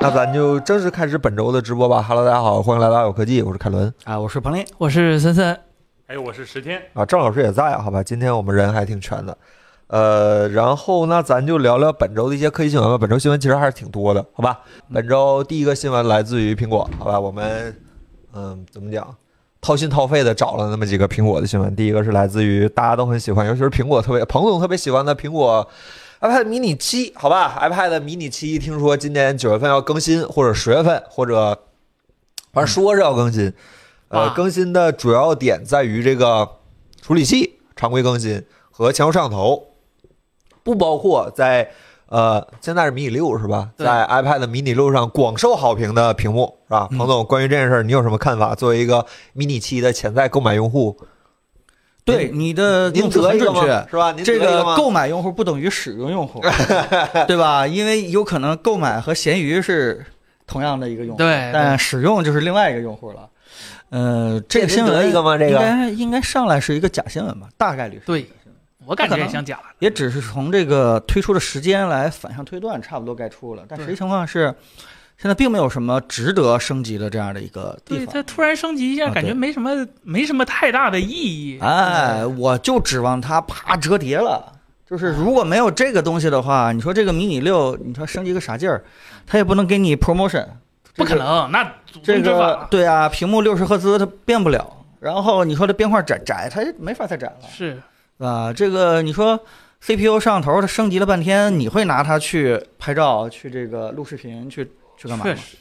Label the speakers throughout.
Speaker 1: 咱就正式开始本周的直播吧。Hello，大家好，欢迎来到有科技，我是凯伦
Speaker 2: 啊，我是彭林，
Speaker 3: 我是森森，
Speaker 4: 哎，我是石天，
Speaker 1: 啊，郑老师也在啊，好吧，今天我们人还挺全的。呃，然后那咱就聊聊本周的一些科技新闻吧。本周新闻其实还是挺多的，好吧。本周第一个新闻来自于苹果，好吧，我们嗯怎么讲，掏心掏肺的找了那么几个苹果的新闻。第一个是来自于大家都很喜欢，尤其是苹果特别彭总特别喜欢的苹果 iPad mini 七，好吧，iPad mini 七听说今年九月份要更新，或者十月份，或者反正说是要更新。呃，
Speaker 3: 哇
Speaker 1: 更新的主要点在于这个处理器常规更新和前后摄像头，不包括在呃现在是迷你六是吧，
Speaker 3: 对
Speaker 1: 在 iPad mini 六上广受好评的屏幕是吧？彭总，关于这件事儿你有什么看法？作为一个 mini 七的潜在购买用户，
Speaker 2: 对你的
Speaker 1: 您
Speaker 2: 用词
Speaker 1: 得
Speaker 2: 很
Speaker 1: 一个
Speaker 2: 准
Speaker 1: 吗
Speaker 2: 确。
Speaker 1: 是吧？您得
Speaker 2: 这
Speaker 1: 一
Speaker 2: 个
Speaker 1: 吗
Speaker 2: 购买用户不等于使用 用户，对吧？因为有可能购买和闲鱼是同样的一个用户，
Speaker 3: 对
Speaker 2: 哦但使用就是另外一个用户了。呃，这个
Speaker 1: 这
Speaker 2: 新
Speaker 1: 您得
Speaker 2: 闻
Speaker 1: 一个吗这个
Speaker 2: 应该应该上来是一个假新闻吧？大概率是。
Speaker 3: 对，我感觉也像假的，
Speaker 2: 也只是从这个推出的时间来反向推断，差不多该出了。但实际
Speaker 3: 对
Speaker 2: 情况是，现在并没有什么值得升级的这样的一个地
Speaker 3: 对，
Speaker 2: 方。
Speaker 3: 它突然升级一下，
Speaker 2: 啊
Speaker 3: 感觉
Speaker 2: 对
Speaker 3: 没什么没什么太大的意义。呃
Speaker 2: 哎，我就指望它啪折叠了。就是如果没有这个东西的话，你说这个迷你六，你说升级个啥劲儿？它也不能给你 promotion，
Speaker 3: 不可。能，那祖
Speaker 2: 这
Speaker 3: 宗之
Speaker 2: 个
Speaker 3: 法
Speaker 2: 对啊，屏幕六十赫兹它变不了。然后你说这边块窄窄，它也没法再窄了。
Speaker 3: 是
Speaker 2: 啊，这个你说 CPU 摄像头它升级了半天，你会拿它去拍照、去这个录视频、去去干嘛吗
Speaker 3: 确？实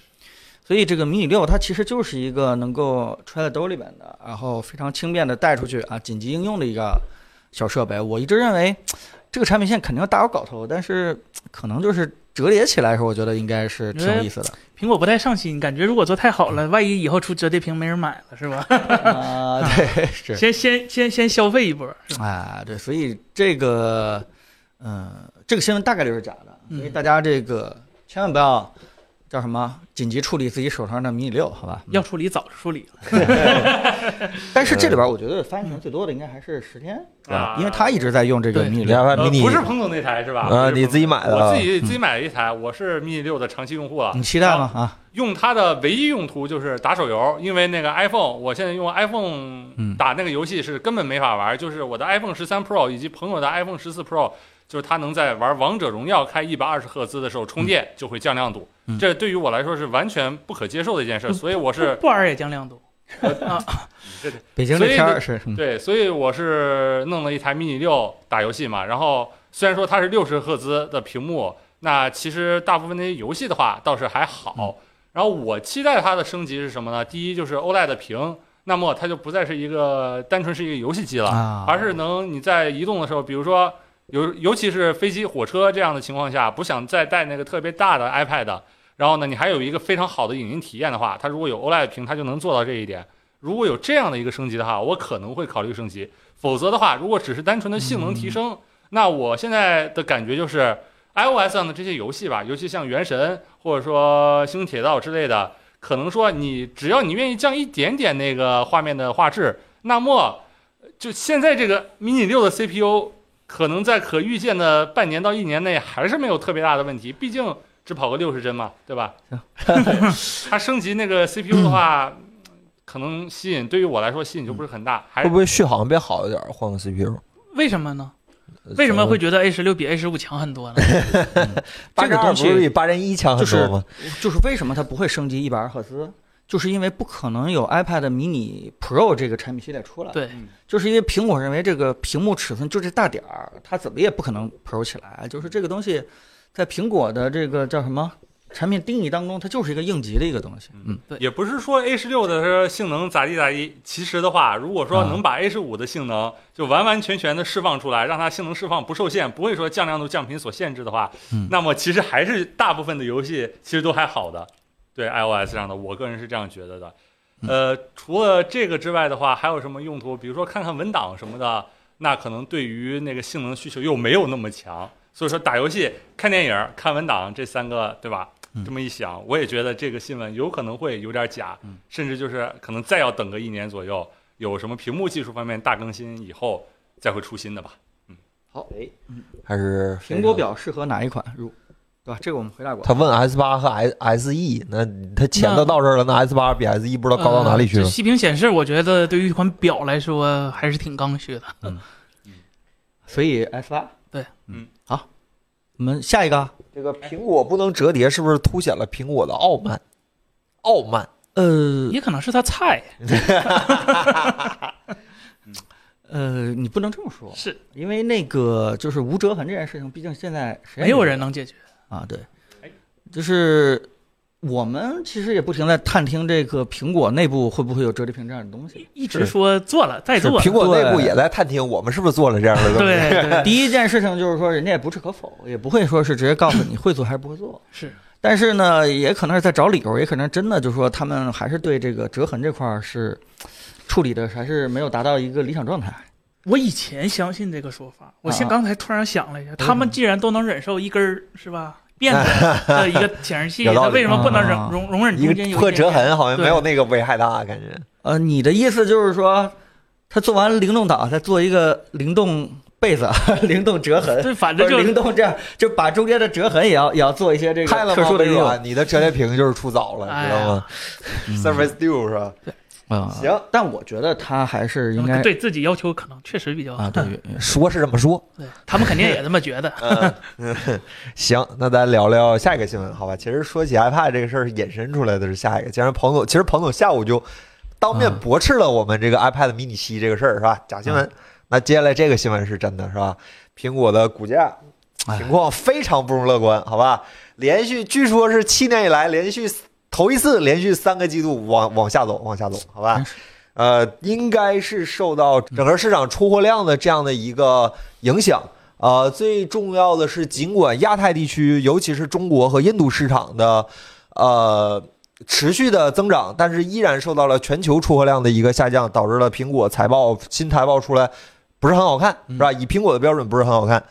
Speaker 2: 所以这个迷你六它其实就是一个能够揣在兜里边的，然后非常轻便的带出去啊，紧急应用的一个小设备。我一直认为这个产品线肯定大有搞头，但是可能就是折叠起来的时候，我觉得应该是挺有意思的。
Speaker 3: 苹果不太上心，感觉如果做太好了，万一以后出折叠屏没人买了，是吧？
Speaker 2: 啊、对，是。
Speaker 3: 先先先先消费一波，是吧
Speaker 2: 啊，对，所以这个，嗯、这个新闻大概率是假的，所以
Speaker 3: 嗯
Speaker 2: 大家这个千万不要叫什么紧急处理自己手上的迷你六，好吧？
Speaker 3: 要处理早就处理了。
Speaker 2: 但是这里边我觉得发言权最多的应该还是十天，
Speaker 4: 啊
Speaker 2: 因为他一直在用这个
Speaker 3: 对
Speaker 2: 迷你
Speaker 1: 你
Speaker 2: 六。
Speaker 1: iPad
Speaker 4: 呃
Speaker 1: mini
Speaker 4: 不是彭总那台是吧？
Speaker 1: 啊
Speaker 4: 不是彭总
Speaker 1: 你自己买的
Speaker 4: 我自己自己买了一台，我是 mini 六的长期用户了。
Speaker 2: 你期待吗？啊，
Speaker 4: 用它的唯一用途就是打手游，因为那个 iPhone，我现在用 iPhone
Speaker 2: 嗯
Speaker 4: 打那个游戏是根本没法玩，就是我的 iPhone 十三 Pro 以及朋友的 iPhone 十四 Pro，就是它能在玩王者荣耀开一百二十赫兹的时候充电就会降亮度
Speaker 2: 嗯，
Speaker 4: 这对于我来说是完全不可接受的一件事，
Speaker 3: 嗯
Speaker 4: 所以我
Speaker 3: 不
Speaker 4: 是
Speaker 3: 不玩也降亮度啊，
Speaker 2: 北京这
Speaker 4: 所以
Speaker 2: 天
Speaker 4: 这
Speaker 2: 儿是嗯
Speaker 4: 对，所以我是弄了一台 mini 六打游戏嘛，然后虽然说它是六十赫兹的屏幕，那其实大部分那些游戏的话倒是还
Speaker 2: 嗯
Speaker 4: 好。然后我期待它的升级是什么呢？第一就是 OLED 的屏，那么它就不再是一个单纯是一个游戏机了，
Speaker 2: 啊，
Speaker 4: 而是能你在移动的时候，比如说尤尤其是飞机、火车这样的情况下，不想再带那个特别大的 iPad，然后呢，你还有一个非常好的影音体验的话，它如果有 OLED 屏，它就能做到这一点。如果有这样的一个升级的话，我可能会考虑升级。否则的话，如果只是单纯的性能提升，那我现在的感觉就是，iOS 上的这些游戏吧，尤其像《原神》或者说《星穹铁道》之类的，可能说你只要你愿意降一点点那个画面的画质，那么呃就现在这个 mini 六的 CPU 可能在可预见的半年到一年内还是没有特别大的问题，毕竟只跑个六十帧嘛，对吧？ 对 它升级那个 CPU 的话，可能吸引对于我来说吸引就不是很大，还
Speaker 1: 会
Speaker 4: 是
Speaker 1: 不会续航变好一点？换个 CPU，
Speaker 3: 为什么呢？为什么会觉得 A 十六比 A 十五强很多呢？
Speaker 1: 八针
Speaker 2: 这个
Speaker 1: 二
Speaker 2: 东
Speaker 1: 不是
Speaker 2: 西
Speaker 1: 比八针一强很多吗？
Speaker 2: 就是为什么它不会升级一百二赫兹？就是因为不可能有 iPad mini Pro 这个产品系列出来，
Speaker 3: 对，
Speaker 4: 嗯
Speaker 2: 就是因为苹果认为这个屏幕尺寸就这大点儿，它怎么也不可能 Pro 起来。就是这个东西，在苹果的这个叫什么产品定义当中，它就是一个应急的一个东西。嗯，
Speaker 3: 对
Speaker 4: 也不是说 A 十六的是性能咋地咋地，其实的话，如果说能把 A 十五的性能就完完全全的释放出来，让它性能释放不受限，不会说降亮度、降频所限制的话，
Speaker 2: 嗯
Speaker 4: 那么其实还是大部分的游戏其实都还好的，对 iOS 上的，我个人是这样觉得的。呃，除了这个之外的话，还有什么用途？比如说看看文档什么的，那可能对于那个性能需求又没有那么强。所以说打游戏、看电影、看文档这三个，对吧？这么一想，我也觉得这个新闻有可能会有点假，甚至就是可能再要等个一年左右，有什么屏幕技术方面大更新以后再会出新的吧。
Speaker 2: 好，
Speaker 1: 还是非
Speaker 2: 苹果
Speaker 1: 常
Speaker 2: 表适合哪一款入？对吧？这个我们回答过。
Speaker 1: 他问 S 八和 S S E，那他钱都到这儿了，那 S 八比 S E 不知道高到哪里去
Speaker 3: 呃
Speaker 1: 了
Speaker 3: 这。息屏显示，我觉得对于一款表来说还是挺刚需的。
Speaker 2: 所以 S 八，
Speaker 3: 对，
Speaker 4: 嗯，
Speaker 2: 好，我们下一个啊，
Speaker 1: 这个苹果不能折叠，是不是凸显了苹果的傲慢？傲慢，
Speaker 2: 呃
Speaker 3: 也可能是它菜，
Speaker 2: 呃，你不能这么说，
Speaker 3: 是
Speaker 2: 因为那个就是无折痕这件事情，毕竟现在谁也
Speaker 3: 没有
Speaker 2: 知道
Speaker 3: 人能解决。
Speaker 2: 啊，对
Speaker 4: 哎，
Speaker 2: 就是我们其实也不停在探听这个苹果内部会不会有折叠屏这样的东西。
Speaker 3: 一
Speaker 1: 是
Speaker 3: 直说做了再
Speaker 1: 是
Speaker 3: 做，
Speaker 1: 苹果内部
Speaker 2: 对
Speaker 1: 也在探听我们是不是做了这样的东西。
Speaker 3: 对 对
Speaker 2: 第一件事情就是说，人家也不置可否，也不会说是直接告诉你会做还是不会做。
Speaker 3: 是
Speaker 2: 但是呢，也可能是在找理由，也可能真的就是说他们还是对这个折痕这块儿是处理的还是没有达到一个理想状态。
Speaker 3: 我以前相信这个说法，我现
Speaker 2: 啊
Speaker 3: 刚才突然想了一下，
Speaker 1: 嗯
Speaker 3: 他们既然都能忍受一根儿是吧辫子的一个显示器，
Speaker 1: 有道理
Speaker 3: 他为什么不能忍
Speaker 2: 啊
Speaker 3: 容容忍
Speaker 1: 一
Speaker 3: 中间有
Speaker 1: 个破
Speaker 3: 点
Speaker 1: 折？痕好像
Speaker 3: 对
Speaker 1: 没有那个危害大，感觉
Speaker 2: 呃，你的意思就是说，他做完灵动岛，再做一个灵动被子、 灵动折痕，
Speaker 3: 对，反
Speaker 2: 不
Speaker 3: 正
Speaker 2: 是灵
Speaker 3: 就
Speaker 2: 动这样，就把中间的折痕也要也要做一些这
Speaker 1: 看
Speaker 2: 个
Speaker 1: 了
Speaker 2: 特
Speaker 1: 吗？
Speaker 2: 殊的
Speaker 1: 微
Speaker 2: 利用。
Speaker 1: 软，你的折叠屏就是出早了，
Speaker 3: 哎
Speaker 1: 知
Speaker 3: 呀
Speaker 1: 道吗？Surface Duo 是吧？
Speaker 2: 啊，嗯
Speaker 1: 行，
Speaker 2: 但我觉得他还是应该
Speaker 3: 嗯对自己要求可能确实比较
Speaker 2: 啊，对，对
Speaker 1: 说是这么说，
Speaker 3: 对他们肯定也这么觉得。
Speaker 1: 嗯，行，那咱聊聊下一个新闻，好吧？其实说起 iPad 这个事儿，引申出来的是下一个。既然彭总，其实彭总下午就当面
Speaker 2: 嗯
Speaker 1: 驳斥了我们这个 iPad mini 七这个事儿，是吧？假新闻。那接下来这个新闻是真的，是吧？苹果的股价
Speaker 2: 哎
Speaker 1: 情况非常不容乐观，好吧？连续据说是七年以来连续头一次连续三个季度往往下走，往下走，好吧
Speaker 2: 真是？
Speaker 1: 呃，应该是受到整个市场出货量的这样的一个影响。呃，最重要的是，尽管亚太地区，尤其是中国和印度市场的，呃，持续的增长，但是依然受到了全球出货量的一个下降，导致了苹果财报新财报出来不是很好看，是吧？以苹果的标准不是很好看。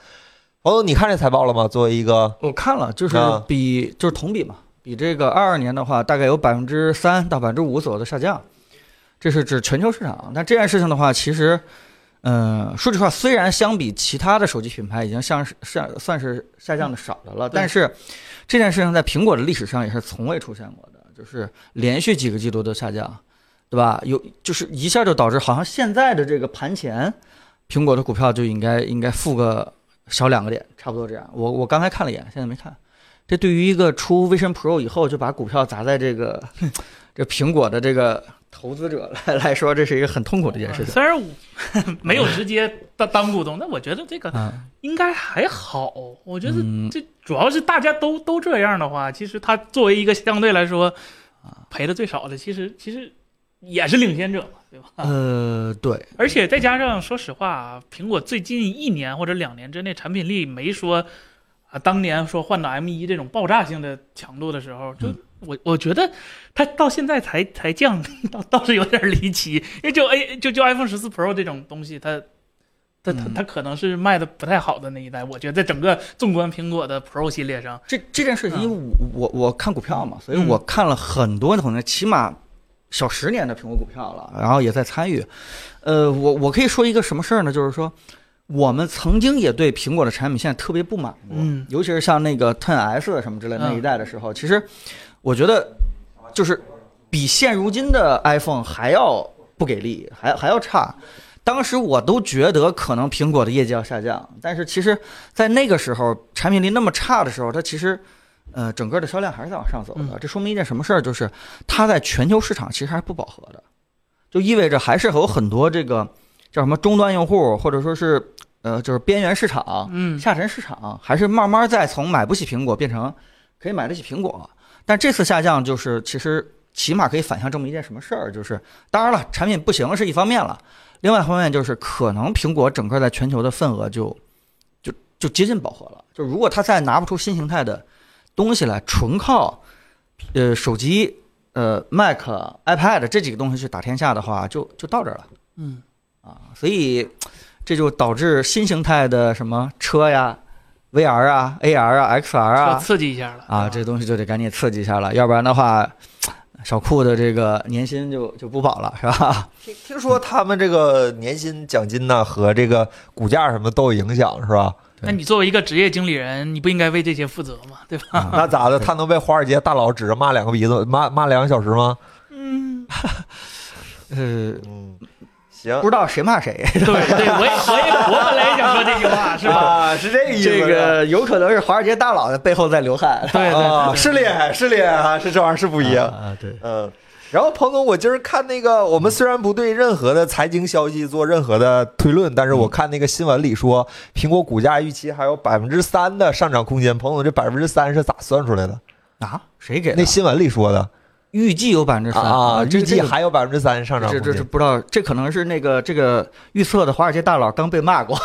Speaker 1: 王总，你看这财报了吗？作为一个
Speaker 2: 我看了，就是
Speaker 1: 啊
Speaker 2: 比就是同比嘛，比这个二二年的话，大概有百分之三到百分之五左右的下降，这是指全球市场。那这件事情的话，其实，嗯、说句实话，虽然相比其他的手机品牌已经像是像算是下降的少的了，
Speaker 3: 对
Speaker 2: 但是这件事情在苹果的历史上也是从未出现过的，就是连续几个季度都下降，对吧？有就是一下就导致好像现在的这个盘前，苹果的股票就应该应该负个少两个点，差不多这样。我我刚才看了一眼，现在没看。这对于一个出 Vision Pro 以后就把股票砸在这个 这苹果的这个投资者来来说，这是一个很痛苦的一件事情。
Speaker 3: 虽然我 没有直接当当股东，但我觉得这个
Speaker 2: 啊，
Speaker 3: 应该还好。哦我觉得
Speaker 2: 嗯
Speaker 3: 这主要是大家都都这样的话，其实他作为一个相对来说啊赔的最少的，其实其实也是领先者嘛，对吧？
Speaker 2: 呃，对，
Speaker 3: 而且再加上，说实话，苹果最近一年或者两年之内产品力没说啊，当年说换到 M 1这种爆炸性的强度的时候，就、
Speaker 2: 嗯
Speaker 3: 我我觉得它到现在才才降， 倒倒是有点离奇。因为就 A 就就 iPhone 十四 Pro 这种东西，它它它
Speaker 2: 嗯
Speaker 3: 它可能是卖的不太好的那一代。我觉得整个纵观苹果的 Pro 系列上，
Speaker 2: 这这件事情，因为我我我看股票嘛，所以
Speaker 3: 嗯
Speaker 2: 我看了很多同学，起码小十年的苹果股票了，然后也在参与。呃，我我可以说一个什么事儿呢？就是说，我们曾经也对苹果的产品线特别不满过，
Speaker 3: 嗯
Speaker 2: 尤其是像那个 Ten S 啊什么之类的那一代的时候，其实我觉得就是比现如今的 iPhone 还要不给力，还还要差。当时我都觉得可能苹果的业绩要下降，但是其实，在那个时候产品力那么差的时候，它其实，呃，整个的销量还是在往上走的。
Speaker 3: 嗯
Speaker 2: 这说明一件什么事儿？就是它在全球市场其实还是不饱和的，就意味着还是有很多这个叫什么终端用户，或者说是呃，就是边缘市场、
Speaker 3: 嗯，
Speaker 2: 下沉市场，还是慢慢在从买不起苹果变成可以买得起苹果。但这次下降就是其实起码可以反向证明一件什么事儿，就是当然了，产品不行是一方面了，另外一方面就是可能苹果整个在全球的份额就就就接近饱和了。就如果它再拿不出新形态的东西来，纯靠呃手机、呃 Mac、iPad 这几个东西去打天下的话，就就到这儿了。
Speaker 3: 嗯
Speaker 2: 啊，所以这就导致新形态的什么车呀、VR 啊、AR 啊、XR
Speaker 3: 要
Speaker 2: 啊
Speaker 3: 刺激一下了
Speaker 2: 啊，这东西就得赶紧刺激一下了，要不然的话，小酷的这个年薪就就不保了，是吧？
Speaker 1: 听听说他们这个年薪奖金呢和这个股价什么都有影响，是吧？
Speaker 3: 那你作为一个职业经理人，你不应该为这些负责吗？ 对吧？
Speaker 1: 那咋的？他能被华尔街大佬指着骂两个鼻子，骂骂两个小时吗？
Speaker 3: 嗯，
Speaker 2: 呃，
Speaker 1: 嗯，行
Speaker 2: 不，知道谁骂谁，
Speaker 3: 对对，我也我也我本来也想说这句话，是 吧？
Speaker 1: 啊， 是这个意思。
Speaker 2: 这个有可能是华尔街大佬的背后在流汗。
Speaker 3: 对对
Speaker 1: 啊，是厉害，是厉害啊，是这玩意儿是不一样。
Speaker 2: 啊，对，
Speaker 1: 嗯，然后彭总，我今儿看那个，我们虽然不对任何的财经消息做任何的推论，但是我看那个新闻里说，苹果股价预期还有百分之三的上涨空间。彭总，这百分之三是咋算出来的？
Speaker 2: 啊，谁给的
Speaker 1: 那？新闻里说的
Speaker 2: 预计有百分之三
Speaker 1: 啊，
Speaker 2: 预
Speaker 1: 预
Speaker 2: 计
Speaker 1: 计还有百分之三上涨
Speaker 2: 这
Speaker 1: 空
Speaker 2: 这这
Speaker 1: 间。
Speaker 2: 不知道，这可能是那个这个预测的华尔街大佬刚被骂过，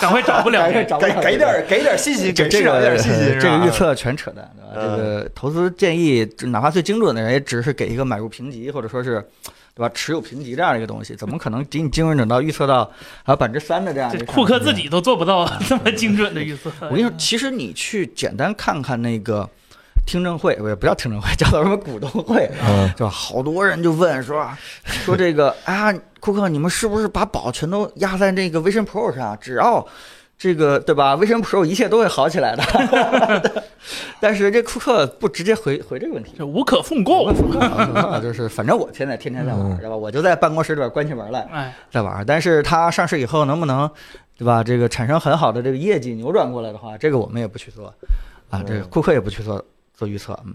Speaker 3: 赶快找不了
Speaker 2: 啊赶紧
Speaker 3: 人，
Speaker 2: 找不
Speaker 1: 给
Speaker 2: 了
Speaker 1: 给
Speaker 2: 人
Speaker 1: 点儿给点儿信心，给
Speaker 2: 这
Speaker 1: 市场
Speaker 2: 个
Speaker 1: 点儿信心。
Speaker 2: 这个
Speaker 1: 是吧
Speaker 2: 预，测全扯淡，对吧？
Speaker 1: 嗯
Speaker 2: 这个投资建议，就哪怕最精准的人，也只是给一个买入评级，或者说是，对吧？持有评级这样一个东西，怎么可能给你精准到预测到还有百分之三的这样一
Speaker 3: 这
Speaker 2: 个？
Speaker 3: 库克自己都做不到 这么精准的预测。
Speaker 2: 嗯我跟你说，其实你去简单看看那个听证会，不是不叫听证会，叫 做什么股东会，
Speaker 1: 嗯
Speaker 2: 就好多人就问说说这个啊，库克，你们是不是把宝全都压在这个 Vision Pro 上？只要这个对吧，Vision Pro 一切都会好起来的。但是这库克不直接回回这个问 题。
Speaker 3: 这无可奉告。
Speaker 2: 库克就是，反正我现在天天在玩，对吧？我就在办公室里边关起门来
Speaker 3: 哎，
Speaker 2: 在玩。但是它上市以后能不能，对吧？这个产生很好的这个业绩扭转过来的话，这个我们也不去做，啊，这个库克也不去做做预测，嗯，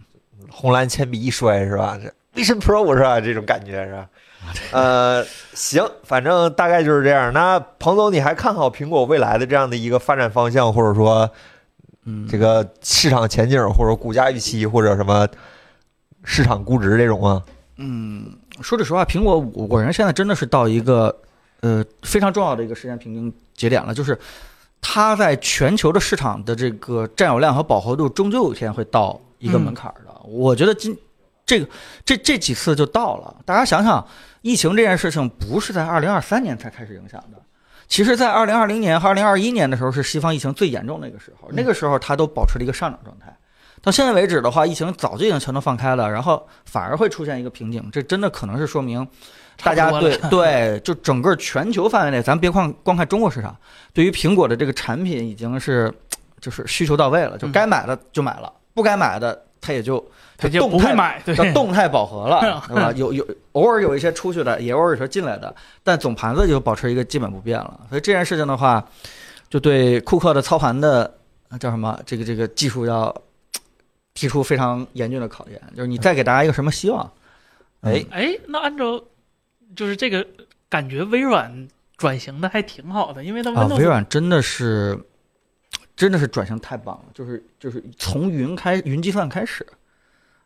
Speaker 1: 红蓝铅笔一摔是吧？这 Vision Pro 是吧？这种感觉是吧？
Speaker 2: 啊
Speaker 1: 呃，行，反正大概就是这样。那彭总，你还看好苹果未来的这样的一个发展方向，或者说，
Speaker 2: 嗯
Speaker 1: 这个市场前景，或者股价预期，或者什么市场估值这种吗？
Speaker 2: 说句实话，苹果我我人现在真的是到一个呃非常重要的一个时间瓶颈节点了，就是它在全球的市场的这个占有量和饱和度，终究有一天会到一个门槛儿的。我觉得今这个这这几次就到了。大家想想，疫情这件事情不是在二零二三年才开始影响的。其实，在二零二零年和二零二一年的时候，是西方疫情最严重的一个时候，那个时候它都保持了一个上涨状态。到现在为止的话，疫情早就已经全都放开了，然后反而会出现一个瓶颈，这真的可能是说明大
Speaker 3: 差
Speaker 2: 家
Speaker 3: 不多
Speaker 2: 对
Speaker 3: 了
Speaker 2: 对，就整个全球范围内，咱别光光看中国市场，对于苹果的这个产品已经是就是需求到位了，就
Speaker 3: 嗯
Speaker 2: 该买的就买了，不该买的它也就
Speaker 3: 他
Speaker 2: 就
Speaker 3: 就不
Speaker 2: 动
Speaker 3: 会
Speaker 2: 态
Speaker 3: 买，对，，
Speaker 2: 叫动态饱和了对吧？有有偶尔有一些出去的，也偶尔有一些进来的，但总盘子就保持一个基本不变了。所以这件事情的话，就对库克的操盘的呃叫什么这个这个技术要提出非常严峻的考验，就是你再给大家一个什么希望？
Speaker 1: 哎，
Speaker 3: 哎，那按照就是这个感觉，微软转型的还挺好的，因为它
Speaker 2: 啊，微
Speaker 3: Windows
Speaker 2: 软真的是真的是转型太棒了，就是就是从云开云计算开始。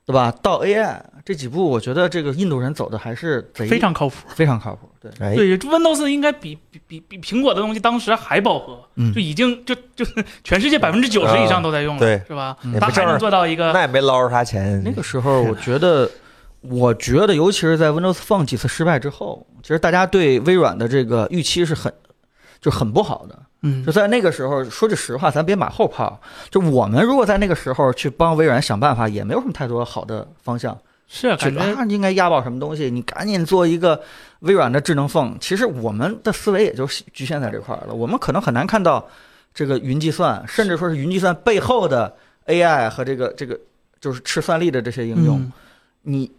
Speaker 2: 对吧？到 AI 这几步，我觉得这个印度人走的还是贼
Speaker 3: 非常靠谱。
Speaker 2: 非常靠谱。对，
Speaker 1: 哎，
Speaker 3: 对，Windows 应该比比比比苹果的东西当时还饱和，
Speaker 2: 嗯
Speaker 3: 就已经就就是全世界百分之九十以上都在用了，
Speaker 1: 对
Speaker 3: 是吧
Speaker 2: 嗯？
Speaker 1: 也
Speaker 3: 它
Speaker 1: 不
Speaker 3: 还
Speaker 1: 正
Speaker 3: 能
Speaker 1: 儿，
Speaker 3: 做到一个
Speaker 1: 那也没捞着啥钱。
Speaker 2: 那个时候，我觉得，我觉得，尤其是在 Windows Phone 几次失败之后，其实大家对微软的这个预期是很，就很不好的。
Speaker 3: 嗯
Speaker 2: 就在那个时候，说句实话，咱别马后炮。就我们如果在那个时候去帮微软想办法，也没有什么太多好的方向。
Speaker 3: 是啊
Speaker 2: 觉
Speaker 3: 感
Speaker 2: 得
Speaker 3: 觉
Speaker 2: 啊，应该押宝什么东西，你赶紧做一个微软的智能 phone。其实我们的思维也就局限在这块儿了，我们可能很难看到这个云计算，甚至说是云计算背后的 AI 和这个这个就是吃算力的这些应用。
Speaker 3: 嗯
Speaker 2: 你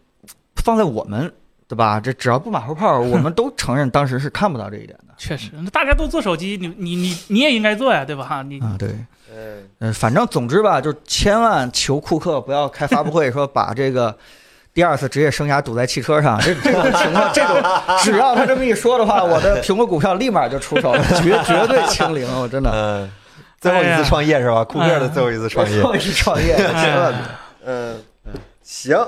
Speaker 2: 放在我们对吧？这只要不马后炮，我 们都承认当时是看不到这一点的。
Speaker 3: 确实，那大家都做手机，你你你你也应该做呀，对吧？哈，你
Speaker 2: 啊，对，
Speaker 1: 嗯，
Speaker 2: 嗯，反正总之吧，就千万求库克不要开发布会说把这个第二次职业生涯赌在汽车上，这这种情况，这种只要他这么一说的话，我的苹果股票立马就出手了，绝绝对清零，我真的。
Speaker 1: 嗯，最后一次创业
Speaker 2: 哎
Speaker 1: 是吧？库克的最后一次创业。
Speaker 2: 我是 创业，
Speaker 3: 哎
Speaker 2: 哎千万别
Speaker 1: 嗯，行，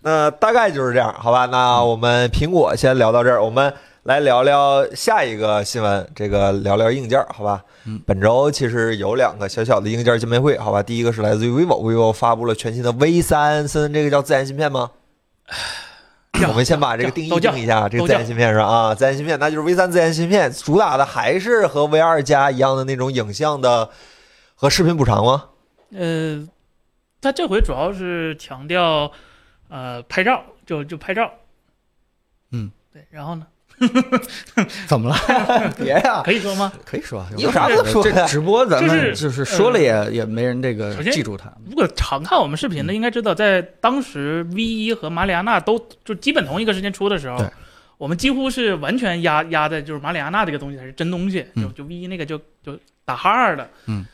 Speaker 1: 那大概就是这样，好吧？那我们苹果先聊到这儿，我们来聊聊下一个新闻，这个聊聊硬件儿，好吧？
Speaker 2: 嗯
Speaker 1: 本周其实有两个小小的硬件见面会，好吧？第一个是来自于
Speaker 3: 嗯
Speaker 1: vivo，vivo 发布了全新的 V 三，森，这个叫自然芯片吗？我们先把这个定义
Speaker 3: 都叫
Speaker 1: 定一下，这个
Speaker 3: 都
Speaker 1: 自
Speaker 3: 叫
Speaker 1: 然芯片是吧啊，自然芯片，那就是 V 三自然芯片，主打的还是和 V 二加一样的那种影像的和视频补偿吗？
Speaker 3: 呃，它这回主要是强调呃拍照，就就拍照。
Speaker 2: 嗯，
Speaker 3: 对，然后呢？
Speaker 2: 怎么了？ 别呀，
Speaker 3: 可以说吗？
Speaker 2: 可以说，
Speaker 1: 你有啥不能说的
Speaker 2: 这直播咱
Speaker 3: 就是
Speaker 2: 们就是说了也也没人这个
Speaker 3: 首先
Speaker 2: 记住他。
Speaker 3: 如果常看我们视频
Speaker 2: 嗯
Speaker 3: 的，应该知道，在当时 V 一和马里亚纳都就基本同一个时间出的时候
Speaker 2: 对，
Speaker 3: 我们几乎是完全压压在就是马里亚纳这个东西才是真东西，就
Speaker 2: 嗯
Speaker 3: 就 V 一那个就就打哈儿的，
Speaker 2: 嗯，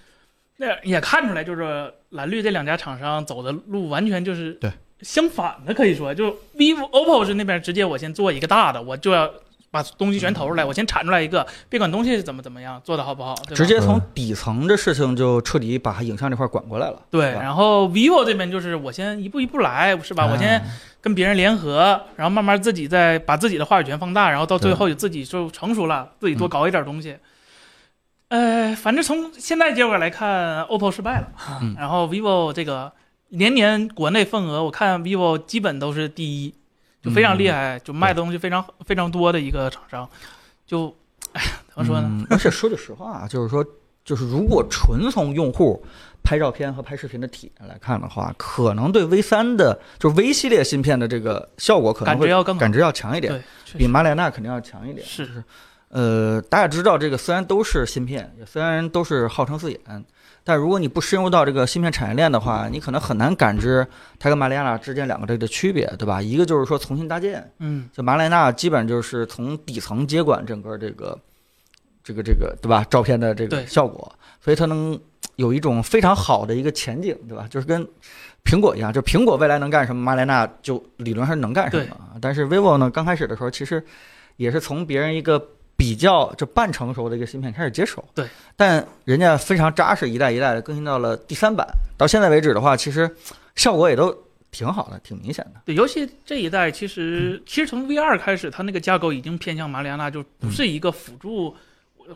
Speaker 3: 那也看出来就是蓝绿这两家厂商走的路完全就是
Speaker 2: 对
Speaker 3: 相反的，可以说就是 vivo OPPO 是那边直接我先做一个大的，我就要。把东西全投出来，我先产出来一个，别管东西是怎么怎么样做的好不好，对
Speaker 2: 嗯
Speaker 3: 吧
Speaker 2: 直接从
Speaker 1: 嗯
Speaker 2: 底层的事情就彻底把影像这块管过来了。
Speaker 3: 对，
Speaker 2: 是吧
Speaker 3: 然后 vivo 这边就是我先一步一步来，是吧？我先
Speaker 2: 嗯
Speaker 3: 跟别人联合，然后慢慢自己再把自己的话语权放大，然后到最后自己就成熟了，自己
Speaker 2: 嗯
Speaker 3: 多搞一点东西。呃，反正从现在结果来看，OPPO 失败了，
Speaker 2: 嗯
Speaker 3: 然后 vivo 这个年年国内份额，我看 vivo 基本都是第一，就非
Speaker 2: 嗯
Speaker 3: 常厉害，就卖的东西非常非常多的一个厂商，就哎呀，怎么说呢？
Speaker 2: 嗯而且说句实话啊， 就是说，就是如果纯从用户拍照片和拍视频的体验来看的话，可能对 V 三的，就是 V 系列芯片的这个效果可能
Speaker 3: 感觉
Speaker 2: 会
Speaker 3: 要更好
Speaker 2: 感知要强一点，
Speaker 3: 对，确
Speaker 2: 比
Speaker 3: 实
Speaker 2: 马里亚纳肯定要强一点。
Speaker 3: 是
Speaker 2: 就是，呃，大家知道这个虽然都是芯片，也虽然都是号称四眼，但如果你不深入到这个芯片产业链的话，你可能很难感知它跟马里亚纳之间两个这个区别，对吧？一个就是说重新搭建，
Speaker 3: 嗯，
Speaker 2: 就马莱纳基本就是从底层接管整个这个这个这个对吧？照片的这个
Speaker 3: 对
Speaker 2: 效果，所以它能有一种非常好的一个前景，对吧？就是跟苹果一样，就苹果未来能干什么，马莱纳就理论上能干什
Speaker 3: 对
Speaker 2: 么啊。但是 vivo 呢，刚开始的时候其实也是从别人一个。比较就半成熟的一个芯片开始接手，
Speaker 3: 对，
Speaker 2: 但人家非常扎实，一代一代的更新到了第三版，到现在为止的话，其实效果也都挺好的，挺明显的。
Speaker 3: 对，尤其这一代，其
Speaker 2: 嗯
Speaker 3: 实其实从 V 二开始，它那个架构已经偏向马里亚纳，就
Speaker 2: 嗯
Speaker 3: 不是一个辅助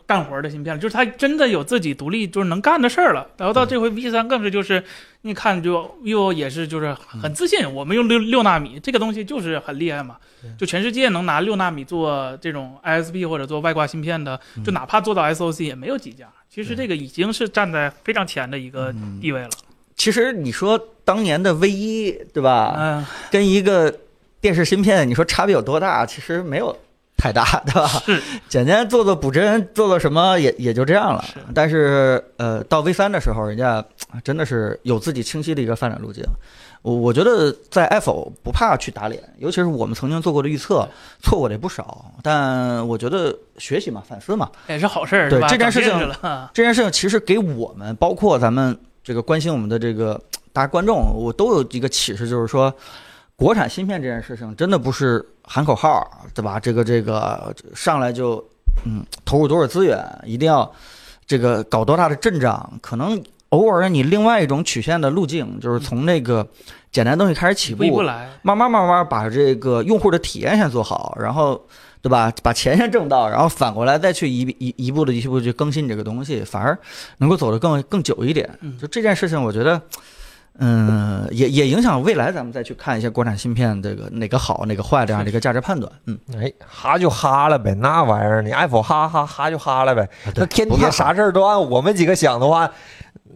Speaker 3: 干活的芯片了，就是它真的有自己独立就是能干的事儿了。然
Speaker 2: 嗯
Speaker 3: 后到这回 V 三更是就是，你看就 vivo 也是就是
Speaker 2: 嗯
Speaker 3: 很自信，我们用六六纳米这个东西就是很厉害嘛，就全世界能拿六纳米做这种 ISP 或者做外挂芯片的，
Speaker 2: 嗯
Speaker 3: 就哪怕做到 SOC 也没有几家。其实这个已经是站在非常前的一个
Speaker 2: 嗯
Speaker 3: 地位了。
Speaker 2: 其实你说当年的 V 一，对吧？
Speaker 3: 嗯，
Speaker 2: 跟一个电视芯片，你说差别有多大？其实没有太大，对吧？
Speaker 3: 是
Speaker 2: 简单做做补针，做做什么也也就这样了
Speaker 3: 是。
Speaker 2: 但是呃，到 V 三的时候，人家呃真的是有自己清晰的一个发展路径。我我觉得在 Apple 不怕去打脸，尤其是我们曾经做过的预测，错过的也不少。但我觉得学习嘛，反思嘛，
Speaker 3: 也是好事儿，
Speaker 2: 对
Speaker 3: 是吧？
Speaker 2: 这件事情
Speaker 3: 长见识了，
Speaker 2: 这件事情其实给我们，包括咱们这个关心我们的这个大家观众，我都有一个启示，就是说，国产芯片这件事情真的不是喊口号，对吧？这个这个上来就嗯投入多少资源，一定要这个搞多大的阵仗，可能偶尔你另外一种曲线的路径，就是从那个简单东西开始起
Speaker 3: 一
Speaker 2: 步，
Speaker 3: 步一步来。
Speaker 2: 慢慢慢慢把这个用户的体验先做好，然后对吧，把钱先挣到，然后反过来再去一一一步的一步地去更新这个东西，反而能够走得更更久一点
Speaker 3: 嗯。
Speaker 2: 就这件事情，我觉得。嗯，也也影响未来咱们再去看一些国产芯片这个哪个好哪个坏这样的一个价值判断。嗯，
Speaker 1: 哎，哈就哈了呗，那玩意儿你爱否哈哈哈就哈了呗。那天底
Speaker 2: 啊不
Speaker 1: 下
Speaker 2: 怕
Speaker 1: 啥事儿都按我们几个想的话，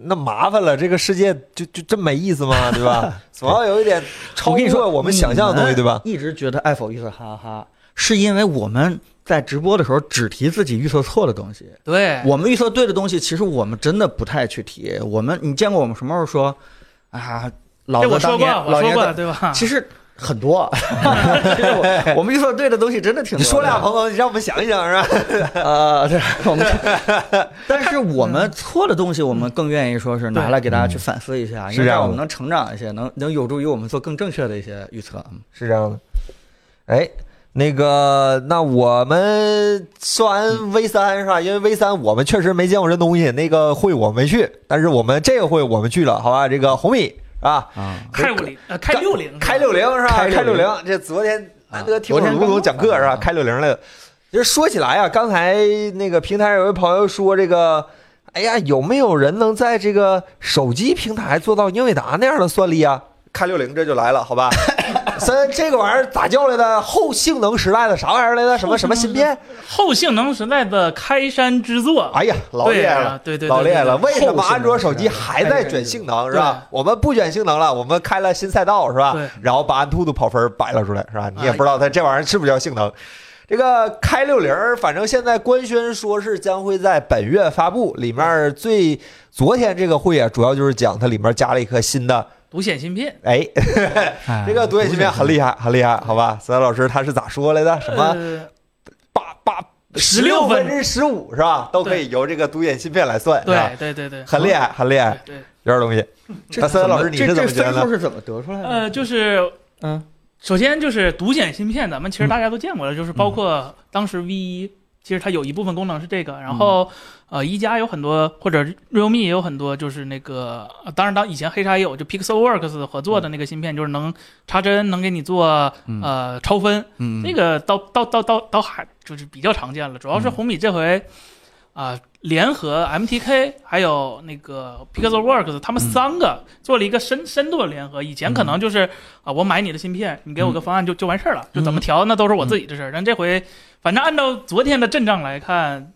Speaker 1: 那麻烦了，这个世界就就真没意思嘛，对吧？总要有一 点超
Speaker 2: 我跟你
Speaker 1: 过嗯
Speaker 2: 说，
Speaker 1: 我们想象的东西，对吧？？
Speaker 2: 一直觉得爱否预测哈哈哈，是因为我们在直播的时候只提自己预测错的东西。
Speaker 3: 对，
Speaker 2: 我们预测对的东西，其实我们真的不太去提。我们你见过我们什么时候说啊？老
Speaker 3: 这
Speaker 2: 子
Speaker 3: 我说
Speaker 2: 当
Speaker 3: 过
Speaker 2: 年，，
Speaker 3: 我
Speaker 2: 老
Speaker 3: 说
Speaker 2: 爷
Speaker 3: 过，
Speaker 2: 子，
Speaker 3: 对吧？
Speaker 2: 其实很多。 其实我我们预测对的东西真的挺多
Speaker 1: 你
Speaker 2: 的。
Speaker 1: 说俩朋友，你让我们想一想是吧？
Speaker 2: 啊，对，我们。但是我们错的东西，我们更愿意说是拿来给大家去反思一下，因
Speaker 1: 是这
Speaker 2: 为这
Speaker 1: 样
Speaker 2: 样
Speaker 1: 的
Speaker 2: 我们能成长一些，能能有助于我们做更正确的一些预测。嗯
Speaker 1: 是这样的。哎，那个，那我们说完 V 三是吧？因为 V 三我们确实没见过这东西，那个会我没去，但是我们这个会我们去了，好吧？这个红米啊，
Speaker 2: 啊，
Speaker 3: 开五零，呃，开
Speaker 1: 干
Speaker 3: 六零，
Speaker 1: 开六零是吧？
Speaker 2: 开
Speaker 1: 开
Speaker 2: 60
Speaker 1: 六零，这昨天难得听
Speaker 2: 昨
Speaker 1: 我啊
Speaker 2: 天
Speaker 1: 卢总讲课是吧？
Speaker 2: 刚
Speaker 1: 开六零来了。其实说起来啊，刚才那个平台上有位朋友说这个，哎呀，有没有人能在这个手机平台做到英伟达那样的算力啊？开六零这就来了，好吧？ 三这个玩意儿咋叫来的？后性能时代的啥玩意儿来的？什么什么芯片？
Speaker 3: 后性能时代的开山之作，
Speaker 1: 哎呀，老
Speaker 3: 对
Speaker 1: 厉害
Speaker 3: 啊
Speaker 1: 了，
Speaker 3: 对对对
Speaker 1: 老厉害了！
Speaker 3: 对
Speaker 1: 为什么
Speaker 2: 后性能
Speaker 1: 安卓手机
Speaker 2: 时代
Speaker 1: 还在卷性能是吧
Speaker 3: 对？
Speaker 1: 我们不卷性能了，我们开了新赛道是吧
Speaker 3: 对？哎
Speaker 1: 然后把安兔兔跑分摆了出来是吧？你也不知道它这玩意儿是不是叫性能。这个开六零，反正现在官宣说是将会在本月发布。里面最昨天这个会啊，主要就是讲它里面加了一颗新的，
Speaker 3: 独显芯片，
Speaker 1: 哎， 这个独眼芯片很厉害，很厉害，好吧？孙老师他是咋说来的？什么
Speaker 3: 呃，
Speaker 1: 八八
Speaker 3: 16
Speaker 1: 分
Speaker 3: 分
Speaker 1: 之十五是吧？都可以由这个独眼芯片来算，是吧
Speaker 3: 对对对对，
Speaker 1: 哎很厉害，很厉害，
Speaker 3: 对，对，
Speaker 1: 有点东西。那
Speaker 2: 这
Speaker 1: 孙老师你是
Speaker 2: 这
Speaker 1: 怎么觉得
Speaker 2: 这
Speaker 1: 呢
Speaker 2: 分数是怎么得出来的？
Speaker 3: 呃，就是
Speaker 2: 嗯，
Speaker 3: 首先就是独显芯片，咱们其实大家都见过了，就是包括当时 V 一，其实它有一部分功能是这个，然后、呃，一加有很多，或者 Realme 也有很多，就是那个，呃当然当以前黑鲨也有，就 Pixelworks 合作的那个芯片，就是能插针，能给你做
Speaker 4: 嗯
Speaker 3: 呃超分，
Speaker 4: 嗯
Speaker 3: 那个到到到到到还就是比较常见了，主要
Speaker 1: 嗯
Speaker 3: 是红米这回啊、联合 MTK 还有那个 Pixelworks 他们
Speaker 1: 嗯
Speaker 3: 三个做了一个深深度的联合。以前可能就是啊、我买你的芯片，你给
Speaker 1: 嗯
Speaker 3: 我个方案就、就完事儿了，就怎么调那都是我自己的事儿。但这回反正按照昨天的阵仗来看，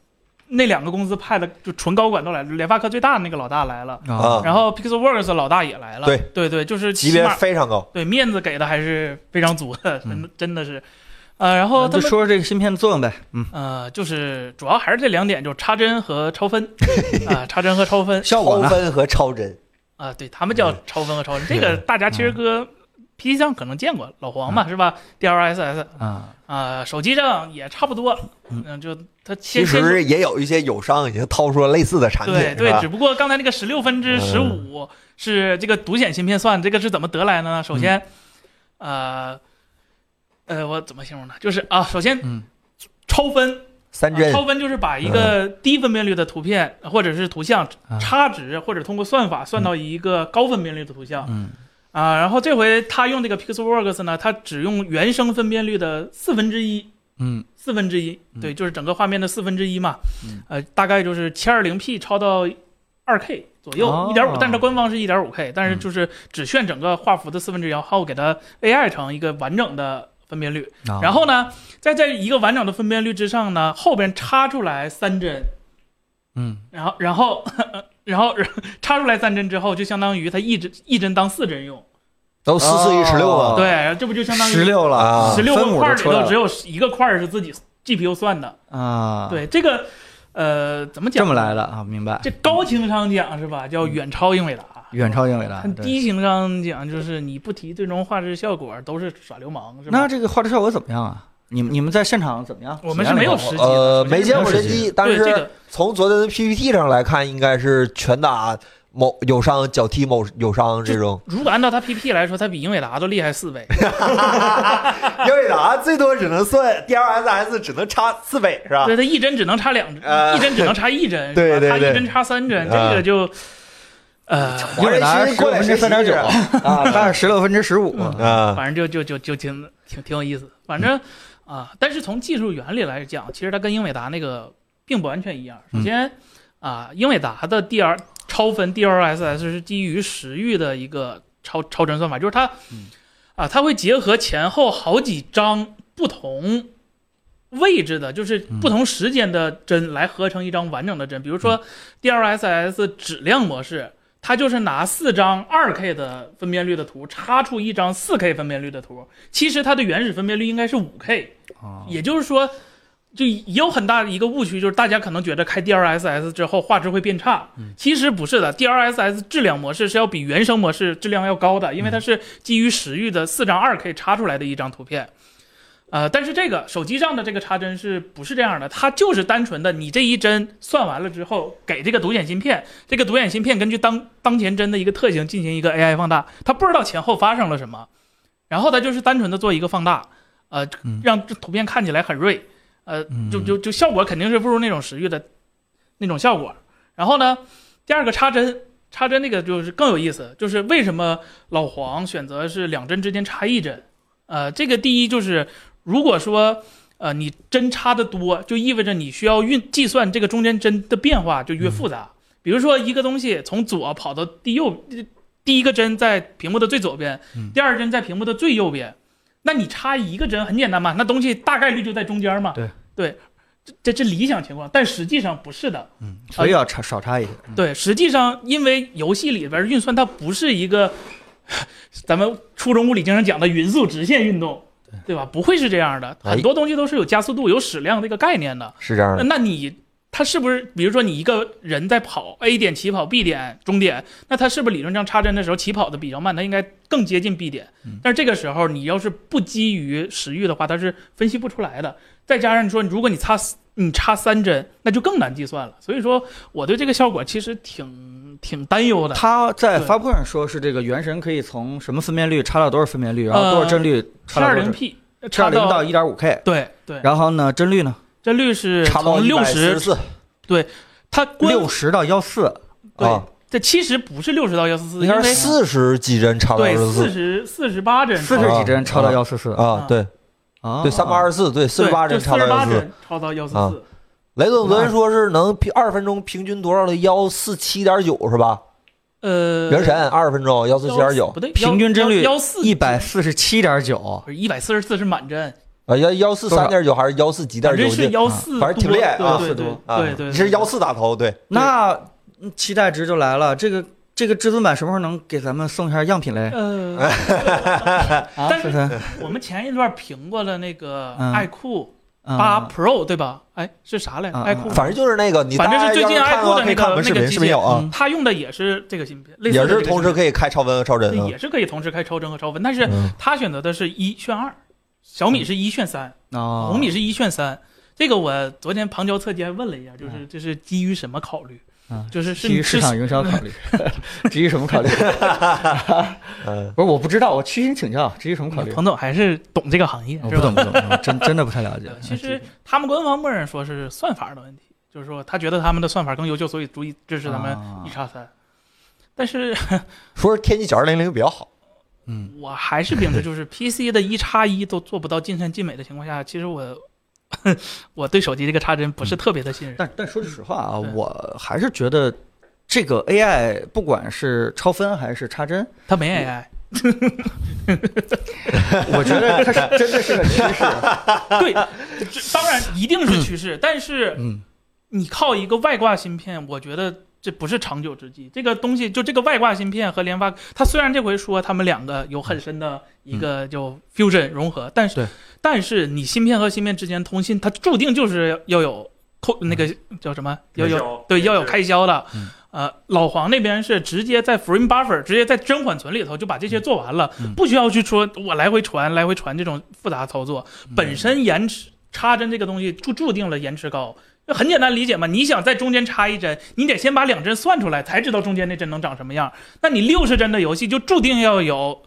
Speaker 3: 那两个公司派的就纯高管都来了，联发科最大的那个老大来了，
Speaker 1: 啊
Speaker 3: 然后 Pixelworks 的老大也来了。
Speaker 1: 对
Speaker 3: 对对，就是
Speaker 1: 级
Speaker 3: 起
Speaker 1: 别
Speaker 3: 码
Speaker 1: 非常高，
Speaker 3: 对面子给的还是非常足的，真的真的是。呃，然后
Speaker 2: 那
Speaker 3: 他
Speaker 2: 就
Speaker 3: 们
Speaker 2: 说说这个芯片的作用呗。嗯，
Speaker 3: 呃，就是主要还是这两点，就是插针和超分啊、插针和超分
Speaker 2: 效果
Speaker 1: 超
Speaker 2: 呢？
Speaker 1: 分和超真，
Speaker 3: 啊、对他们叫超分和超分，这个大家其实搁 PC 上可能见过，老黄嘛是吧？DLSS
Speaker 2: 啊，
Speaker 3: 啊、手机上也差不多，嗯、就它
Speaker 1: 其
Speaker 3: 其
Speaker 1: 实也有一些友商已经掏出了类似的产品，
Speaker 3: 对
Speaker 1: 是
Speaker 3: 对，
Speaker 1: 吧
Speaker 3: 只不过刚才那个十六分之十五是这个独显芯片算，这个是怎么得来的呢？首先，呃，呃，我怎么形容呢？就是啊，首先
Speaker 2: 嗯
Speaker 3: 超分
Speaker 1: 三
Speaker 3: 啊
Speaker 1: 针
Speaker 3: 超分就是把一个低分辨率的图片或者是图像
Speaker 2: 嗯啊
Speaker 3: 差值，或者通过算法算到一个高分辨率的图像
Speaker 2: 嗯
Speaker 3: 啊。然后这回他用这个 Pixelworks 呢，它只用原生分辨率的四分之一，
Speaker 2: 嗯
Speaker 3: 四分之一，对，就是整个画面的四分之一嘛
Speaker 2: 嗯，
Speaker 3: 呃，大概就是七二零 P 超到二 K 左右
Speaker 2: 哦，嗯
Speaker 3: 一点五，但是它官方是一点五 K，但是就是只炫整个画幅的四分之一，然后给它 AI 成一个完整的分辨率。
Speaker 2: 啊
Speaker 3: 然后呢，在这一个完整的分辨率之上呢，后边插出来三针，
Speaker 2: 嗯
Speaker 3: 然后然后 然后然后插出来三针之后，就相当于它一针一针当四针用，
Speaker 1: 都四四一十六
Speaker 2: 哦
Speaker 1: 了，
Speaker 3: 对，然后这不就相当于
Speaker 2: 十六了
Speaker 1: 啊
Speaker 3: 十六
Speaker 2: 分
Speaker 3: 个
Speaker 2: 母就
Speaker 3: 块儿里
Speaker 2: 出
Speaker 3: 头
Speaker 2: 来
Speaker 3: 只
Speaker 2: 了
Speaker 3: 有一个块儿是自己 GPU 算的，
Speaker 2: 啊，，
Speaker 3: 对这个呃怎么讲？
Speaker 2: 这么来的啊，明白？
Speaker 3: 这高情商讲是吧？叫远超英伟达。
Speaker 2: 远超英伟达
Speaker 3: 但。
Speaker 2: 啊对
Speaker 3: 低情商讲就是你不提最终画质效果都是耍流氓是吧？
Speaker 2: 那这个画质效果怎么样啊？你们你们在现场怎么样？
Speaker 3: 我们是没有
Speaker 2: 体
Speaker 3: 实
Speaker 2: 验
Speaker 3: 际的，
Speaker 1: 呃，
Speaker 3: 首先
Speaker 1: 没见过
Speaker 3: 是
Speaker 1: 人机，但
Speaker 3: 对这
Speaker 1: 是
Speaker 3: 个
Speaker 1: 从昨天的 PPT 上来看，应该是拳打某友商，脚踢某友商这 种。
Speaker 3: 如果按照它 PP 来说，它比英伟达都厉害四倍。
Speaker 1: 英伟达最多只能算 DLSS 只能差四倍是吧
Speaker 3: 对，它一针只能插两针，
Speaker 1: 呃
Speaker 3: 一 针只能插一针，
Speaker 1: 对
Speaker 3: 是吧
Speaker 1: 对
Speaker 3: 它一
Speaker 1: 对
Speaker 3: 针插三针，这
Speaker 1: 啊
Speaker 3: 个就，呃，
Speaker 2: 英伟达16分之3.9啊，但是十六分之十五
Speaker 3: 嗯
Speaker 1: 啊，
Speaker 3: 反正就就就就挺挺挺有意思，反正啊，但是从技术原理来讲，其实它跟英伟达那个并不完全一样。首先啊，英伟达的 D R 超分 DLSS 是基于时域的一个超超帧算法，就是它啊，它会结合前后好几张不同。位置的，就是不同时间的帧来合成一张完整的帧。比如说 DLSS 质量模式，它就是拿四张二 K 的分辨率的图插出一张四 K 分辨率的图，其实它的原始分辨率应该是五 K，
Speaker 2: 啊
Speaker 1: 嗯
Speaker 3: 也就是说，就也有很大的一个误区，就是大家可能觉得开 DLSS 之后画质会变差，其实不是的，DLSS 质量模式是要比原生模式质量要高的，因为它是基于时域的四张二 K 插出来的一张图片。呃，但是这个手机上的这个插针是不是这样的？它就是单纯的，你这一针算完了之后，给这个独眼芯片，这个独眼芯片根据当当前针的一个特性进行一个 AI 放大，它不知道前后发生了什么，然后它就是单纯的做一个放大，呃，让这图片看起来很锐，呃，
Speaker 2: 哦嗯
Speaker 3: 就就就效果肯定是不如那种时域的那种效果。然后呢，第二个插针，插针那个就是更有意思，就是为什么老黄选择是两针之间插一针？呃，这个第一就是如果说呃你针插的多，就意味着你需要运计算这个中间针的变化就越复杂。比如说一个东西从左跑到第右，第一个针在屏幕的最左边，第二针在屏幕的最右边，那你插一个针很简单嘛，那东西大概率就在中间嘛。
Speaker 2: 对
Speaker 3: 对，这这这理想情况，但实际上不是的。
Speaker 2: 嗯所以要差少差一些。
Speaker 3: 对，实际上因为游戏里边 运算它不是一个咱们初中物理经常讲的匀速直线运动，对吧？不会是这样的，
Speaker 1: 哎
Speaker 3: 很多东西都是有加速度、有矢量这个概念的。
Speaker 1: 是这样
Speaker 2: 嗯
Speaker 3: 那
Speaker 1: 的，
Speaker 3: 那你他是不是，比如说你一个人在跑 A 点起跑，B 点终点，那他是不是理论上插针的时候起跑的比较慢，他应该更接近 B 点
Speaker 2: 嗯？
Speaker 3: 但是这个时候你要是不基于时域的话，它是分析不出来的。再加上你说，如果你插四你插三针，那就更难计算了。所以说，我对这个效果其实挺挺担忧的。
Speaker 2: 他在
Speaker 3: 对
Speaker 2: 发布会上说是这个原神可以从什么分辨率插到多少分辨率，然后多少帧率
Speaker 3: 七
Speaker 2: 插到
Speaker 3: 呃二
Speaker 2: 多
Speaker 3: 零
Speaker 2: 少
Speaker 3: P
Speaker 2: 七二
Speaker 3: 插
Speaker 2: 零到一点五 K，
Speaker 3: 对对，
Speaker 2: 然后呢帧率呢
Speaker 3: 帧率是
Speaker 1: 差到
Speaker 3: 从六十，
Speaker 1: 四
Speaker 3: 它官
Speaker 2: 六十到幺四，
Speaker 3: 对
Speaker 1: 啊，
Speaker 3: 这其实不是六十到幺四四，
Speaker 1: 你
Speaker 3: 因
Speaker 1: 看
Speaker 3: 为
Speaker 1: 四十几帧差到
Speaker 3: 对
Speaker 1: 二十
Speaker 3: 四
Speaker 1: 四
Speaker 3: 十四十八帧，
Speaker 2: 四十几帧超到
Speaker 1: 啊
Speaker 2: 幺四四
Speaker 1: 啊，对
Speaker 2: 啊，
Speaker 1: 对，三百二十四，对，四十八帧差
Speaker 3: 哦四
Speaker 1: 到
Speaker 3: 十八嗯
Speaker 1: 二十四。
Speaker 3: 帧超到幺四
Speaker 1: 啊
Speaker 3: 四，
Speaker 1: 雷总昨天说是能平二分钟平均多少的幺四七点九是吧？
Speaker 3: 呃，
Speaker 1: 原神二十分钟幺四七点九
Speaker 3: 不对，
Speaker 2: 平均帧率
Speaker 3: 幺四
Speaker 2: 一百四十七点九，
Speaker 3: 不是一百四十四是满帧，
Speaker 1: 啊，幺幺四三点九还是幺四几点
Speaker 3: 反
Speaker 1: 九
Speaker 3: 正？是幺四，
Speaker 1: 反正挺厉害啊
Speaker 3: 对对
Speaker 2: 14
Speaker 1: 啊
Speaker 3: 对对对，
Speaker 1: 你是幺四打头，对，
Speaker 2: 那嗯期待值就来了。这个这个至尊版什么时候能给咱们送一下样品嘞？
Speaker 3: 呃，
Speaker 2: 啊，
Speaker 3: 但是
Speaker 2: 森森，
Speaker 3: 我们前一段评过了那个
Speaker 2: 嗯
Speaker 3: 爱酷
Speaker 2: 嗯
Speaker 3: 八 Pro 对吧？哎，是啥来？
Speaker 2: 嗯嗯
Speaker 3: 爱酷
Speaker 1: 反正就是那个你，
Speaker 3: 反正是最近 iQOO 的那个
Speaker 1: 可以看我们视
Speaker 3: 那
Speaker 1: 频
Speaker 3: 个
Speaker 1: 视频有啊，
Speaker 2: 嗯
Speaker 3: 它用的也是这个芯片，类似
Speaker 1: 也
Speaker 3: 的这
Speaker 1: 是
Speaker 3: 个
Speaker 1: 同时
Speaker 3: 芯
Speaker 1: 可以开超文和超
Speaker 3: 片
Speaker 1: 帧
Speaker 3: 对
Speaker 1: 啊。
Speaker 3: 也是可以同时开超帧和超文，但是
Speaker 1: 嗯
Speaker 3: 它选择的是一炫二，小米是一炫三，
Speaker 2: 哦，
Speaker 3: 红米是一炫三。这个我昨天旁敲侧击还问了一下，就是这是基于什么考虑？
Speaker 2: 啊
Speaker 3: 就是是
Speaker 2: 基于市
Speaker 3: 是
Speaker 2: 场营销考虑， 基于什么考虑？
Speaker 1: 嗯，
Speaker 2: 不是，我不知道，我虚心请教，基于什么考虑？
Speaker 3: 彭总还是懂这个行业，
Speaker 2: 我
Speaker 3: 是
Speaker 2: 不
Speaker 3: 吧
Speaker 2: 懂，啊不懂，我真真的不太了解嗯
Speaker 3: 对。 其实他们官方默认说是算法的问题，就是说他觉得他们的算法更优秀，所以足以支持咱们
Speaker 2: 啊
Speaker 3: 一叉三。但是
Speaker 1: 说是天玑九二零零比较好，
Speaker 2: 嗯，
Speaker 3: 我还是秉 着就是 PC 的一叉一都做不到尽善尽美的情况下，其实我 我对手机这个插针不是特别的信任。
Speaker 2: 嗯但但说句实话啊，
Speaker 3: 嗯
Speaker 2: 我还是觉得这个 AI 不管是超分还是插针，
Speaker 3: 它没 AI，
Speaker 2: 我觉得它是真的是个趋势。
Speaker 3: 对，这 当然一定是趋势，但是
Speaker 2: 嗯，
Speaker 3: 你靠一个外挂芯片，我觉得这不是长久之计。这个东西就这个外挂芯片和联发，它虽然这回说他们两个有很深的一个就 fusion 融合，但
Speaker 2: 嗯对
Speaker 3: 是但是你芯片和芯片之间通信，它注定就是要有扣那个叫什么要有对，要有开销的。
Speaker 2: 嗯
Speaker 3: 呃，老黄那边是直接在 Frame Buffer，直接在真缓存里头就把这些做完了，
Speaker 2: 嗯
Speaker 3: 不需要去说我来回传、来回传这种复杂操作。本身延迟插针这个东西就注定了延迟高，这很简单理解嘛。你想在中间插一针，你得先把两针算出来，才知道中间那针能长什么样。那你六十帧的游戏就注定要有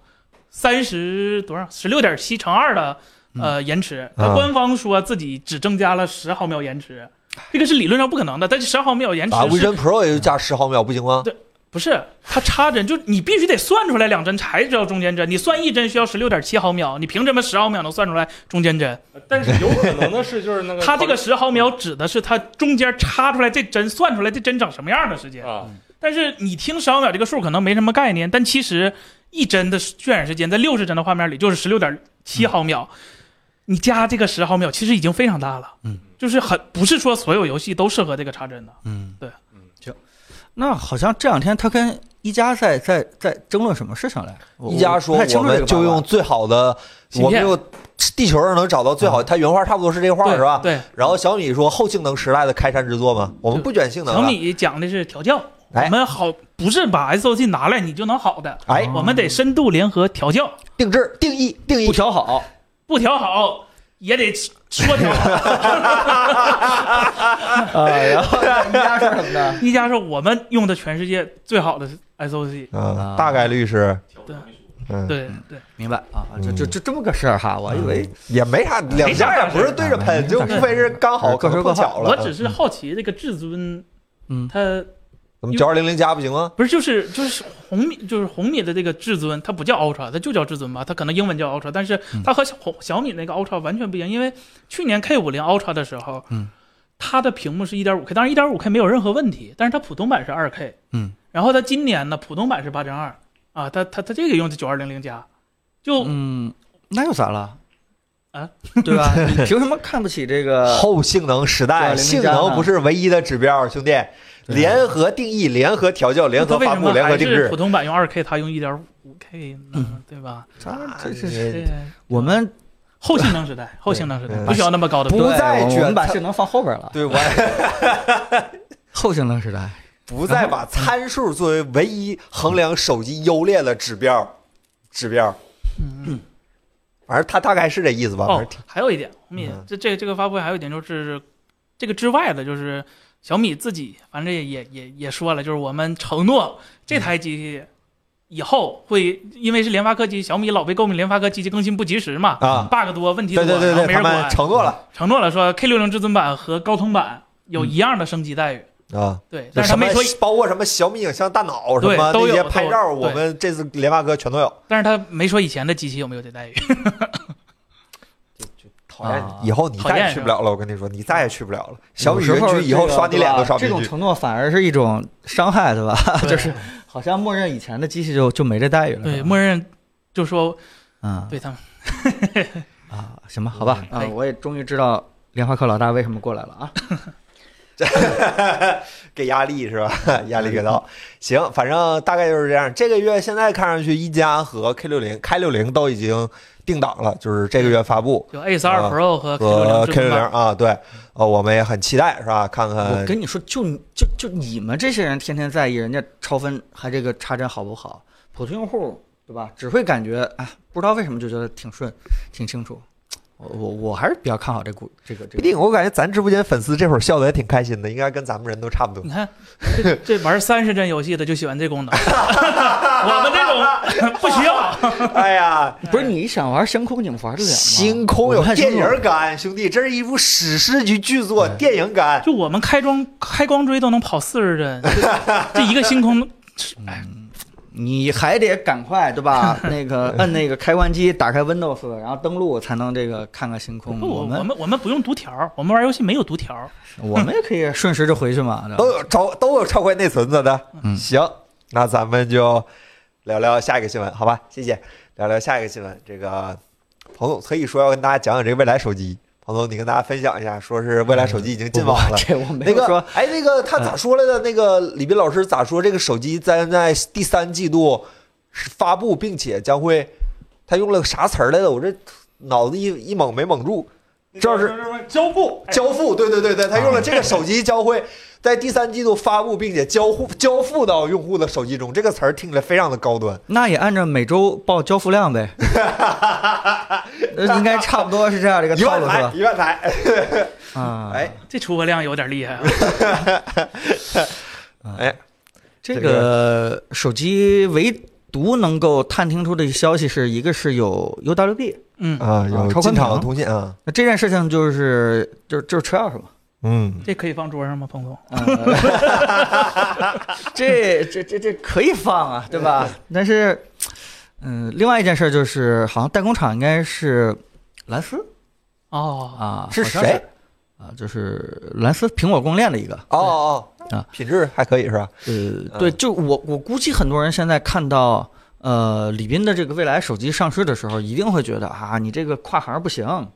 Speaker 3: 三十多少十六点七乘二的。呃，延迟，它
Speaker 1: 啊
Speaker 3: 官方说自己只增加了十毫秒延迟，这个是理论上不可能的。但是十毫秒延迟
Speaker 1: 啊，
Speaker 3: 是
Speaker 1: 微针 Pro 也就加十毫秒不行吗？
Speaker 3: 不是，它插针就你必须得算出来两针才知道中间针，你算一针需要十六点七毫秒，你凭什么十毫秒能算出来中间针？
Speaker 4: 但是有可能的是，就是那 个
Speaker 3: 它这个十毫秒指的是它中间插出来这针算出来这针长什么样的时间。
Speaker 4: 啊，
Speaker 3: 但是你听十毫秒这个数可能没什么概念，但其实一帧的渲染时间在六十帧的画面里就是十六点七毫秒，
Speaker 1: 嗯
Speaker 3: 你加这个十毫秒其实已经非常大了。
Speaker 2: 嗯，
Speaker 3: 就是很不是说所有游戏都适合这个插针的。
Speaker 2: 嗯，
Speaker 3: 对
Speaker 4: 嗯
Speaker 2: 行。那好像这两天他跟一加在在在争论什么事情来？我
Speaker 1: 一加说
Speaker 2: 我不太清
Speaker 1: 我
Speaker 2: 楚
Speaker 1: 们
Speaker 2: 这个八卦
Speaker 1: 就用最好的，
Speaker 3: 芯
Speaker 1: 我们
Speaker 3: 片嗯
Speaker 1: 就地球上能找到最好，它原话差不多是这个话
Speaker 3: 对
Speaker 1: 是吧？
Speaker 3: 对，
Speaker 1: 然后小米说后性能时代的开山之作嘛，我们
Speaker 3: 对
Speaker 1: 不卷性能啊
Speaker 3: 小
Speaker 1: 了。
Speaker 3: 米讲的是调教，我
Speaker 1: 哎
Speaker 3: 们好不是把 SOC 拿来你就能好的，
Speaker 1: 哎，
Speaker 3: 我们得深度联合调教，
Speaker 1: 定制定义定义
Speaker 2: 不，调好，
Speaker 3: 不调好也得说调 好。
Speaker 2: 呃，然后一加说什么呢？
Speaker 3: 一加是我们用的全世界最好的 SOC，
Speaker 1: 嗯
Speaker 2: 啊，
Speaker 1: 大概率是，
Speaker 3: 对
Speaker 1: 嗯，
Speaker 3: 对对，
Speaker 2: 明白啊，就
Speaker 1: 嗯
Speaker 2: 就就这么个事儿哈，我还以为
Speaker 1: 啊也没啥，两家也不是对着喷，就无非是刚好可能碰巧
Speaker 3: 我
Speaker 1: 了。嗯
Speaker 3: 只哎是好奇这个至尊，
Speaker 2: 嗯
Speaker 3: 它
Speaker 1: 怎么九二零零加不行啊吗？
Speaker 3: 不是就是就是红米就是红米的这个至尊，它不叫 Ultra，它就叫至尊吧，它可能英文叫 Ultra，但是
Speaker 2: 嗯
Speaker 3: 它和小红小米那个 Ultra 完全不一样，因为去年 K 五零 Ultra 的时候，
Speaker 2: 嗯，
Speaker 3: 它的屏幕是一点五 K，当然一点五 K 没有任何问题，但是它普通版是二 K，
Speaker 2: 嗯，
Speaker 3: 然后它今年呢普通版是八乘二啊，它它它这个用的九二零零加，就、
Speaker 2: 嗯，那又咋了？
Speaker 3: 啊，
Speaker 2: 对吧？ 你凭什么看不起这
Speaker 3: 呃
Speaker 2: 个？
Speaker 1: 后性能时代，
Speaker 2: 920
Speaker 1: 性能不是唯一的指标，兄弟，
Speaker 2: 对
Speaker 1: 联合定义、联合调教、联
Speaker 3: 它
Speaker 1: 合
Speaker 3: 啊为
Speaker 1: 发
Speaker 3: 什
Speaker 1: 布、
Speaker 3: 么
Speaker 1: 联合
Speaker 3: 还
Speaker 1: 定
Speaker 3: 是
Speaker 1: 制
Speaker 3: 普。通版用二 2K，它用一点五 K 呢？
Speaker 2: 嗯
Speaker 3: 对吧？
Speaker 2: 咱这
Speaker 1: 这
Speaker 2: 是
Speaker 1: 是
Speaker 3: 对
Speaker 1: 对，
Speaker 2: 我们
Speaker 3: 后性能时代，后性能时代
Speaker 1: 对
Speaker 3: 不需要那么高的
Speaker 1: 不
Speaker 3: 屏幕。
Speaker 1: 再
Speaker 2: 对我
Speaker 1: 卷
Speaker 2: 我们把
Speaker 1: 它
Speaker 2: 性能放后边了，
Speaker 1: 对，我 也
Speaker 2: 后性能时代。
Speaker 1: 不再把参数作为唯一衡量手机优劣的指标，指标。
Speaker 3: 嗯嗯
Speaker 1: 反正他大概是这意思吧。反
Speaker 3: 哦
Speaker 1: 正挺，
Speaker 3: 还有一点，我们也
Speaker 1: 嗯
Speaker 3: 这这这个发布会还有一点就是，这个之外的就是小米自己，反正也也也也说了，就是我们承诺这
Speaker 1: 嗯
Speaker 3: 台机器以后会，因为是联发科机，小米老被诟病联发科机器更新不及时嘛
Speaker 1: 啊
Speaker 3: ，bug 多，问题多，
Speaker 1: 对对对
Speaker 3: 然后
Speaker 1: 对，
Speaker 3: 没
Speaker 1: 他
Speaker 3: 人
Speaker 1: 们
Speaker 3: 管，
Speaker 1: 承诺了
Speaker 3: 承诺了说 K 6 0至尊版和高通版有一样的升级待遇，
Speaker 1: 啊。
Speaker 3: 对，嗯但是
Speaker 1: 嗯
Speaker 3: 他
Speaker 1: 什么
Speaker 3: 没说，
Speaker 1: 包括什么小米影像大脑什
Speaker 3: 对
Speaker 1: 么
Speaker 3: 都
Speaker 1: 那
Speaker 3: 有
Speaker 1: 些
Speaker 3: 都
Speaker 1: 拍
Speaker 3: 有
Speaker 1: 照，我
Speaker 3: 对
Speaker 1: 们这次联发科全都有。
Speaker 3: 但是他没说以前的机器有没有这待遇，
Speaker 1: 讨厌
Speaker 2: 啊，
Speaker 1: 以后你
Speaker 3: 讨
Speaker 1: 再
Speaker 3: 厌
Speaker 1: 也去
Speaker 3: 是
Speaker 1: 不
Speaker 3: 吧
Speaker 1: 了了。我跟你说，你再也去不了了。小米
Speaker 2: 有时
Speaker 1: 云
Speaker 2: 候
Speaker 1: 居以后
Speaker 2: 这个
Speaker 1: 刷你脸都
Speaker 2: 对吧
Speaker 1: 刷不
Speaker 2: 这
Speaker 1: 进
Speaker 2: 种
Speaker 1: 去。
Speaker 2: 承诺反而是一种伤害，对吧？
Speaker 1: 啊
Speaker 3: 就
Speaker 2: 就是 好像默认以前的机器就就没这待遇了。
Speaker 3: 对，
Speaker 2: 是吧
Speaker 3: 默认就说
Speaker 2: 嗯
Speaker 3: 对他们
Speaker 2: 啊，行吧，好吧，
Speaker 3: 嗯
Speaker 2: 啊
Speaker 3: 可，以
Speaker 2: 我也终于知道联发科老大为什么过来了啊。
Speaker 1: 给压力是吧？ 压力给
Speaker 2: 嗯
Speaker 1: 到。行，反正大概就是这样。这个月现在看上去，一加和 K 六零、K 六零都已经定档了，就是这个月发布
Speaker 3: 有 A 3 2 Pro 嗯和 K 6 0
Speaker 1: 啊和
Speaker 3: 至
Speaker 1: K
Speaker 3: 尊
Speaker 1: 六零
Speaker 3: 版。
Speaker 1: 啊。对，呃，我们也很期待是吧？看
Speaker 2: 我
Speaker 1: 看
Speaker 2: 跟你说，就你就就你们这些人天天在意人家超分还这个插针好不好，普通用户对吧？只会感觉哎，不知道为什么就觉得挺顺，挺清楚。我我我还是比较看好这股这个这
Speaker 1: 不
Speaker 2: 个。
Speaker 1: 定，我感觉咱直播间粉丝这会儿笑的也挺开心的，应该跟咱们人都差不多
Speaker 3: 你。看，这这玩三十帧游戏的就喜欢这功能，我们这种不需要。
Speaker 1: 哎呀，
Speaker 2: 不是你想玩星空，你们玩得了吗？
Speaker 1: 星空有
Speaker 2: 我看
Speaker 1: 电
Speaker 2: 星空
Speaker 1: 影感，兄弟，这是一部史诗级巨作，
Speaker 2: 对
Speaker 1: 电影感。
Speaker 3: 就我们开装开光追都能跑四十帧，这一个星空，哎，
Speaker 2: 你还得赶快对 吧？那个摁那个开关机，打开 Windows，然后登录才能这个看看星空。
Speaker 3: 不我
Speaker 2: 们
Speaker 3: 我们我们不用读条，我们玩游戏没有读条。
Speaker 2: 我们也可以顺时就回去嘛， 对吧
Speaker 1: 都有超都有超宽内存子的。
Speaker 2: 嗯
Speaker 1: 行，那咱们就聊聊下一个新闻，好吧？谢谢，聊聊下一个新闻。这个彭总特意说要跟大家讲讲这个未来手机。彭总，你跟大家分享一下，说是未来手机已经进网了。
Speaker 2: 这我没
Speaker 1: 那
Speaker 2: 有
Speaker 1: 个
Speaker 2: 说，，嗯
Speaker 1: 哎，那个他咋说来着？那个李斌老师咋说？这个手机将在第三季度是发布，并且将会，他用了个啥词儿来着？我这脑子一一猛没猛住。这要是
Speaker 4: 交付
Speaker 1: 交付，对对对对，他用了
Speaker 2: 啊
Speaker 1: 这个手机交会，在第三季度发布，并且交互交付到用户的手机中，这个词儿听起来非常的高端。
Speaker 2: 那也按照每周报交付量 呗，呃应该差不多是这样的一个
Speaker 1: 一
Speaker 2: 套
Speaker 1: 万
Speaker 2: 路是
Speaker 1: 台，
Speaker 2: 吧？
Speaker 1: 一万台，
Speaker 2: 啊，
Speaker 1: 哎，
Speaker 3: 这出货量有点厉害啊！
Speaker 2: 这个手机唯独能够探听出的消息是一个是有 UWB，
Speaker 3: 嗯，
Speaker 1: 啊，有
Speaker 2: 超宽
Speaker 1: 进场
Speaker 2: 屏
Speaker 1: 通信啊，
Speaker 2: 那这件事情就是就是就是车钥 匙嘛。
Speaker 1: 嗯，
Speaker 3: 这可以放桌上吗，彭总？
Speaker 2: 呃 这这这这可以放啊，对吧？但是，嗯、另外一件事就是，好像代工厂应该是蓝思
Speaker 3: 哦，
Speaker 2: 啊，
Speaker 1: 是
Speaker 2: 好像
Speaker 1: 谁？
Speaker 2: 啊？就是蓝思苹果供应链的一个。
Speaker 1: 哦哦
Speaker 2: 啊，
Speaker 1: 品质还可以是吧？
Speaker 2: 呃，对，就我我估计很多人现在看到呃李斌的这个未来手机上市的时候，一定会觉得啊，你这个跨行不行。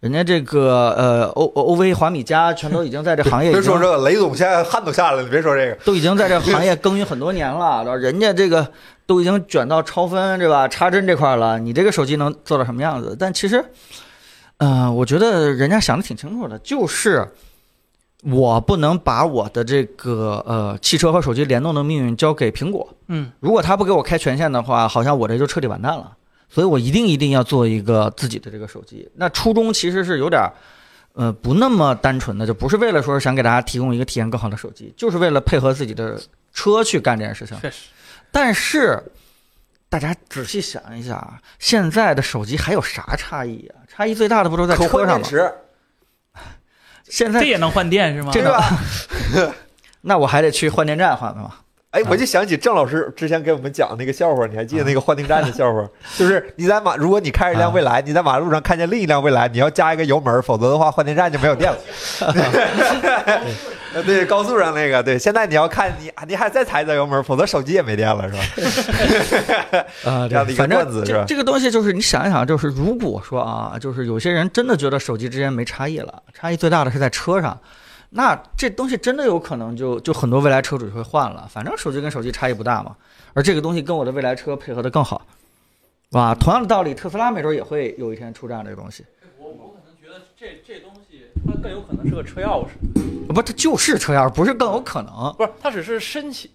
Speaker 2: 人家这个呃，O O V 华米加全都已经在这行业已
Speaker 1: 别
Speaker 2: 经
Speaker 1: 说这个，雷总现在汗都下来了，你别说这个，
Speaker 2: 都已经在这行业耕耘很多年了，对吧人家这个都已经卷到超分，对吧？插针这块了，你这个手机能做到什么样子？但其实，呃，我觉得人家想的挺清楚的，就是我不能把我的这个呃汽车和手机联动的命运交给苹果，
Speaker 3: 嗯，
Speaker 2: 如果他不给我开权限的话，好像我这就彻底完蛋了。所以我一定一定要做一个自己的这个手机。那初衷其实是有点儿，呃，不那么单纯的，就不是为了说想给大家提供一个体验更好的手机，就是为了配合自己的车去干这件事情。
Speaker 3: 确实，
Speaker 2: 但是大家仔细想一下，现在的手机还有啥差异啊？差异最大的不都在
Speaker 1: 可
Speaker 2: 车
Speaker 1: 换
Speaker 2: 上
Speaker 1: 电
Speaker 2: 吗？
Speaker 1: 池，
Speaker 2: 现
Speaker 3: 这
Speaker 2: 在
Speaker 3: 也能换电是吗？
Speaker 1: 对吧？
Speaker 2: 那我还得去换电站换的嘛。
Speaker 1: 哎，
Speaker 2: 啊
Speaker 1: 我就想起郑老师之前给我们讲那个笑话，你还记得那个换电站的笑 话？就是你在马，如果你开着一
Speaker 2: 啊
Speaker 1: 辆蔚来，你在马路上看见另一辆蔚来，你要加一个油门，否则的话换电站就没有电了。
Speaker 2: 啊
Speaker 1: 呃 对，高速上那个，对，现在你要看你，你还再踩一脚油门，否则手机也没电了，是吧？
Speaker 2: 啊，
Speaker 1: 这样的一个
Speaker 2: 反正
Speaker 1: 段子是吧
Speaker 2: 这这个东西就是你想一想，就是如果说啊，就是有些人真的觉得手机之间没差异了，差异最大的是在车上，那这东西真的有可能就就很多未来车主就会换了。反正手机跟手机差异不大嘛，而这个东西跟我的未来车配合的更好，哇，同样的道理，特斯拉没准也会有一天出这样的东西。
Speaker 5: 我我可能觉得这这东西它更有可能是个车钥匙，
Speaker 2: 不，它就是车钥匙，不是更有可能？
Speaker 5: 不是，它只是申请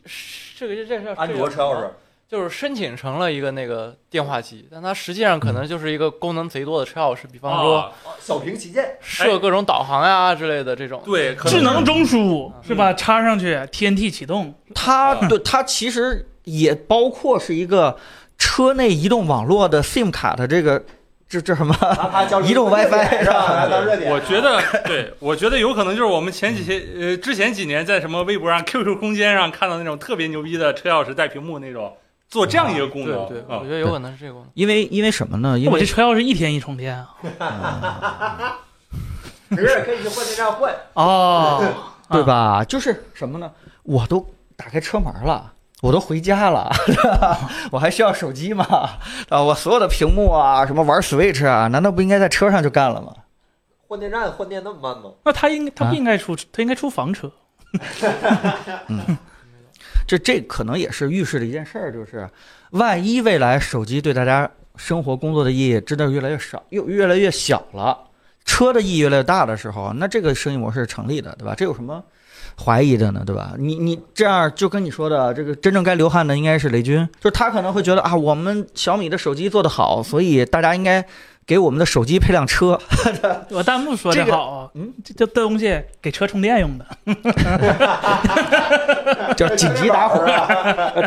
Speaker 5: 这个这这是
Speaker 1: 安卓车钥匙，
Speaker 5: 就是申请成了一个那个电话机，但它实际上可能就是一个功能贼多的车钥匙，比方说
Speaker 4: 啊，
Speaker 1: 小屏旗舰，
Speaker 5: 设各种导航呀、之类的这种。
Speaker 4: 对，可
Speaker 3: 智
Speaker 4: 能
Speaker 3: 能中枢是吧？插上去，TNT 启动，
Speaker 2: 它对它其实也包括是一个车内移动网络的 SIM 卡的这个这这什么？
Speaker 1: 拿它交流
Speaker 2: 移动 WiFi
Speaker 1: 是吧？来当热点，
Speaker 4: 我觉得，对我觉得有可能就是我们前几些呃之前几年在什么微博上、QQ 空间上看到那种特别牛逼的车钥匙带屏幕那种，做这样一个功
Speaker 5: 对嗯
Speaker 4: 能，
Speaker 5: 对，
Speaker 4: 啊
Speaker 5: 我觉得有可能是这个功能。
Speaker 2: 因为因为什么呢？因
Speaker 3: 我这
Speaker 2: 为
Speaker 3: 车钥匙一天一充电啊！
Speaker 1: 没事可以去换电站换。
Speaker 3: 哦，
Speaker 2: 对吧？啊就是什么呢？我都打开车门了。我都回家了， 我还需要手机吗？啊，我所有的屏幕啊，什么玩 Switch 啊，难道不应该在车上就干了吗？
Speaker 1: 换电站换电那么慢吗？
Speaker 3: 那他应他
Speaker 2: 啊
Speaker 3: 不应该出，他应该出房车。
Speaker 2: 这这可能也是预示着一件事儿，就是万一未来手机对大家生活工作的意义真的越来越少，又越来越小了，车的意义越来越大的时候，那这个生意模式是成立的，对吧？这有什么怀疑的呢，对吧？你你这样就跟你说的，这个真正该流汗的应该是雷军，就是他可能会觉得啊，我们小米的手机做得好，所以大家应该给我们的手机配辆车，
Speaker 3: 我弹幕说的
Speaker 2: 这个
Speaker 3: 好啊，
Speaker 2: 嗯
Speaker 3: 这这东西给车充电 用的。
Speaker 2: 叫紧急打火，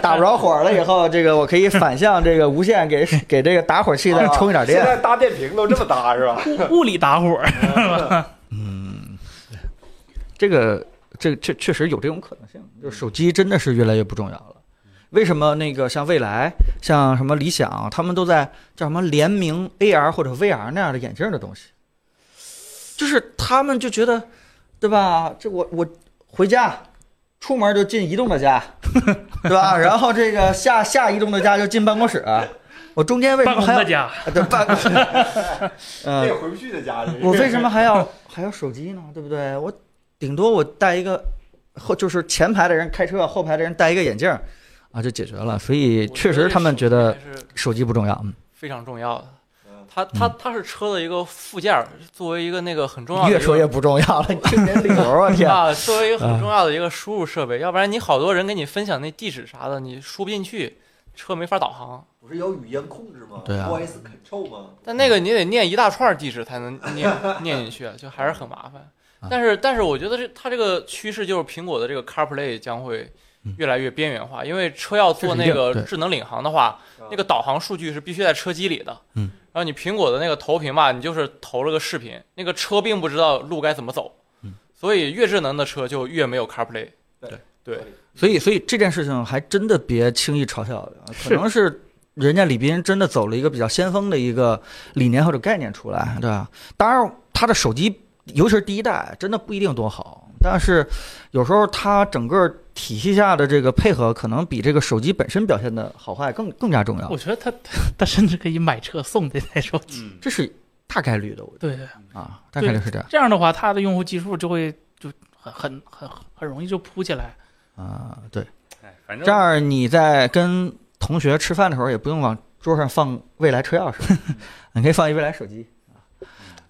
Speaker 2: 打不着火了以后，这个我可以反向这个无线给给这个打火器
Speaker 1: 啊
Speaker 2: 再充一点电。
Speaker 1: 搭电瓶都这么搭是吧？
Speaker 3: 物物理打火，
Speaker 2: 这个这这确实有这种可能性，就是手机真的是越来越不重要了。为什么那个像未来、像什么理想，他们都在叫什么联名 AR 或者 VR 那样的眼镜的东西？就是他们就觉得，对吧？这我我回家，出门就进移动的家，对吧？然后这个下下移动的家就进办公室，啊我中间为什
Speaker 3: 办
Speaker 2: 么
Speaker 3: 公
Speaker 2: 还要
Speaker 3: 的家，
Speaker 2: 啊对办 公室？嗯、
Speaker 1: 这也回不去的家里。
Speaker 2: 我为什么还要还要手机呢？对不对？我顶多我戴一个后，就是前排的人开车，后排的人戴一个眼镜儿，啊，就解决了。所以确实他们觉得
Speaker 5: 是
Speaker 2: 手机不重要，嗯，
Speaker 5: 非常重要的
Speaker 1: 嗯。
Speaker 5: 它它它是车的一个附件儿，作为一个那个很重要的一
Speaker 2: 越
Speaker 5: 个
Speaker 2: 说越嗯不重 要了。你这年理由啊，天！
Speaker 5: 啊，作为一个很重要的一个输入设备，要不然你好多人给你分享那地址啥的，你输不进去，车没法导航。
Speaker 1: 不是有语音控制吗？
Speaker 2: 对啊
Speaker 1: ，Voice Control 吗？
Speaker 5: 但那个你得念一大串地址 才能念念进去，啊就还是很麻烦
Speaker 2: 啊。
Speaker 5: 但是但是我觉得这它这个趋势就是苹果的这个 CarPlay 将会越来越边缘化，因为车要做
Speaker 2: 嗯这是一定
Speaker 5: 那个
Speaker 2: 对
Speaker 5: 智能领航的话，那个导航数据是必须在车机里的。
Speaker 2: 嗯，
Speaker 5: 然后你苹果的那个投屏吧，你就是投了个视频，那个车并不知道路该怎么走，
Speaker 2: 嗯
Speaker 5: 所以越智能的车就越没有 CarPlay。
Speaker 2: 所以所以这件事情还真的别轻易嘲笑的，可能是。人家李斌真的走了一个比较先锋的一个理念或者概念出来，对吧？当然，他的手机，尤其是第一代，真的不一定多好，但是有时候它整个体系下的这个配合，可能比这个手机本身表现的好坏更更加重要
Speaker 3: 我。觉得他他甚至可以买车送这台手机。
Speaker 4: 嗯，
Speaker 2: 这是大概率的，我觉
Speaker 3: 对，
Speaker 2: 得啊，大概率是这样
Speaker 3: 这样的话，它的用户基数就会就很很很很容易就铺起来。
Speaker 2: 啊，对。
Speaker 4: 哎，反
Speaker 2: 这
Speaker 4: 正
Speaker 2: 样你在跟同学吃饭的时候，也不用往桌上放未来车钥匙，你可以放一未来手机。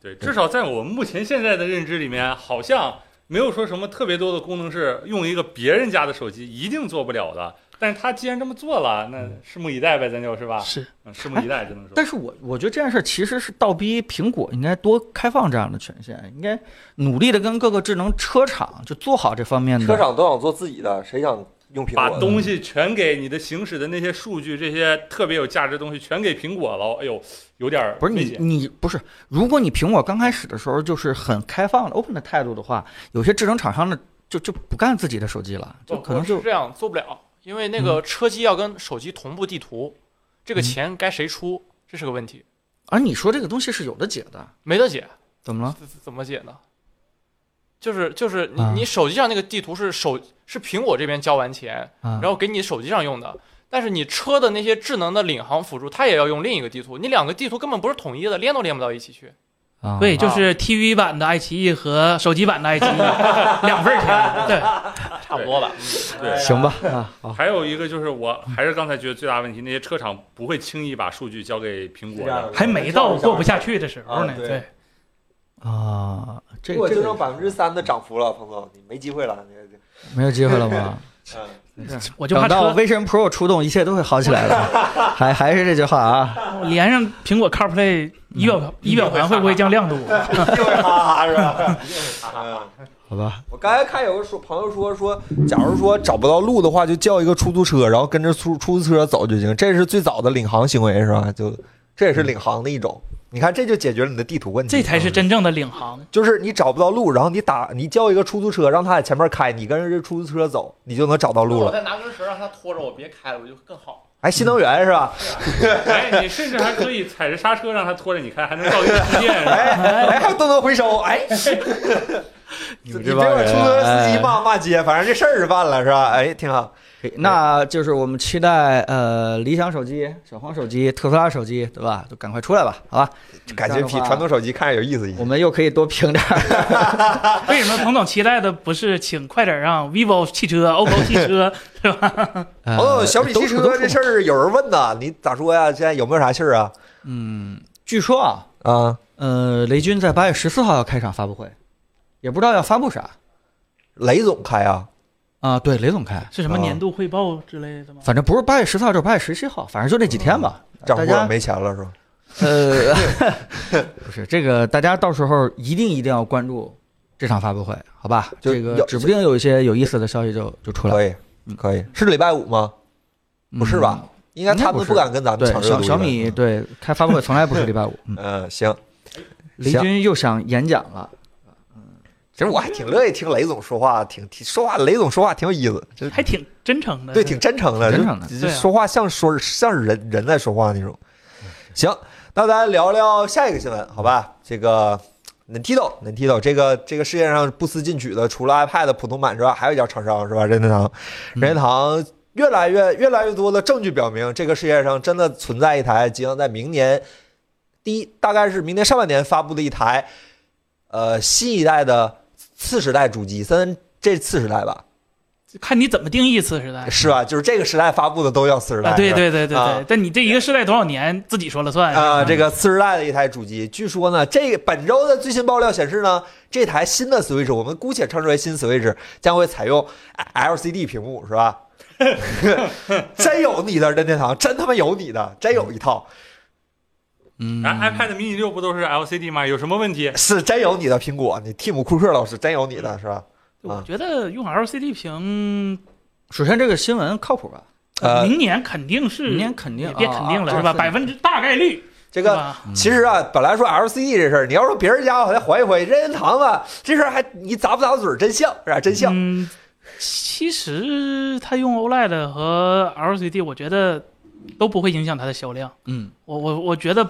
Speaker 4: 对，至少在我目前现在的认知里面，好像没有说什么特别多的功能是用一个别人家的手机一定做不了的。但是他既然这么做了，那拭目以待呗，咱就是吧，
Speaker 3: 是，
Speaker 4: 嗯拭目以待，只能说。
Speaker 2: 嗯 但是我我觉得这件事其实是倒逼苹果应该多开放这样的权限，应该努力的跟各个智能车厂就做好这方面的。
Speaker 1: 车厂都想做自己的，谁想用苹
Speaker 4: 把
Speaker 1: 果？
Speaker 4: 东西全给你的行驶的那些数据，这些特别有价值的东西全给苹果了，哎呦，有点儿
Speaker 2: 不是
Speaker 4: 费
Speaker 2: 你
Speaker 4: 解，
Speaker 2: 你不是，如果你苹果刚开始的时候就是很开放的 open 的态度的话，有些智能厂商的就就不干自己的手机了，就
Speaker 5: 不
Speaker 2: 可能
Speaker 5: 不
Speaker 2: 就是嗯
Speaker 5: 这样做不了，因为那个车机要跟手机同步地图，这个钱该谁出，这是个问题，
Speaker 2: 而啊你说这个东西是有的解的，
Speaker 5: 没得解，
Speaker 2: 怎么了？
Speaker 5: 怎怎么解呢？就是就是你
Speaker 2: 啊
Speaker 5: 你手机上那个地图是手是苹果这边交完钱，
Speaker 2: 啊
Speaker 5: 然，后给你手机上用的，但是你车的那些智能的领航辅助，它也要用另一个地图，你两个地图根本不是统一的，连都连不到一起去。
Speaker 2: 啊、
Speaker 5: 啊，
Speaker 3: 对，就是 TV 版的爱奇艺和手机版的爱 奇艺两份儿钱。对，
Speaker 6: 差不多吧。
Speaker 4: 对，
Speaker 2: 行吧，啊，好，
Speaker 4: 还有一个就是，我还是刚才觉得最大问题，那些车厂不会轻易把数据交给苹果的。
Speaker 3: 还没到过不下去的时候
Speaker 1: 啊
Speaker 3: 呢。
Speaker 1: 对
Speaker 3: 对，
Speaker 2: 啊，这
Speaker 1: 苹果
Speaker 2: 这
Speaker 1: 就
Speaker 2: 个
Speaker 1: 剩百分之三的涨幅了，彭总，你没机会 了。你
Speaker 2: 没有机会了吗？
Speaker 1: 嗯，
Speaker 3: 我就怕
Speaker 2: 等到
Speaker 3: 车
Speaker 2: Vision Pro 出动，一切都会好起来的。还还是这句话啊，
Speaker 3: 连上苹果 CarPlay 仪表仪表盘会不会降亮度？
Speaker 1: 一定会哈哈是吧？一定会 哈哈。
Speaker 2: 好吧，
Speaker 1: 我刚才看有个说朋友说说，假如说找不到路的话，就叫一个出租车，然后跟着出出租车走就行。这是最早的领航行为是吧？就这也是领航的一种。你看，这就解决了你的地图问题。
Speaker 3: 这才是真正的领航。
Speaker 1: 就是你找不到路，然后你打你叫一个出租车，让他在前面开，你跟着这出租车走，你就能找到路
Speaker 6: 我
Speaker 1: 了。
Speaker 6: 再拿根绳让他拖着我，别开了，我就更好。
Speaker 1: 哎，新能源是吧？
Speaker 4: 哎，你甚至还可以踩着刹车让它拖着你开，还能造一个 充电。是吧
Speaker 1: 哎哎，还都能回收。哎，你
Speaker 2: 们
Speaker 1: 这
Speaker 2: 这帮
Speaker 1: 边
Speaker 2: 人哎
Speaker 1: 出租车司机骂骂街，反正这事儿是办了是吧？哎，挺好。
Speaker 2: 那就是我们期待呃，理想手机、小黄手机、特斯拉手机，对吧？都赶快出来吧，好吧？
Speaker 1: 感觉比传统手机看着有意思一
Speaker 2: 我
Speaker 1: 些。
Speaker 2: 们又可以多评点 儿。
Speaker 3: 为什么彭总期待的不是请快点让 vivo 汽车、OPPO 汽车 是吧？
Speaker 2: 呃
Speaker 1: 哦，小米汽车这事，儿有人问呐，你咋说呀？现在有没有啥信儿啊？
Speaker 2: 嗯，据说啊，
Speaker 1: 啊，
Speaker 2: 呃，雷军在八月十四号要开场发布会，也不知道要发布啥
Speaker 1: 雷总开啊？
Speaker 2: 啊。对，雷总开，
Speaker 3: 是什么年度汇报之类的吗？
Speaker 2: 反正不是八月十四号，就是八月十七号，反正就那几天吧。
Speaker 1: 涨
Speaker 2: 大
Speaker 1: 不了
Speaker 2: 家
Speaker 1: 没钱了是吧？嗯
Speaker 2: 呃， 不是这个，大家到时候一定一定要关注这场发布会，好吧？
Speaker 1: 就
Speaker 2: 这个
Speaker 1: 要
Speaker 2: 指不定有一些有意思的消息就就出来。
Speaker 1: 可以，可以，是礼拜五吗？
Speaker 2: 嗯
Speaker 1: 不是吧？？应该他们不敢跟咱们
Speaker 2: 对
Speaker 1: 抢，热
Speaker 2: 小
Speaker 1: 度。
Speaker 2: 小米，对开发布会从来不是礼拜五。嗯
Speaker 1: 嗯，行。
Speaker 2: 雷军又想演讲了，
Speaker 1: 其实我还挺乐意听雷总说话，挺挺说话，雷总说话挺有意思，就
Speaker 3: 还挺真诚的。
Speaker 1: 对，挺真诚的，
Speaker 2: 挺
Speaker 1: 就
Speaker 2: 真诚的
Speaker 1: 就
Speaker 3: 对啊
Speaker 1: 说话像说像人人在说话那种。行，那咱聊聊下一个新闻，好吧？这个 Nintendo Nintendo 这个这个世界上不思进取的，除了 iPad 普通版之外，还有一家厂商是吧？任天堂，
Speaker 2: 嗯
Speaker 1: 任天堂。越来越越来越多的证据表明，这个世界上真的存在一台即将在明年第一，大概是明年上半年发布的一台，呃，新一代的次时代主机，三这次时代吧，
Speaker 3: 看你怎么定义次时代 啊
Speaker 1: 是吧？就是这个时代发布的都叫次时代。！
Speaker 3: 对
Speaker 1: 是吧
Speaker 3: 对对对
Speaker 1: 啊
Speaker 3: 对，但你这一个世代多少年，自己说了算
Speaker 1: 啊、这个次时代的一台主机，据说呢，这个本周的最新爆料显示呢，这台新的 Switch，我们姑且称之为新 Switch，将会采用 LCD 屏幕，是吧？ 真有你的任天堂，真他妈有你的，真有一套，
Speaker 2: 嗯
Speaker 3: 哎
Speaker 4: 然后 iPad mini 六不都是 LCD 吗？有什么问题？
Speaker 1: 是真有你的苹果，你蒂姆库克老师真有你的，是吧？啊
Speaker 3: 我觉得用 LCD 屏，
Speaker 2: 首先这个新闻靠谱吧？
Speaker 1: 呃，
Speaker 3: 明年肯定是
Speaker 2: 明年肯定
Speaker 3: 嗯也别肯定了
Speaker 2: 啊啊
Speaker 3: 是吧？
Speaker 2: 24
Speaker 3: 百分之大概率
Speaker 1: 这
Speaker 3: 这
Speaker 1: 个其实啊，本来说 LCD 这事儿，你要说别人家我再缓一缓，任天堂吧，这事儿还你咂不咂嘴儿，真像是吧？真像。
Speaker 3: 嗯，其实它用 OLED 和 LCD，我觉得都不会影响它的销量。
Speaker 2: 嗯，
Speaker 3: 我我我觉得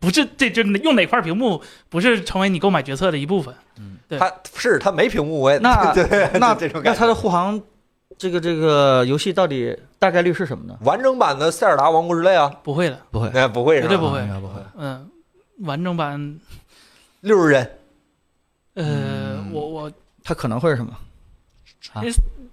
Speaker 3: 不是，这就用哪块屏幕不是成为你购买决策的一部分。对
Speaker 1: 它是它没屏幕，我也
Speaker 2: 那
Speaker 1: 对对
Speaker 2: 那
Speaker 1: 这种
Speaker 2: 那
Speaker 1: 感觉
Speaker 2: 它。的护航，这个这个游戏到底大概率是什么呢？
Speaker 1: 完整版的《塞尔达王国之泪》啊，
Speaker 3: 不会的，
Speaker 2: 不会，
Speaker 1: 那不会是
Speaker 3: 绝对
Speaker 1: 吧？
Speaker 3: 不会
Speaker 2: 应该不会。
Speaker 3: 嗯，完整版，
Speaker 1: 六十帧，
Speaker 3: 呃，我我
Speaker 2: 它可能会是什么？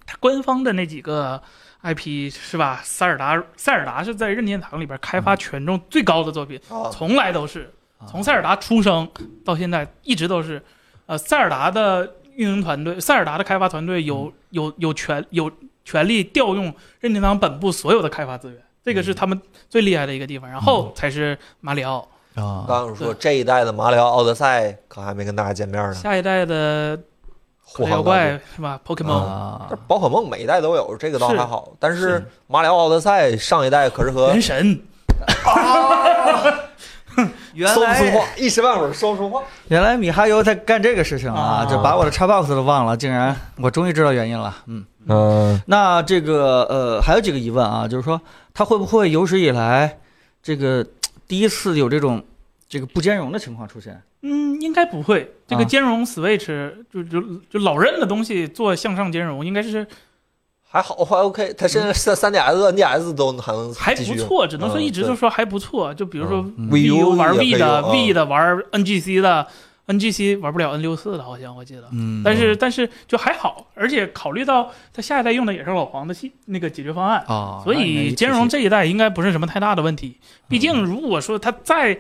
Speaker 3: 它官方的那几个 IP 是吧？塞尔达，塞尔达是在任天堂里边开发权重最高的作品，
Speaker 1: 啊
Speaker 3: 从来都是
Speaker 2: 啊
Speaker 3: 从塞尔达出生到现在一直都是，呃，塞尔达的运营团队，塞尔达的开发团队
Speaker 2: 嗯
Speaker 3: 有有有权有权利调用任天堂本部所有的开发资源，这
Speaker 2: 嗯
Speaker 3: 个是他们最厉害的一个地方。然后才是马里奥，
Speaker 2: 啊，
Speaker 1: 刚刚说这一代的马里奥奥德赛可还没跟大家见面呢。
Speaker 3: 下一代的
Speaker 1: 护
Speaker 3: 妖
Speaker 1: 航道
Speaker 3: 怪是吧？Pokemon，
Speaker 1: 具
Speaker 2: 啊，
Speaker 1: 宝可梦每一代都有，这个倒
Speaker 3: 是
Speaker 1: 还好。但是马里奥奥德赛上一代可是和
Speaker 3: 人神，
Speaker 2: 原
Speaker 1: 双分化一时半会儿双分化。
Speaker 2: 原来米哈游在干这个事情啊，
Speaker 3: 啊
Speaker 2: 就把我的 Xbox 都忘了，竟然我终于知道原因了。嗯，
Speaker 1: 嗯，
Speaker 2: 那这个呃还有几个疑问啊，就是说它会不会有史以来这个第一次有这种这个不兼容的情况出现？
Speaker 3: 嗯，应该不会。这个
Speaker 2: 啊
Speaker 3: 兼容 Switch 就就就老任的东西做向上兼容，应该是
Speaker 1: 还好，还 OK。它现在三三 DS、NDS 都还能
Speaker 3: 嗯还
Speaker 1: 继续
Speaker 3: 不
Speaker 1: 用
Speaker 3: 错，只能说
Speaker 1: 嗯
Speaker 3: 一直
Speaker 1: 对
Speaker 3: 就说还不错。就比如说
Speaker 2: 嗯
Speaker 1: Wii U
Speaker 3: 玩 V 的
Speaker 1: 也可以用啊
Speaker 3: V 的玩 NGC 的 NGC 玩不了 N 六四的，好像我记得。
Speaker 2: 嗯，
Speaker 3: 但是但是就还好，而且考虑到它下一代用的也是老黄的系那个解决方案，
Speaker 2: 啊，那
Speaker 3: 所
Speaker 2: 应该
Speaker 3: 以
Speaker 2: 一
Speaker 3: 兼
Speaker 2: 出
Speaker 3: 容
Speaker 2: 去
Speaker 3: 这一代应该不是什么太大的问
Speaker 2: 嗯
Speaker 3: 题。毕竟如果说它在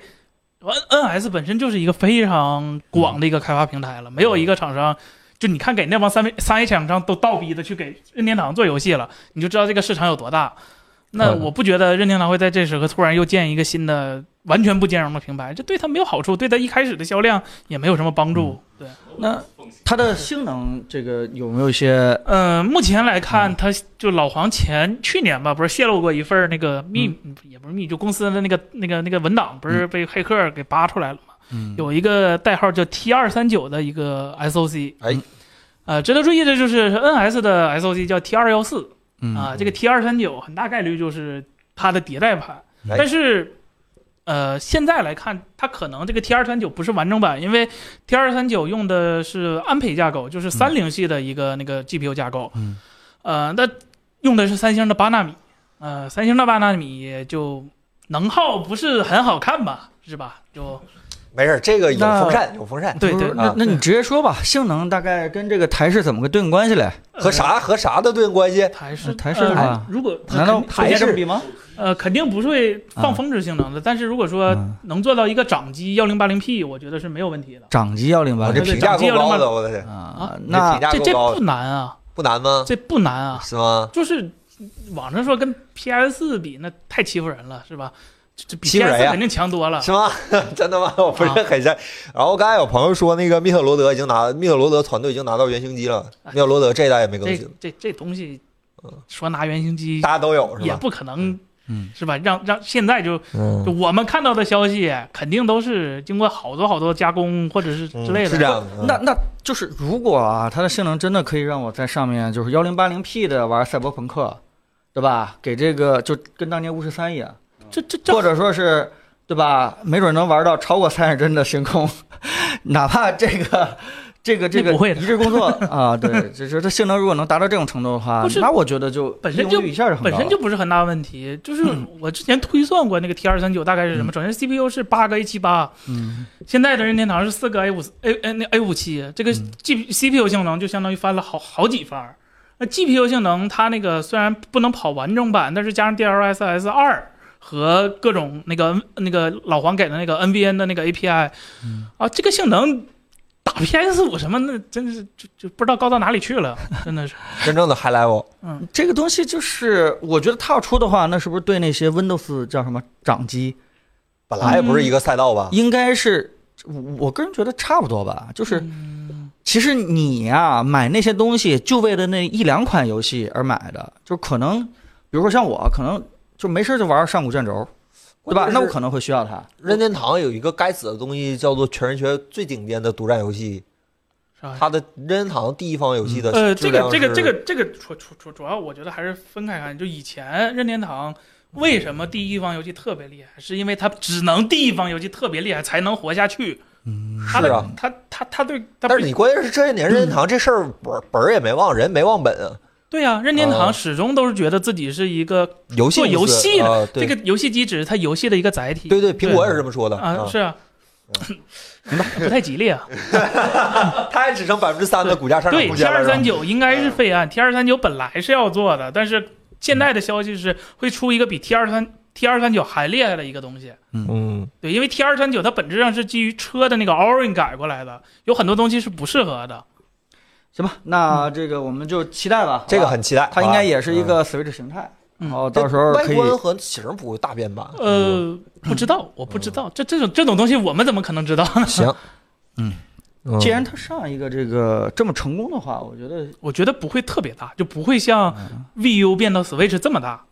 Speaker 3: N NS 本身就是一个非常广的一个开发平台了，没
Speaker 2: 嗯
Speaker 3: 有一个厂商。就你看，给那帮三三 A 厂商都倒逼的去给任天堂做游戏了，你就知道这个市场有多大。那
Speaker 1: 嗯
Speaker 3: 我不觉得任天堂会在这时刻突然又建一个新的完全不兼容的平台，这对它没有好处，对它一开始的销量也没有什么帮
Speaker 2: 嗯
Speaker 3: 助。对，
Speaker 2: 那它的性能这个有没有一些
Speaker 3: 嗯，目前来看，它就老黄前去年吧，不是泄露过一份儿那个秘，也不是秘，就公司的那个那个那个文档，不是被黑客给扒出来了吗？
Speaker 2: 嗯
Speaker 3: 有一个代号叫 T 二三九的一个 SOC，
Speaker 1: 哎，
Speaker 3: 呃，值得注意的就是 NS 的 SOC 叫 T 二幺四
Speaker 2: 嗯
Speaker 3: 啊，这个 T 二三九很大概率就是它的迭代版，
Speaker 1: 哎
Speaker 3: 但是。呃，现在来看，它可能这个 T 二三九不是完整版，因为 T 二三九用的是安培架构，就是三零系的一个那个 GPU 架构。
Speaker 2: 嗯
Speaker 3: 呃，那用的是三星的八纳米，呃，三星的八纳米就能耗不是很好看吧，是吧？就
Speaker 1: 没事，这个有
Speaker 2: 那
Speaker 1: 风扇，有风扇，
Speaker 3: 对
Speaker 2: 嗯就是
Speaker 3: 对
Speaker 2: 那那你直接说吧，性能大概跟这个台式怎么个对应关系嘞？
Speaker 1: 和啥和啥的对应关系？
Speaker 3: 台式
Speaker 2: 嗯台式
Speaker 3: 呃
Speaker 2: 的话
Speaker 3: 如果
Speaker 2: 难道
Speaker 3: 首
Speaker 1: 还
Speaker 3: 先
Speaker 1: 是
Speaker 2: 比吗？
Speaker 3: 呃肯定不是会放峰值性能的，但是如果说
Speaker 2: 嗯
Speaker 3: 能做到一个掌机幺零八零 P，我觉得是没有问题的。
Speaker 2: 掌机幺零八
Speaker 1: 我这
Speaker 3: 对对
Speaker 1: 评价
Speaker 3: 掌机
Speaker 1: 够
Speaker 3: 有
Speaker 1: 高
Speaker 3: 两
Speaker 1: 的，我的天，
Speaker 2: 啊，
Speaker 1: 你这
Speaker 2: 那
Speaker 1: 评价
Speaker 3: 这
Speaker 1: 够
Speaker 3: 这
Speaker 1: 高嗯
Speaker 3: 不，难啊，
Speaker 1: 不难吗？
Speaker 3: 这不难啊，
Speaker 1: 是吗？
Speaker 3: 就是网上说跟 PS 比那太欺负人了，是吧？这这比
Speaker 1: 欺负人
Speaker 3: PS
Speaker 1: 呀
Speaker 3: 肯定强多 了。
Speaker 1: 是吗？ 真的吗？
Speaker 3: 啊
Speaker 1: 我不是很像。然后刚才有朋友说，那个密特罗德已经拿密特罗德团队已经拿到原型机了，
Speaker 3: 哎
Speaker 1: 密特罗德这一代也没更
Speaker 3: 这
Speaker 1: 新，
Speaker 3: 这这东西，说拿原型机
Speaker 1: 嗯大家都有是
Speaker 3: 也
Speaker 1: 吧？
Speaker 3: 不可能，
Speaker 2: 嗯
Speaker 3: 是吧？让让现在就就
Speaker 1: 嗯，
Speaker 3: 我们看到的消息，肯定都是经过好多好多加工或者是之类的。
Speaker 1: 是这样的。嗯
Speaker 2: 呃那那就是如果啊，它的性能真的可以让我在上面就是幺零八零 P 的玩赛博朋克，对吧？给这个就跟当年巫师三一样，
Speaker 3: 这这这
Speaker 2: 或者说是对吧？没准能玩到超过三十帧的星空， 哪怕这个。这个这个
Speaker 3: 那不会的
Speaker 2: 一致工作啊，对，就是它性能如果能达到这种程度的话
Speaker 3: 不，是
Speaker 2: 那我觉得就
Speaker 3: 本身就
Speaker 2: 利用率一下就很高
Speaker 3: 本身就不是很大问题。就是
Speaker 1: 嗯
Speaker 3: 我之前推算过那个 T 二三九大概是什么，首先 CPU 是八个 A 七八，
Speaker 2: 嗯
Speaker 3: 现在的任天堂是四个 A 五 A A 那 A 五七，这个 G CPU 性能就相当于翻了好好几番儿。那 GPU 性能它那个虽然不能跑完整版，但是加上 DLSS 二和各种那个那个老黄给的那个 NVN 的那个 API，、啊，这个性能打 PS 五什么那真是就就不知道高到哪里去了，真的是。
Speaker 1: 真正的 high level，
Speaker 2: 这个东西就是，我觉得它要出的话，那是不是对那些 Windows 叫什么掌机，
Speaker 1: 本来也不是一个赛道吧？
Speaker 3: 嗯
Speaker 2: 应该是我我个人觉得差不多吧？就是
Speaker 3: 嗯
Speaker 2: 其实你呀、买那些东西就为了那一两款游戏而买的，就可能，比如说像我，可能就没事就玩上古卷轴，对吧？那我可能会需要它。
Speaker 1: 任天堂有一个该死的东西，叫做全人学最顶尖的独占游戏。
Speaker 3: 是吧？
Speaker 1: 它的任天堂第一方游戏的
Speaker 3: 呃，
Speaker 1: 质
Speaker 3: 这个
Speaker 1: 量
Speaker 3: 这个
Speaker 1: 是
Speaker 3: 这个这个主主主主要，我觉得还是分开看。就以前任天堂为什么第一方游戏特别厉害，是因为它只能第一方游戏特别厉害才能活下去。它
Speaker 1: 是
Speaker 3: 的
Speaker 1: 啊
Speaker 3: 它它它对它
Speaker 1: 但是
Speaker 3: 不
Speaker 1: 你关键是这些年任天堂这事儿本儿本儿也没忘，人没忘本啊。
Speaker 3: 对呀、任天
Speaker 1: 啊
Speaker 3: 堂始终都是觉得自己是一个
Speaker 1: 游戏
Speaker 3: 做游
Speaker 1: 公司
Speaker 3: 戏的
Speaker 1: 啊对
Speaker 3: 这个游戏机只是它游戏的一个载体。
Speaker 1: 对对，苹果也是这么说的嗯
Speaker 3: 啊，是啊，不太吉利啊。
Speaker 1: 它也只剩百分之三的股价上涨
Speaker 3: 对
Speaker 1: 空
Speaker 3: ，T
Speaker 1: 间了
Speaker 3: 二
Speaker 1: 是吧嗯
Speaker 3: 三九应该是备案，T 二三九本来是要做的，但是现在的消息是会出一个比 T 二三 T 二三九还厉害的一个东西。
Speaker 1: 嗯，
Speaker 3: 对，因为 T 二三九它本质上是基于车的那个 Orin 改过来的，有很多东西是不适合的。
Speaker 2: 行吧，
Speaker 3: 嗯
Speaker 2: 那这个我们就期待吧。
Speaker 1: 这个
Speaker 2: 好吧
Speaker 1: 很期待。
Speaker 2: 它应该也是一
Speaker 1: 好吧，
Speaker 2: 个 Switch 形态，
Speaker 3: 嗯
Speaker 2: 然后
Speaker 1: 嗯
Speaker 2: 到时候
Speaker 1: 外
Speaker 2: 可以
Speaker 1: 观和形不会大变吧？嗯，
Speaker 3: 呃，不知道，我不知道，这这种这种东西我们怎么可能知道 呢？
Speaker 1: 行，
Speaker 2: 嗯
Speaker 1: 嗯，
Speaker 2: 既然它上一个这个这么成功的话，我觉得
Speaker 3: 我觉得不会特别大，就不会像
Speaker 1: 嗯
Speaker 3: VU 变到 Switch 这么大。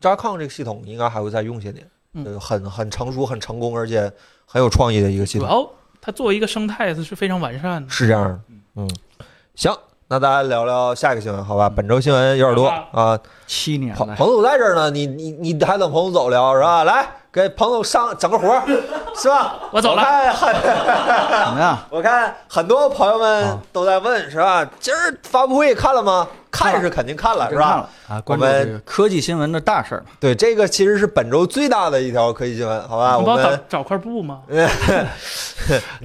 Speaker 1: 扎抗这个系统应该还会再用些年，
Speaker 3: 嗯
Speaker 1: 呃很很成熟、很成功，而且很有创意的一个系
Speaker 3: 主
Speaker 1: 统，
Speaker 3: 要它作为一个生态是非常完善的。
Speaker 1: 是这样的。嗯，行，那大家聊聊下一个新闻，好吧？本周新闻有点多
Speaker 3: 嗯好
Speaker 1: 啊，
Speaker 2: 七年
Speaker 1: 彭
Speaker 2: 了，
Speaker 1: 彭总在这儿呢，你你你还等彭总走聊是吧？来，给彭总上整个活儿，是吧？
Speaker 3: 我走了
Speaker 1: 我看很，
Speaker 2: 怎么样？
Speaker 1: 我看很多朋友们
Speaker 2: 啊
Speaker 1: 都在问，是吧？今儿发布会看了吗？看是肯定看了，是
Speaker 2: 真看
Speaker 1: 吧
Speaker 2: 了？啊，关注
Speaker 1: 我们
Speaker 2: 这个科技新闻的大事儿嘛。
Speaker 1: 对，这个其实是本周最大的一条科技新闻，好吧？
Speaker 3: 你
Speaker 1: 啊我
Speaker 3: 帮我找
Speaker 1: 们
Speaker 3: 找块布吗？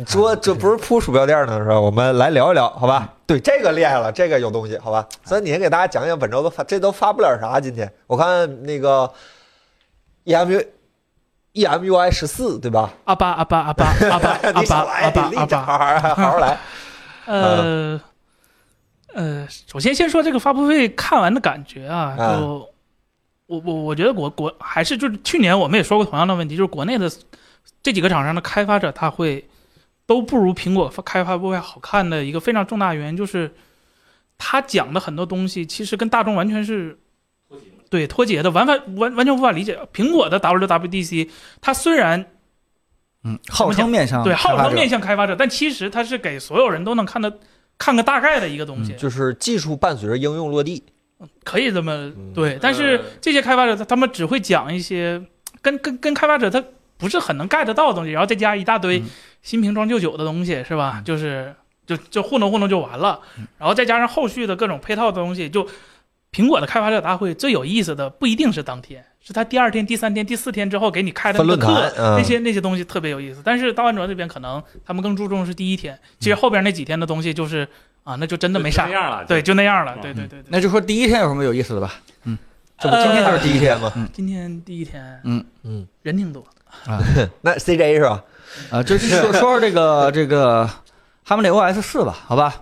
Speaker 1: 桌这不是铺鼠标垫儿呢，是吧？我们来聊一聊，好
Speaker 3: 嗯
Speaker 1: 吧？对，这个厉害了，这个有东西，好
Speaker 3: 啊
Speaker 1: 吧？所以你先给大家讲讲本周都发，这都发布了啥？今天我看那个 E EMU E EMUI 十四，对吧？
Speaker 3: 阿巴阿巴阿巴阿巴阿
Speaker 1: 你
Speaker 3: 巴
Speaker 1: 少来，
Speaker 3: 阿巴
Speaker 1: 你
Speaker 3: 阿
Speaker 1: 立正，
Speaker 3: 巴，
Speaker 1: 好好好好来。
Speaker 3: 呃，呃，首先先说这个发布会看完的感觉啊，
Speaker 1: 啊
Speaker 3: 就我我我觉得国国还是就是去年我们也说过同样的问题，就是国内的这几个厂商的开发者他会都不如苹果发开发布会好看的一个非常重大原因就是，他讲的很多东西其实跟大众完全是。对脱节的，完完完完全无法理解。苹果的 WWDC，它虽然
Speaker 2: 嗯，号称面向
Speaker 3: 对，号
Speaker 2: 开发
Speaker 3: 称
Speaker 2: 者
Speaker 3: 面向开发者，但其实它是给所有人都能看的看个大概的一个东西，
Speaker 1: 嗯就是技术伴随着应用落地。
Speaker 3: 可以这么
Speaker 1: 嗯
Speaker 3: 对。但是这些开发者他他们只会讲一些跟跟跟开发者他不是很能 get 到的东西，然后再加一大堆
Speaker 2: 嗯
Speaker 3: 新瓶装旧酒的东西，是吧？就是就就糊弄糊弄就完了，然后再加上后续的各种配套的东西，就苹果的开发者大会最有意思的不一定是当天，是他第二天、第三天、第四天之后给你开的
Speaker 1: 分
Speaker 3: 那个
Speaker 1: 论坛
Speaker 3: 课，
Speaker 1: 嗯
Speaker 3: 那些那些东西特别有意思。但是到安卓这边可能他们更注重是第一天，其
Speaker 2: 嗯
Speaker 3: 实后边那几天的东西就是啊，那就真的没啥
Speaker 4: 就那，样了。
Speaker 3: 对，就那样了，
Speaker 4: 嗯
Speaker 3: 对对对对。
Speaker 2: 那就说第一天有什么有意思的吧？
Speaker 1: 这不今天就是第一天吗？
Speaker 3: 今天第一天
Speaker 1: 嗯，
Speaker 3: 人挺多，
Speaker 1: 那 CJ 是吧？
Speaker 2: 啊，就是说说说这个这个哈姆雷 OS 四吧，好吧，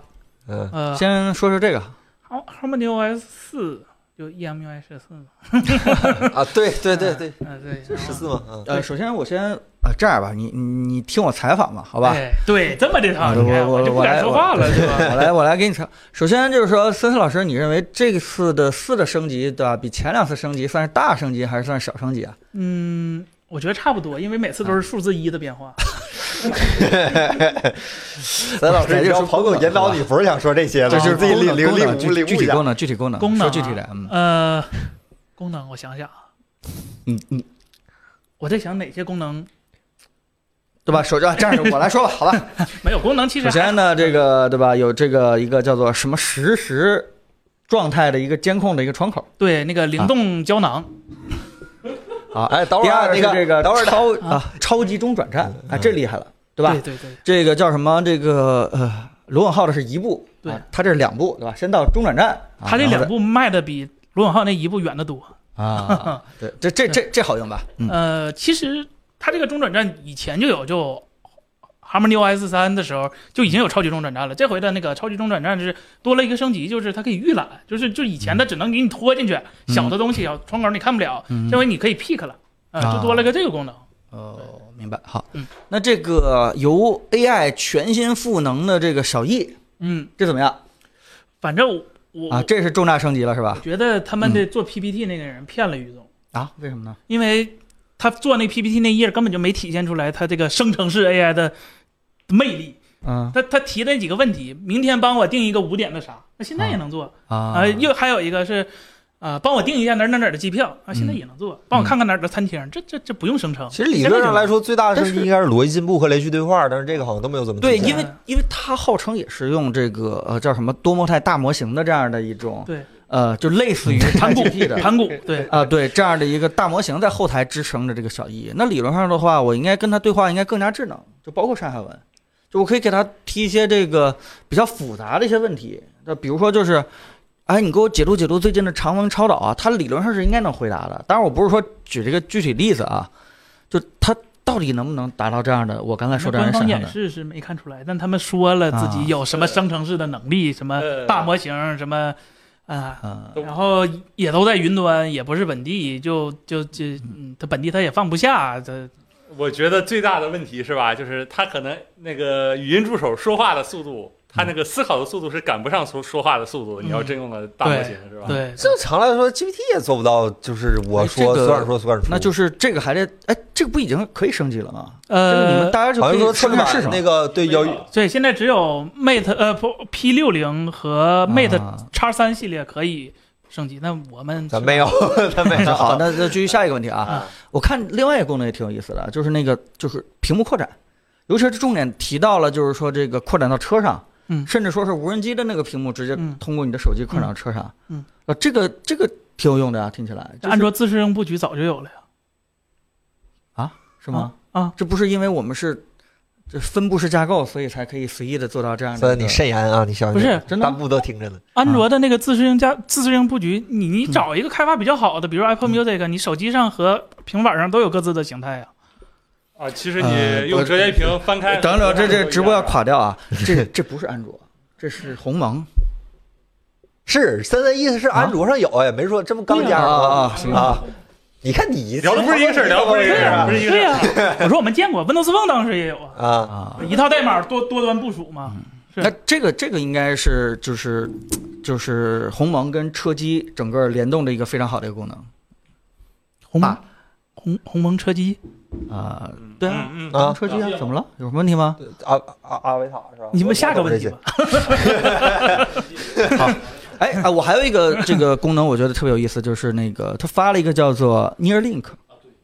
Speaker 1: 嗯，
Speaker 3: 呃，
Speaker 2: 先说说这个。
Speaker 3: 哈哈曼 OS 四就 E EMUI 十四嘛，
Speaker 1: 啊，对对对对，
Speaker 3: 啊对，
Speaker 1: 十四嘛，嗯，
Speaker 2: 呃，首先我先呃这样吧，你你你听我采访吧，好
Speaker 3: 好
Speaker 2: 吧？
Speaker 3: 哎对，这么这
Speaker 2: 啊
Speaker 3: 套，你看
Speaker 2: 我我
Speaker 3: 就不
Speaker 2: 我来
Speaker 3: 敢说话了，是吧？
Speaker 2: 我来我来给你采。首先就是说，森森老师，你认为这次的四的升级，对吧？比前两次升级算是大升级还是算是小升级啊？
Speaker 3: 嗯，我觉得差不多，因为每次都是数字一的变化。
Speaker 1: 咱老师，你要啊彭总引导你，不是想说这些
Speaker 2: 这
Speaker 1: 了，
Speaker 2: 就是
Speaker 1: 自己领领
Speaker 2: 功能
Speaker 1: 领悟领
Speaker 2: 具具
Speaker 1: 悟一
Speaker 2: 体
Speaker 1: 下。
Speaker 2: 功能，具体功能，
Speaker 3: 功能
Speaker 2: 说
Speaker 3: 啊
Speaker 2: 具体的，嗯
Speaker 3: 呃，功能我想想，啊，
Speaker 2: 嗯嗯，
Speaker 3: 我在想哪些功能
Speaker 2: 对吧？首先这样，我来说吧，好吧？
Speaker 3: 没有功能，其实
Speaker 2: 首
Speaker 3: 还
Speaker 2: 先呢，这个对吧，有这个一个叫做什么实时状态的一个监控的一个窗口
Speaker 3: 对那个灵动胶囊，
Speaker 2: 啊。
Speaker 1: 哎，等会
Speaker 2: 第
Speaker 1: 儿啊
Speaker 2: 二
Speaker 1: 那
Speaker 2: 是这个
Speaker 1: 等会儿等
Speaker 2: 超
Speaker 3: 啊
Speaker 2: 啊超级中转站啊，这厉害了，对吧啊
Speaker 3: 对？对对，
Speaker 2: 这个叫什么？这个呃，罗永浩的是一步，
Speaker 3: 对
Speaker 2: 啊，他这是两步，对吧？先到中转站，啊
Speaker 3: 它这
Speaker 2: 然后
Speaker 3: 两部卖的比罗永浩那一部远得多。
Speaker 2: 再 啊，对，这这这这好用吧？嗯
Speaker 3: 呃，其实它这个中转站以前就有，就 Harmony OS 三的时候就已经有超级中转站了。这回的那个超级中转站是多了一个升级，就是它可以预览，就是就以
Speaker 2: 嗯
Speaker 3: 前它只能给你拖进去、小的东西、小窗口你看不了，嗯这回你可以 pick 了，呃，
Speaker 2: 嗯啊
Speaker 3: 就多了个这个功能。
Speaker 2: 哦，明白，好
Speaker 3: 嗯。
Speaker 2: 那这个由 AI 全新赋能的这个小易，
Speaker 3: 嗯，
Speaker 2: 这怎么样
Speaker 3: 反正我我
Speaker 2: 啊？这是嗯重大升级了是吧？
Speaker 3: 觉得他们的做 PPT 那个人骗了于总，
Speaker 2: 啊，为什么呢？
Speaker 3: 因为他做那 PPT 那页根本就没体现出来他这个生成式 AI 的魅力。
Speaker 2: 嗯
Speaker 3: 他他提的那几个问题，明天帮我定一个五点的啥，那现在也能做。
Speaker 2: 啊
Speaker 3: 啊，，又还有一个是，啊，帮我订一下哪儿哪儿哪儿的机票啊，现在也能做，帮我看看哪儿的餐厅，这这这不用生成。
Speaker 1: 其实理论上来说，最大的升级
Speaker 3: 但是
Speaker 1: 应该是逻辑进步和连续对话，但是这个好像都没有怎么
Speaker 2: 对，
Speaker 1: 体现
Speaker 2: 因为因为它号称也是用这个呃叫什么多模态大模型的这样的一种
Speaker 3: 对
Speaker 2: 呃，就类似于
Speaker 3: 盘古
Speaker 2: ChatGPT 的
Speaker 3: 盘古，对，
Speaker 2: 啊、对这样的一个大模型在后台支撑着这个小易。那理论上的话，我应该跟他对话应该更加智能，就包括上海文，就我可以给他提一些这个比较复杂的一些问题。那比如说就是，哎，你给我解读解读最近的长文超导啊，他理论上是应该能回答的。当然，我不是说举这个具体例子啊，就他到底能不能达到这样的我刚才说这样
Speaker 3: 官
Speaker 2: 的
Speaker 3: 方
Speaker 2: 想象
Speaker 3: 演
Speaker 2: 的？
Speaker 3: 示是没看出来，但他们说了自
Speaker 1: 啊
Speaker 3: 己有什么生成式的能力，什么
Speaker 4: 呃
Speaker 3: 大模型，什么啊，
Speaker 2: 嗯，
Speaker 4: 都
Speaker 3: 然后也都在云端，也不是本地，就就就嗯，他本地他也放不下，他
Speaker 4: 我觉得最大的问题是吧，就是他可能那个语音助手说话的速度，他那个思考的速度是赶不上说说话的速度。
Speaker 3: 嗯
Speaker 4: 你要真用了大模型是吧？，
Speaker 3: 对，
Speaker 1: 正常来说，GPT 也做不到，就是我说
Speaker 2: 哎这个
Speaker 1: 随便说随便说，
Speaker 2: 那就是这个还得，哎，这个不已经可以升级了吗？这个你
Speaker 3: 呃
Speaker 2: 们，大家就
Speaker 1: 好
Speaker 2: 可
Speaker 1: 像
Speaker 2: 以
Speaker 1: 说
Speaker 2: 试
Speaker 1: 春
Speaker 2: 看试
Speaker 1: 晚
Speaker 2: 试
Speaker 1: 那个对有
Speaker 3: 对，现在只有 Mate 呃不 P 六零和 Mate
Speaker 2: 啊
Speaker 3: X 三系列可以升级。那我们
Speaker 1: 咱没有， 咱没有。
Speaker 2: 好，那那至于下一个问题啊，
Speaker 3: 嗯
Speaker 1: 啊
Speaker 2: 我看另外一个功能也挺有意思的，啊就是那个就是屏幕扩展，尤其是重点提到了，就是说这个扩展到车上，
Speaker 3: 嗯
Speaker 2: 甚至说是无人机的那个屏幕直接
Speaker 3: 嗯
Speaker 2: 通过你的手机扩展到车上，
Speaker 3: 嗯嗯，
Speaker 2: 呃，这个这个挺有用的啊，听起来，就是
Speaker 3: 安卓自适应布局早就有了呀。
Speaker 2: 是吗？
Speaker 3: 啊，
Speaker 2: 这不是因为我们是这分布式架构，所以才可以随意的做到这样的一
Speaker 1: 所
Speaker 2: 个。
Speaker 1: 以你慎言啊，你小心
Speaker 3: 不
Speaker 1: 点。
Speaker 3: 是
Speaker 2: 真的
Speaker 1: 弹
Speaker 2: 吗
Speaker 1: 幕都听着呢。
Speaker 3: 安卓的那个自适应加自适应布局，你你找一个开发比较好的，
Speaker 2: 嗯
Speaker 3: 比如 Apple Music，你啊手机上和平板上都有各自的形态呀。
Speaker 4: 啊，其实
Speaker 2: 呃
Speaker 4: 你用
Speaker 2: 我
Speaker 4: 折叠屏翻开，
Speaker 2: 等等，这
Speaker 4: 都一
Speaker 2: 这
Speaker 4: 样
Speaker 2: 直播要垮掉啊！这这不是安卓，这是鸿蒙。
Speaker 1: 是，现在意思是安卓上有，也没说这不刚加
Speaker 2: 啊啊啊
Speaker 1: 吗？
Speaker 2: 行
Speaker 1: 啊，你看你
Speaker 4: 聊的不是一个事儿，聊的不是一个事儿，不是一个事
Speaker 3: 对
Speaker 4: 儿。
Speaker 3: 呀，我说我们见过 Windows Phone 当时也有啊，
Speaker 1: 啊，
Speaker 2: 啊。
Speaker 3: 一套代码多多端部署嘛。
Speaker 2: 嗯
Speaker 3: 是
Speaker 2: 那这个这个应该是就是就是鸿蒙跟车机整个联动的一个非常好的一个功能
Speaker 3: 鸿蒙
Speaker 2: 啊
Speaker 3: 鸿鸿蒙车机，
Speaker 2: 啊、对啊，
Speaker 4: 嗯嗯
Speaker 1: 啊
Speaker 2: 车机啊，怎么了？有什么问题吗？
Speaker 1: 阿阿阿维塔是吧？
Speaker 3: 你们下个问题吧。
Speaker 2: 哎啊，我还有一个这个功能，我觉得特别有意思，就是那个他发了一个叫做 Neuralink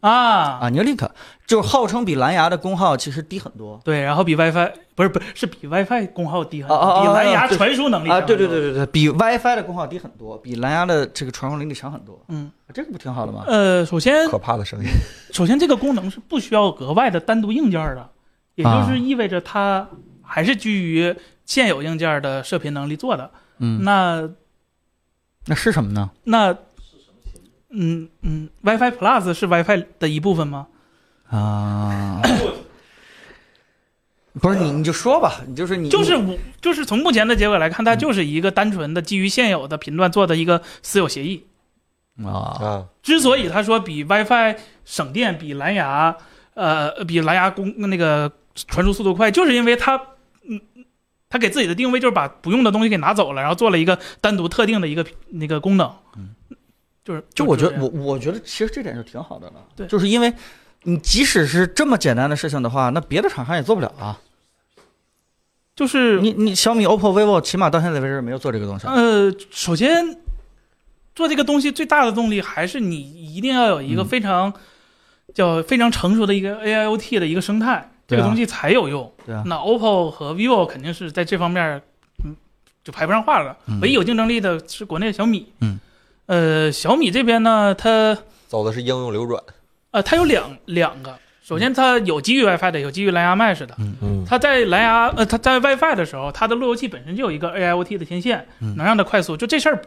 Speaker 3: 啊，
Speaker 2: 啊，Neuralink 就是号称比蓝牙的功耗其实低很多
Speaker 3: 对，然后比 WiFi 不是不是是比 WiFi 功耗低很多，
Speaker 2: 啊啊啊
Speaker 3: 比蓝牙
Speaker 2: 啊对
Speaker 3: 传输能力
Speaker 2: 啊，
Speaker 3: 强
Speaker 2: 对对
Speaker 3: 很多
Speaker 2: 对对对，比 WiFi 的功耗低很多，比蓝牙的这个传输能力强很多，
Speaker 3: 嗯，
Speaker 2: 这个不挺好的吗？
Speaker 3: 呃，首先
Speaker 1: 可怕的声音，
Speaker 3: 首先这个功能是不需要额外的单独硬件的，也
Speaker 2: 啊
Speaker 3: 就是意味着它还是基于现有硬件的射频能力做的。
Speaker 2: 嗯，
Speaker 3: 那
Speaker 2: 那是什么呢？
Speaker 3: 那嗯嗯，WiFi Plus 是 WiFi 的一部分吗？
Speaker 2: 啊，不是你你就说吧，你就是你
Speaker 3: 就是我就是从目前的结果来看，
Speaker 2: 嗯
Speaker 3: 它就是一个单纯的基于现有的频段做的一个私有协议。
Speaker 2: 啊，
Speaker 1: 啊，
Speaker 3: 之所以他说比 WiFi 省电、比蓝牙，呃，比蓝牙公那个传输速度快，就是因为他，嗯，他给自己的定位就是把不用的东西给拿走了，然后做了一个单独特定的一个那个功能。就是
Speaker 2: 嗯就我觉
Speaker 3: 这
Speaker 2: 得
Speaker 3: 样
Speaker 2: 我我觉得其实这点就挺好的了，
Speaker 3: 对
Speaker 2: 就是因为你即使是这么简单的事情的话，那别的厂商也做不了啊。
Speaker 3: 就是
Speaker 2: 你你小米、OPPO、vivo 起码到现在为止没有做这个东西啊。
Speaker 3: 呃，首先做这个东西最大的动力还是你一定要有一个
Speaker 2: 嗯
Speaker 3: 非常、叫非常成熟的一个 AIoT 的一个生态，这
Speaker 2: 对啊
Speaker 3: 个东西才有用。
Speaker 2: 对啊
Speaker 3: 那 OPPO 和 vivo 肯定是在这方面，嗯，就排不上话了。
Speaker 2: 嗯
Speaker 3: 唯一有竞争力的是国内的小米。
Speaker 2: 嗯，
Speaker 3: 呃，小米这边呢，它
Speaker 1: 走的是应用流转，
Speaker 3: 呃它有两两个，首先它有基于 WiFi 的，有基于蓝牙 Mesh 的。
Speaker 1: 嗯，
Speaker 3: 它在蓝牙呃，它在 WiFi 的时候，它的路由器本身就有一个 AIoT 的天线，
Speaker 2: 嗯
Speaker 3: 能让它快速。就这事儿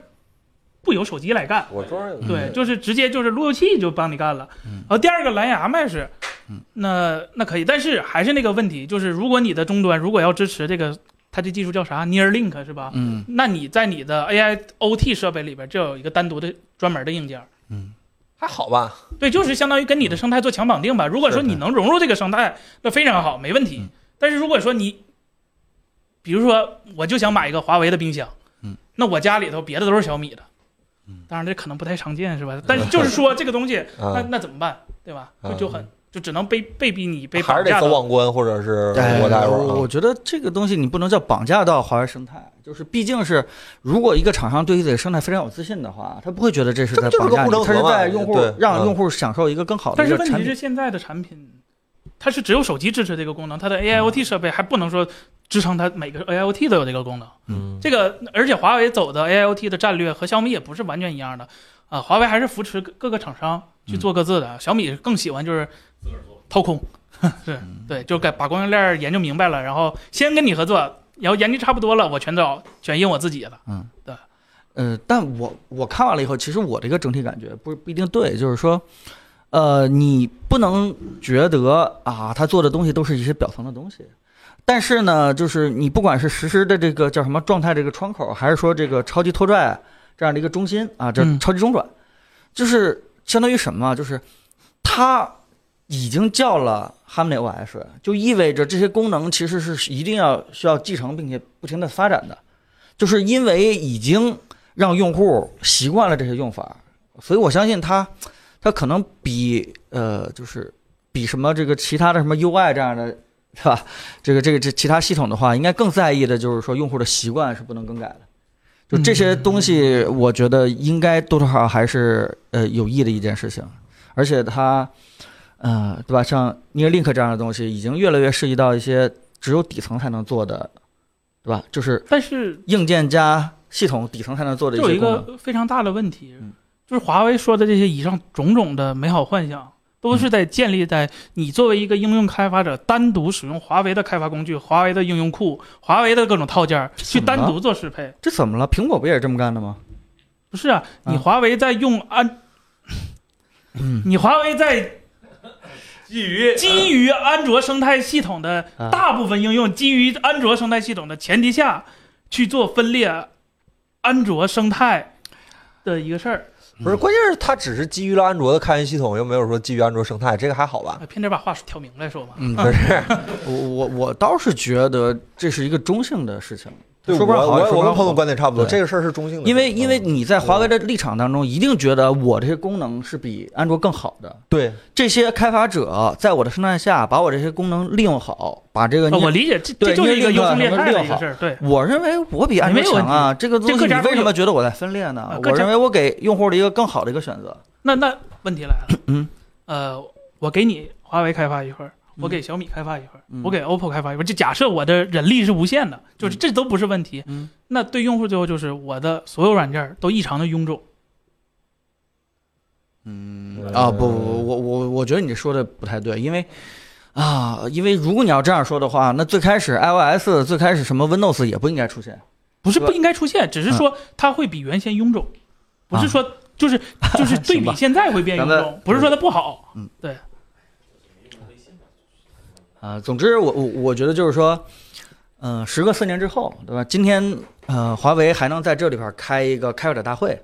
Speaker 3: 不由手机来干，
Speaker 1: 我桌上
Speaker 2: 嗯
Speaker 1: 有
Speaker 3: 对，就是直接就是路由器就帮你干了。然后第二个蓝牙麦是
Speaker 2: 嗯，
Speaker 3: 那那可以，但是还是那个问题，就是如果你的终端如果要支持这个，它这技术叫啥？Neuralink 是吧？
Speaker 2: 嗯
Speaker 3: 那你在你的 AI OT 设备里边就有一个单独的专门的硬件。
Speaker 2: 嗯，
Speaker 1: 还好吧？
Speaker 3: 对，就是相当于跟你的生态做强绑定吧。如果说
Speaker 2: 是
Speaker 3: 你能融入这个生态，那非常好，没问题
Speaker 2: 嗯。
Speaker 3: 但是如果说你，比如说我就想买一个华为的冰箱，
Speaker 2: 嗯，
Speaker 3: 那我家里头别的都是小米的
Speaker 2: 嗯，
Speaker 3: 当然这可能不太常见是吧？但是 就是说这个东西，那
Speaker 1: 啊，
Speaker 2: 嗯
Speaker 3: 那怎么办，对吧？
Speaker 1: 啊
Speaker 3: 就就很就只能被被逼你被
Speaker 1: 还是
Speaker 3: 绑
Speaker 1: 得
Speaker 3: 架
Speaker 1: 走
Speaker 3: 到。
Speaker 1: 网关或者是
Speaker 2: 哎
Speaker 1: 我待会
Speaker 2: 我
Speaker 1: 儿啊
Speaker 2: 我觉得这个东西你不能叫绑架到华为生态，就是毕竟是如果一个厂商对自己的生态非常有自信的话，他不会觉得这是在
Speaker 1: 这不
Speaker 2: 绑
Speaker 1: 就是个护，城
Speaker 2: 架你他是
Speaker 1: 河嘛
Speaker 2: 在用户
Speaker 1: 对
Speaker 2: 让
Speaker 1: 嗯
Speaker 2: 用户享受一个更好的
Speaker 3: 但
Speaker 2: 一
Speaker 3: 是
Speaker 2: 个
Speaker 3: 问
Speaker 2: 产
Speaker 3: 题
Speaker 2: 品
Speaker 3: 是。现在的产品，它是只有手机支持这个功能，它
Speaker 2: 嗯
Speaker 3: 的 AIoT 设备还不能说支撑它每个 AIoT 都有这个功能。
Speaker 1: 嗯，
Speaker 3: 这个，而且华为走的 AIoT 的战略和小米也不是完全一样的，啊，华为还是扶持各各个厂商去做各自的，小米更喜欢就是掏空， 是对，就该把供应链儿研究明白了，然后先跟你合作，然后研究差不多了，我全找全用我自己的，
Speaker 2: 呃，但我我看完了以后，其实我的一个整体感觉不不一定对，就是说，呃，你不能觉得啊，他做的东西都是一些表层的东西，但是呢，就是你不管是实施的这个叫什么状态这个窗口，还是说这个超级拖拽这样的一个中心啊，这
Speaker 3: 嗯
Speaker 2: 超级中转，就是相当于什么啊？就是它已经叫了 HarmonyOS，就意味着这些功能其实是一定要需要继承并且不停的发展的，就是因为已经让用户习惯了这些用法，所以我相信它，它可能比呃就是比什么这个其他的什么 UI 这样的。是吧？这个这个这其他系统的话，应该更在意的就是说用户的习惯是不能更改的，就这些东西，我觉得应该多多少少还是呃有益的一件事情，而且它，呃，对吧？像 Neuralink 这样的东西，已经越来越涉及到一些只有底层才能做的，对吧？就是
Speaker 3: 但是
Speaker 2: 硬件加系统底层才能做的
Speaker 3: 这
Speaker 2: 一
Speaker 3: 有
Speaker 2: 些
Speaker 3: 一
Speaker 2: 功能。
Speaker 3: 个非常大的问题
Speaker 2: 嗯，
Speaker 3: 就是华为说的这些以上种种的美好幻想，都
Speaker 2: 嗯
Speaker 3: 是在建立在你作为一个应用开发者单独使用华为的开发工具、华为的应用库、华为的各种套件儿
Speaker 2: 怎
Speaker 3: 去
Speaker 2: 么
Speaker 3: 单
Speaker 2: 了
Speaker 3: 独做适配。
Speaker 2: 这怎么了？苹果不也是这么干的吗？
Speaker 3: 不是啊，
Speaker 2: 啊
Speaker 3: 你华为在用安，
Speaker 2: 嗯
Speaker 3: 你华为在
Speaker 4: 基于
Speaker 3: 基于安卓生态系统的
Speaker 2: 啊
Speaker 3: 大部分应用，基于安卓生态系统的前提下去做分裂安卓生态的一个事儿。
Speaker 1: 不是，
Speaker 2: 嗯
Speaker 1: 关键是它只是基于了安卓的开源系统，又没有说基于安卓生态，这个还好吧？
Speaker 3: 啊偏点把话说挑明白说吧。
Speaker 2: 嗯
Speaker 1: 不是，
Speaker 2: 我我我倒是觉得这是一个中性的事情，
Speaker 1: 对
Speaker 2: 说不上
Speaker 1: 我
Speaker 2: 好，
Speaker 1: 我我
Speaker 2: 说不上
Speaker 1: 跟彭
Speaker 2: 好
Speaker 1: 总观点差不多，
Speaker 2: 对
Speaker 1: 这个事儿是中性的，
Speaker 2: 因为因为
Speaker 1: 嗯
Speaker 2: 你在华为的立场当中，一定觉得我这些功能是比安卓更好的。
Speaker 1: 对
Speaker 2: 这些开发者在我的生态下，把我这些功能利用好，把这个
Speaker 3: 啊
Speaker 2: 呃你、
Speaker 3: 我理解，这
Speaker 2: 对
Speaker 3: 这就是一个
Speaker 2: 因为
Speaker 3: 优胜劣
Speaker 2: 那个
Speaker 3: 汰的
Speaker 2: 六
Speaker 3: 一个
Speaker 2: 号
Speaker 3: 事儿。对，
Speaker 2: 我认为我比安卓强啊，这个东西
Speaker 3: 这各
Speaker 2: 你
Speaker 3: 家都有
Speaker 2: 为什么觉得我在分裂
Speaker 3: 啊
Speaker 2: 呢？
Speaker 3: 各
Speaker 2: 我
Speaker 3: 家
Speaker 2: 认为我给用户的一个更好的一个选择。
Speaker 3: 那那问题来了，
Speaker 2: 嗯，
Speaker 3: 呃，我给你华为开发一会儿，我给小米开发一会儿，
Speaker 2: 嗯
Speaker 3: 我给 OPPO 开发一会儿，就假设我的人力是无限的，就是这都不是问题。
Speaker 2: 嗯，
Speaker 3: 那对用户最后就是我的所有软件儿都异常的臃肿，
Speaker 2: 嗯
Speaker 3: 呃
Speaker 2: 啊不不不，我我我觉得你说的不太对，因为啊，因为如果你要这样说的话，那最开始 iOS 最开始什么 Windows 也不应该出现。
Speaker 3: 不是
Speaker 2: 对
Speaker 3: 不应该出现，
Speaker 2: 嗯
Speaker 3: 只是说它会比原先臃肿，不是说就是 就是 对
Speaker 2: 啊行
Speaker 3: 比
Speaker 2: 吧
Speaker 3: 现在会变臃
Speaker 2: 咱
Speaker 3: 肿
Speaker 2: 们，
Speaker 3: 不是说它不好。
Speaker 2: 啊，总之我我我觉得就是说，嗯、时隔四年之后，对吧？今天呃，华为还能在这里边儿开一个开发者大会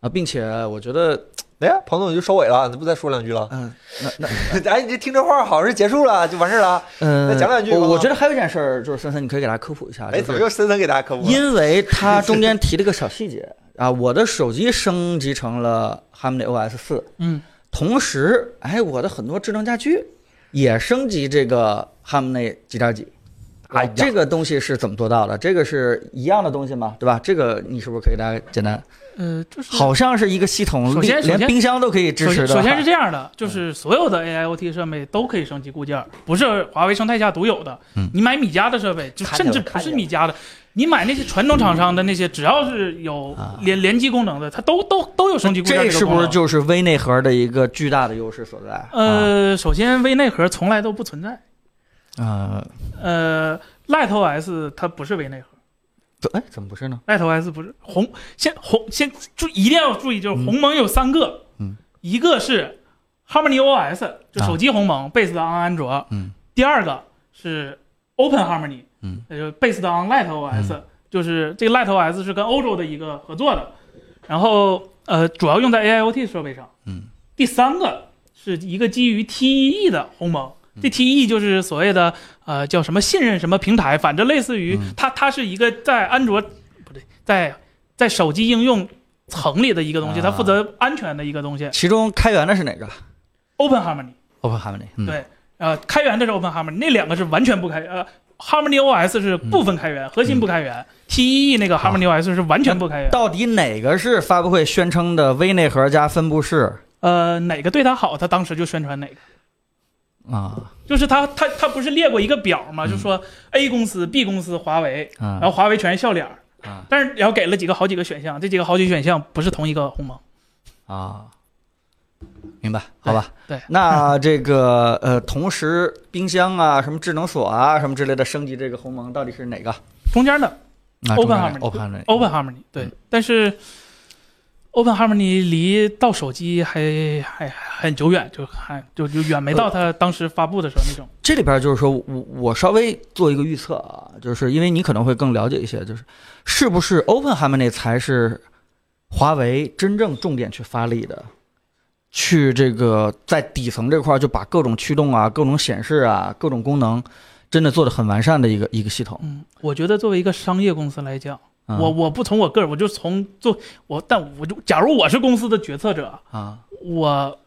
Speaker 2: 啊、并且我觉得，
Speaker 1: 哎呀，彭总就收尾了，你不再说两句了？
Speaker 2: 嗯、那
Speaker 1: 哎，你这听这话好像是结束了，就完事儿了。啊
Speaker 2: 那
Speaker 1: 那
Speaker 2: 呃，
Speaker 1: 讲两句吧
Speaker 2: 我我觉得还有一件事儿，就是森森，你可以给大家科普一下，
Speaker 1: 哎，怎
Speaker 2: 就是
Speaker 1: 么又森森给大家科普了？
Speaker 2: 因为它中 间提了个小细节啊，我的手机升级成了 Harmony OS 四，
Speaker 3: 嗯，
Speaker 2: 同时，哎，我的很多智能家居也升级这个 Harmony 几点几。
Speaker 1: 哎呀
Speaker 2: 这个东西是怎么做到的？这个是一样的东西吗？对吧？这个你是不是可以给大家简单？
Speaker 3: 呃，就是
Speaker 2: 好像是一个系统，
Speaker 3: 首先
Speaker 2: 连
Speaker 3: 首先
Speaker 2: 连冰箱都可以支
Speaker 3: 首
Speaker 2: 持
Speaker 3: 先
Speaker 2: 的。嗯
Speaker 3: 首先是这样的，就是所有的 AIoT 设备都可以升级固件儿，不是华为生态下独有的。
Speaker 2: 嗯
Speaker 3: 你买米家的设备，就
Speaker 2: 看见
Speaker 3: 甚
Speaker 2: 了
Speaker 3: 至不
Speaker 2: 看见
Speaker 3: 是
Speaker 2: 了嗯
Speaker 3: 米家的，你买那些传统厂商的那些，只要是有
Speaker 2: 啊
Speaker 3: 联联机功能的，它都都都有升级固件儿
Speaker 2: 这
Speaker 3: 个
Speaker 2: 是
Speaker 3: 功
Speaker 2: 不
Speaker 3: 能
Speaker 2: 是就是微内核的一个巨大的优势所在？啊，
Speaker 3: 呃，首先微内核从来都不存在，
Speaker 2: 呃，
Speaker 3: 呃，LightOS 它不是微内核。
Speaker 2: 怎哎怎么不是呢？
Speaker 3: LightOS 不是鸿先鸿先注一定要注意，就是
Speaker 2: 嗯
Speaker 3: 鸿蒙有三个，
Speaker 2: 嗯啊
Speaker 3: 一个是 HarmonyOS，就手机鸿蒙、based on 安卓，
Speaker 2: 嗯
Speaker 3: 第二个是 Open Harmony，
Speaker 2: 嗯，
Speaker 3: 呃，based on LightOS，、就是这个 LightOS 是跟欧洲的一个合作的，然后呃，主要用在 AIoT 设备上，
Speaker 2: 嗯，
Speaker 3: 第三个是一个基于 TEE 的鸿蒙。
Speaker 2: 嗯
Speaker 3: 这 TE 就是所谓的呃叫什么信任什么平台，反正类似于
Speaker 2: 嗯
Speaker 3: 它它是一个在安卓不对，在在手机应用层里的一个东西，
Speaker 2: 啊
Speaker 3: 它负责安全的一个东西。
Speaker 2: 其中开源的是哪个
Speaker 3: Open Harmony，
Speaker 2: ？Open Harmony。嗯
Speaker 3: 对呃，开源的是 Open Harmony，那两个是完全不开呃。Harmony OS 是
Speaker 2: 嗯
Speaker 3: 部分开源，核心不开源。TEE 那个 Harmony OS 是完全不开源。
Speaker 2: 到底哪个是发布会宣称的微内核加分布式
Speaker 3: 呃，哪个对它好，它当时就宣传哪个。
Speaker 2: 啊？
Speaker 3: 就是它它它不是列过一个表吗？就说 A 公司、B 公司、华为，
Speaker 2: 嗯啊
Speaker 3: 然后华为全是笑脸儿
Speaker 2: 啊
Speaker 3: 但是然后给了几个好几个选项，这几个好几个选项不是同一个鸿蒙。
Speaker 2: 啊，明白，好吧。
Speaker 3: 对对
Speaker 2: 那这个呃，同时冰箱啊、什么智能锁啊、什么之类的升级，这个鸿蒙到底是哪个
Speaker 3: 中间的
Speaker 2: 那
Speaker 3: Open
Speaker 2: 中间
Speaker 3: Harmony
Speaker 2: 那 Open Harmony
Speaker 3: Open Harmony 对，
Speaker 2: 嗯
Speaker 3: 但是 Open Harmony 离到手机还还还很久远，就还就就远
Speaker 2: 呃
Speaker 3: 没到它当时发布的时候那种。
Speaker 2: 这里边就是说我我稍微做一个预测啊，就是因为你可能会更了解一些，就是是不是 Open Harmony 才是华为真正重点去发力的，去这个在底层这块儿就把各种驱动啊、各种显示啊、各种功能真的做的很完善的一个一个系统。
Speaker 3: 嗯，我觉得作为一个商业公司来讲，
Speaker 2: 嗯、
Speaker 3: 我我不从我个人，我就从做我，但我就假如我是公司的决策者，
Speaker 2: 啊，
Speaker 3: 我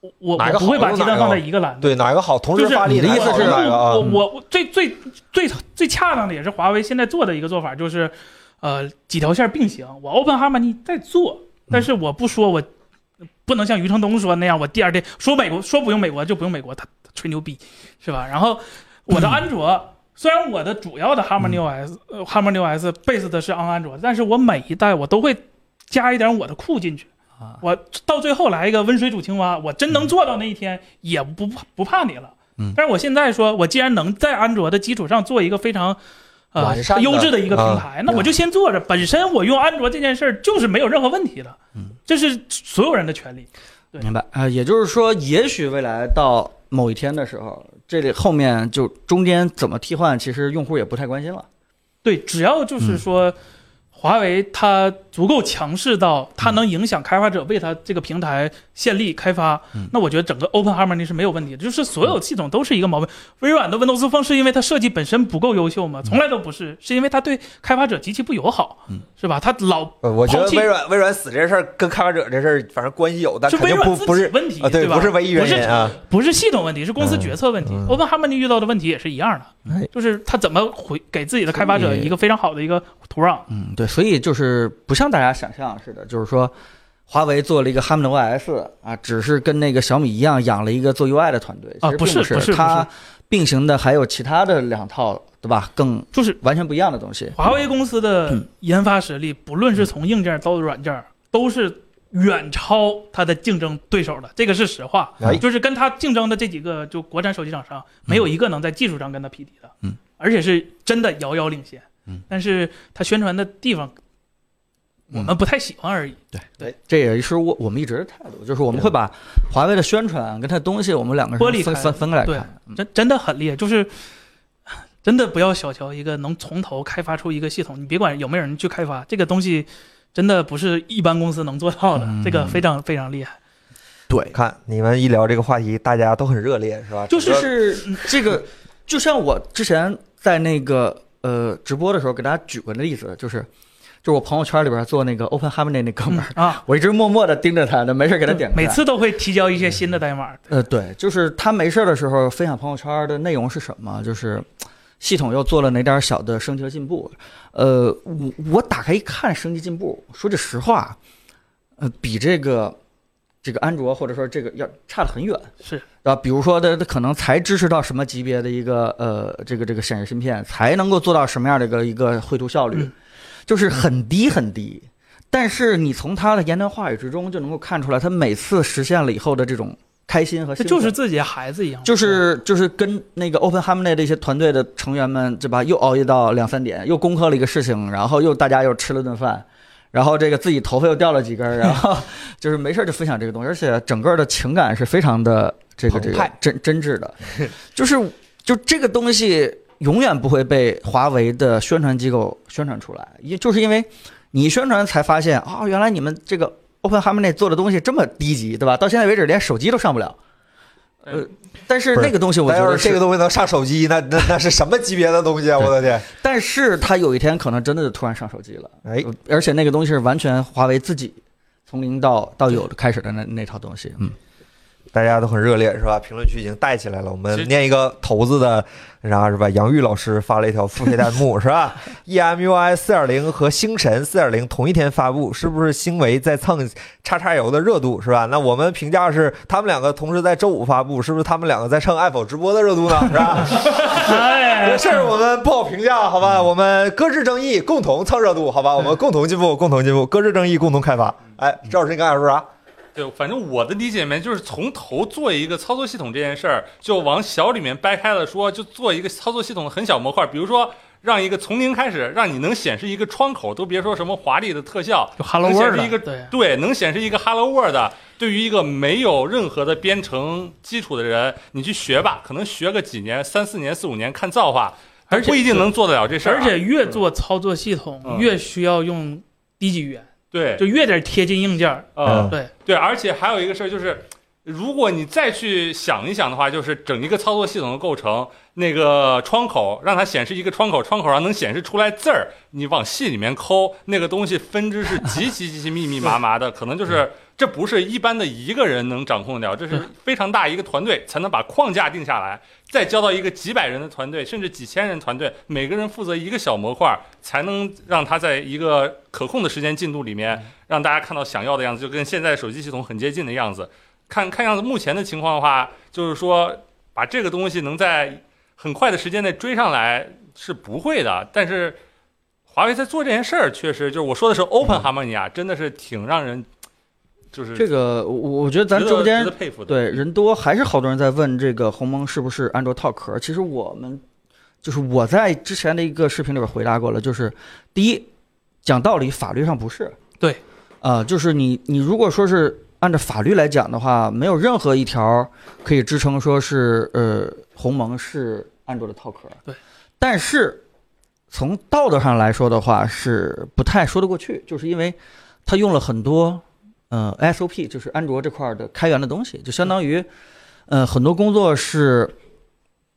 Speaker 3: 我我
Speaker 1: 哪个
Speaker 3: 我不会
Speaker 1: 好
Speaker 3: 把
Speaker 1: 用
Speaker 3: 鸡
Speaker 1: 哪
Speaker 3: 蛋
Speaker 1: 个
Speaker 3: 放
Speaker 1: 好
Speaker 3: 在一个篮子。
Speaker 1: 对哪个好，同
Speaker 3: 就
Speaker 1: 时
Speaker 3: 是
Speaker 1: 发力
Speaker 2: 你的意思是
Speaker 1: 哪个啊
Speaker 3: 我？我我最最最最恰当的也是华为现在做的一个做法，就是呃几条线并行，我 Open Harmony 在做，
Speaker 2: 嗯
Speaker 3: 但是我不说我。不能像余承东说那样，我第二天说美国说不用美国就不用美国，他他吹牛逼是吧？然后我的安卓、虽然我的主
Speaker 2: 嗯
Speaker 3: 要的 Harmony OS、呃 Harmony OS base 的是 on 安卓，但是我每一代我都会加一点我的库进去。
Speaker 2: 啊，
Speaker 3: 我到最后来一个温水煮青蛙，我真能做到那一天，也不怕不怕你了。
Speaker 2: 嗯
Speaker 3: 但是我现在说，我既然能在安卓的基础上做一个非常。呃
Speaker 1: 完善，的
Speaker 3: 优质的一个
Speaker 2: 啊
Speaker 3: 平台，那我就先做着。本身我用安卓这件事儿就是没有任何问题的，
Speaker 2: 嗯
Speaker 3: 这是所有人的权利。对
Speaker 2: 明白。呃，也就是说，也许未来到某一天的时候，这里后面就中间怎么替换，其实用户也不太关心了。
Speaker 3: 对，只要就是
Speaker 1: 嗯
Speaker 3: 说，华为它足够强势到它能影响开发者为它这个平台献力开发，
Speaker 2: 嗯
Speaker 3: 那我觉得整个 Open Harmony 是没有问题的。就是所有系统都是一个毛病。微软的 Windows Phone 是因为它设计本身不够优秀
Speaker 1: 嗯
Speaker 3: 吗？从来都不是，是因为它对开发者极其不友好，
Speaker 2: 嗯
Speaker 3: 是吧？它老
Speaker 1: 呃我觉得
Speaker 3: 抛弃
Speaker 1: 微软微软死这事儿跟开发者这事儿反正关系有，但
Speaker 3: 是
Speaker 1: 肯
Speaker 3: 微
Speaker 1: 定
Speaker 3: 软
Speaker 1: 不
Speaker 3: 自
Speaker 1: 不
Speaker 3: 己
Speaker 1: 是
Speaker 3: 问题，
Speaker 1: 啊，对，
Speaker 3: 吧？
Speaker 1: 不是唯一
Speaker 3: 不
Speaker 1: 原
Speaker 3: 是
Speaker 1: 因啊。
Speaker 3: 不是系统问题，是公司决策问题。
Speaker 1: 嗯嗯嗯
Speaker 3: Open Harmony 遇到的问题也是一样的，
Speaker 2: 哎
Speaker 3: 就是它怎么回给自己的开发者
Speaker 2: 所以
Speaker 3: 一个非常好的一个土壤。
Speaker 2: 嗯，对，所以就是不像大家想象似的，就是说，华为做了一个 Harmony OS 啊，只是跟那个小米一样养了一个做 UI 的团队其
Speaker 3: 啊
Speaker 2: 实
Speaker 3: 不
Speaker 2: 并
Speaker 3: 是
Speaker 2: 不
Speaker 3: 不是不是
Speaker 2: 它并行的还有其他的两套，对吧？更
Speaker 3: 就是
Speaker 2: 完全不一样的东西。
Speaker 3: 华为公司
Speaker 2: 嗯
Speaker 3: 的研发实力，不论是从硬件到软件，都是远超它的竞争对手的，这个是实话
Speaker 1: 哎。
Speaker 3: 就是跟它竞争的这几个就国产手机厂商，没有一个能在技术上跟它匹敌的。
Speaker 2: 嗯，
Speaker 3: 而且是真的遥遥领先。
Speaker 2: 嗯，
Speaker 3: 但是它宣传的地方，
Speaker 2: 嗯
Speaker 3: 我们不太喜欢而已。
Speaker 2: 这也是我我们一直的态度，就是我们会把华为的宣传跟它的东西，我们两个
Speaker 3: 剥离
Speaker 2: 人分
Speaker 3: 开
Speaker 2: 分分开来
Speaker 3: 对
Speaker 2: 看。嗯
Speaker 3: 真真的很厉害，就是真的不要小瞧一个能从头开发出一个系统，你别管有没有人去开发，这个东西真的不是一般公司能做到的，
Speaker 2: 嗯
Speaker 3: 这个非常非常厉害。
Speaker 2: 对，
Speaker 1: 看你们一聊这个话题，大家都很热烈，是吧？
Speaker 2: 就是
Speaker 1: 整个
Speaker 2: 是这个，就像我之前在那个呃直播的时候给大家举过的例子，就是就是我朋友圈里边做那个 Open Harmony 那哥 们儿，
Speaker 3: 嗯啊，
Speaker 2: 我一直默默的盯着他，那没事给他点个赞
Speaker 3: 每次都会提交一些新的代码。
Speaker 2: 呃，对，就是他没事儿的时候分享朋友圈的内容是什么，就是系统又做了哪点儿小的升级和进步。呃，我我打开一看升级进步，说句实话，呃，比这个这个安卓或者说这个要差得很远。
Speaker 3: 是
Speaker 2: 啊，比如说它它可能才支持到什么级别的一个呃这个这个显示芯片，才能够做到什么样的一个一个绘图效率，
Speaker 3: 嗯
Speaker 2: 就是很低很低。但是你从他的言谈话语之中就能够看出来，他每次实现了以后的这种开心和
Speaker 3: 这
Speaker 2: 兴奋，
Speaker 3: 就是自己的孩子一样，
Speaker 2: 就是就是跟那个 Open Harmony 的一些团队的成员们，对吧？又熬夜到两三点，又攻克了一个事情，然后又大家又吃了顿饭，然后这个自己头发又掉了几根儿，然后就是没事儿就分享这个东西，而且整个的情感是非常的这个这
Speaker 1: 澎
Speaker 2: 个
Speaker 1: 湃
Speaker 2: 真真挚的，就是就这个东西永远不会被华为的宣传机构宣传出来，也就是因为你一宣传才发现啊、原来你们这个 Open Harmony 做的东西这么低级，对吧？到现在为止连手机都上不了。呃，但是
Speaker 1: 不是
Speaker 2: 那个东西，我
Speaker 1: 但
Speaker 2: 觉
Speaker 1: 要
Speaker 2: 得
Speaker 1: 是这个
Speaker 2: 是，
Speaker 1: 东西能上手机，那那那是什么级别的东西啊！我的天，
Speaker 2: 但是它有一天可能真的就突然上手机了，
Speaker 1: 哎，
Speaker 2: 而且那个东西是完全华为自己从零到到有的开始的那那套东西，嗯，
Speaker 1: 大家都很热烈，是吧？评论区已经带起来了。我
Speaker 4: 其
Speaker 1: 们
Speaker 4: 实
Speaker 1: 念一个头字的，然后是吧？杨玉老师发了一条付费弹幕，是 吧？EMUI E 四点零和星辰四点零同一天发布，是不是星维在蹭叉叉游的热度，是吧？那我们评价是他们两个同时在周五发布，是不是他们两个在蹭 Apple 直播的热度呢？是 吧？
Speaker 3: 哎
Speaker 1: 这， 事儿我们不好评价，好吧？我们搁置争议，共同蹭热度，好吧？我们共同进步，共同进步，搁置争议，共同开发。哎，赵老师，你刚才说啥？
Speaker 4: 对，反正我的理解里面就是从头做一个操作系统这件事儿，就往小里面掰开了说，就做一个操作系统的很小模块，比如说让一个从零开始，让你能显示一个窗口，都别说什么华丽的特效，
Speaker 3: 就 Hello
Speaker 4: 能显
Speaker 3: World
Speaker 4: 示一个
Speaker 3: 对
Speaker 4: 对，能显示一个 Hello World，对于一个没有任何的编程基础的人，你去学吧，可能学个几年、三四年、四五年，看造化，
Speaker 3: 而且
Speaker 4: 不一定能做得了这事儿啊、
Speaker 3: 而且越做操作系统，
Speaker 4: 嗯
Speaker 3: 越需要用低级语言，
Speaker 4: 对
Speaker 3: 就越得贴近硬件儿。
Speaker 4: 啊、
Speaker 1: 嗯
Speaker 3: 对，
Speaker 4: 对，而且还有一个事儿就是。如果你再去想一想的话，就是整一个操作系统的构成，那个窗口让它显示一个窗口，窗口上能显示出来字儿，你往细里面抠，那个东西分支是极其极其密密麻麻的，可能就是这不是一般的一个人能掌控得了，这是非常大一个团队才能把框架定下来，再交到一个几百人的团队，甚至几千人团队，每个人负责一个小模块，才能让它在一个可控的时间进度里面，让大家看到想要的样子，就跟现在手机系统很接近的样子。看看样子，目前的情况的话，就是说把这个东西能在很快的时间内追上来是不会的。但是华为在做这件事儿，确实就是我说的是 Open Harmony 啊，真的是挺让人就是
Speaker 2: 这个我我觉得咱
Speaker 4: 值得
Speaker 2: 中间
Speaker 4: 值得佩服的。
Speaker 2: 对，人多，还是好多人在问这个鸿蒙是不是安卓套壳儿。其实我们就是我在之前的一个视频里边回答过了，就是第一，讲道理，法律上不是。
Speaker 3: 对，
Speaker 2: 呃，就是你你如果说是按照法律来讲的话，没有任何一条可以支撑说是呃鸿蒙是安卓的套壳。
Speaker 3: 对，
Speaker 2: 但是从道德上来说的话是不太说得过去，就是因为它用了很多呃 SOP，就是安卓这块儿的开源的东西，就相当于，呃，很多工作是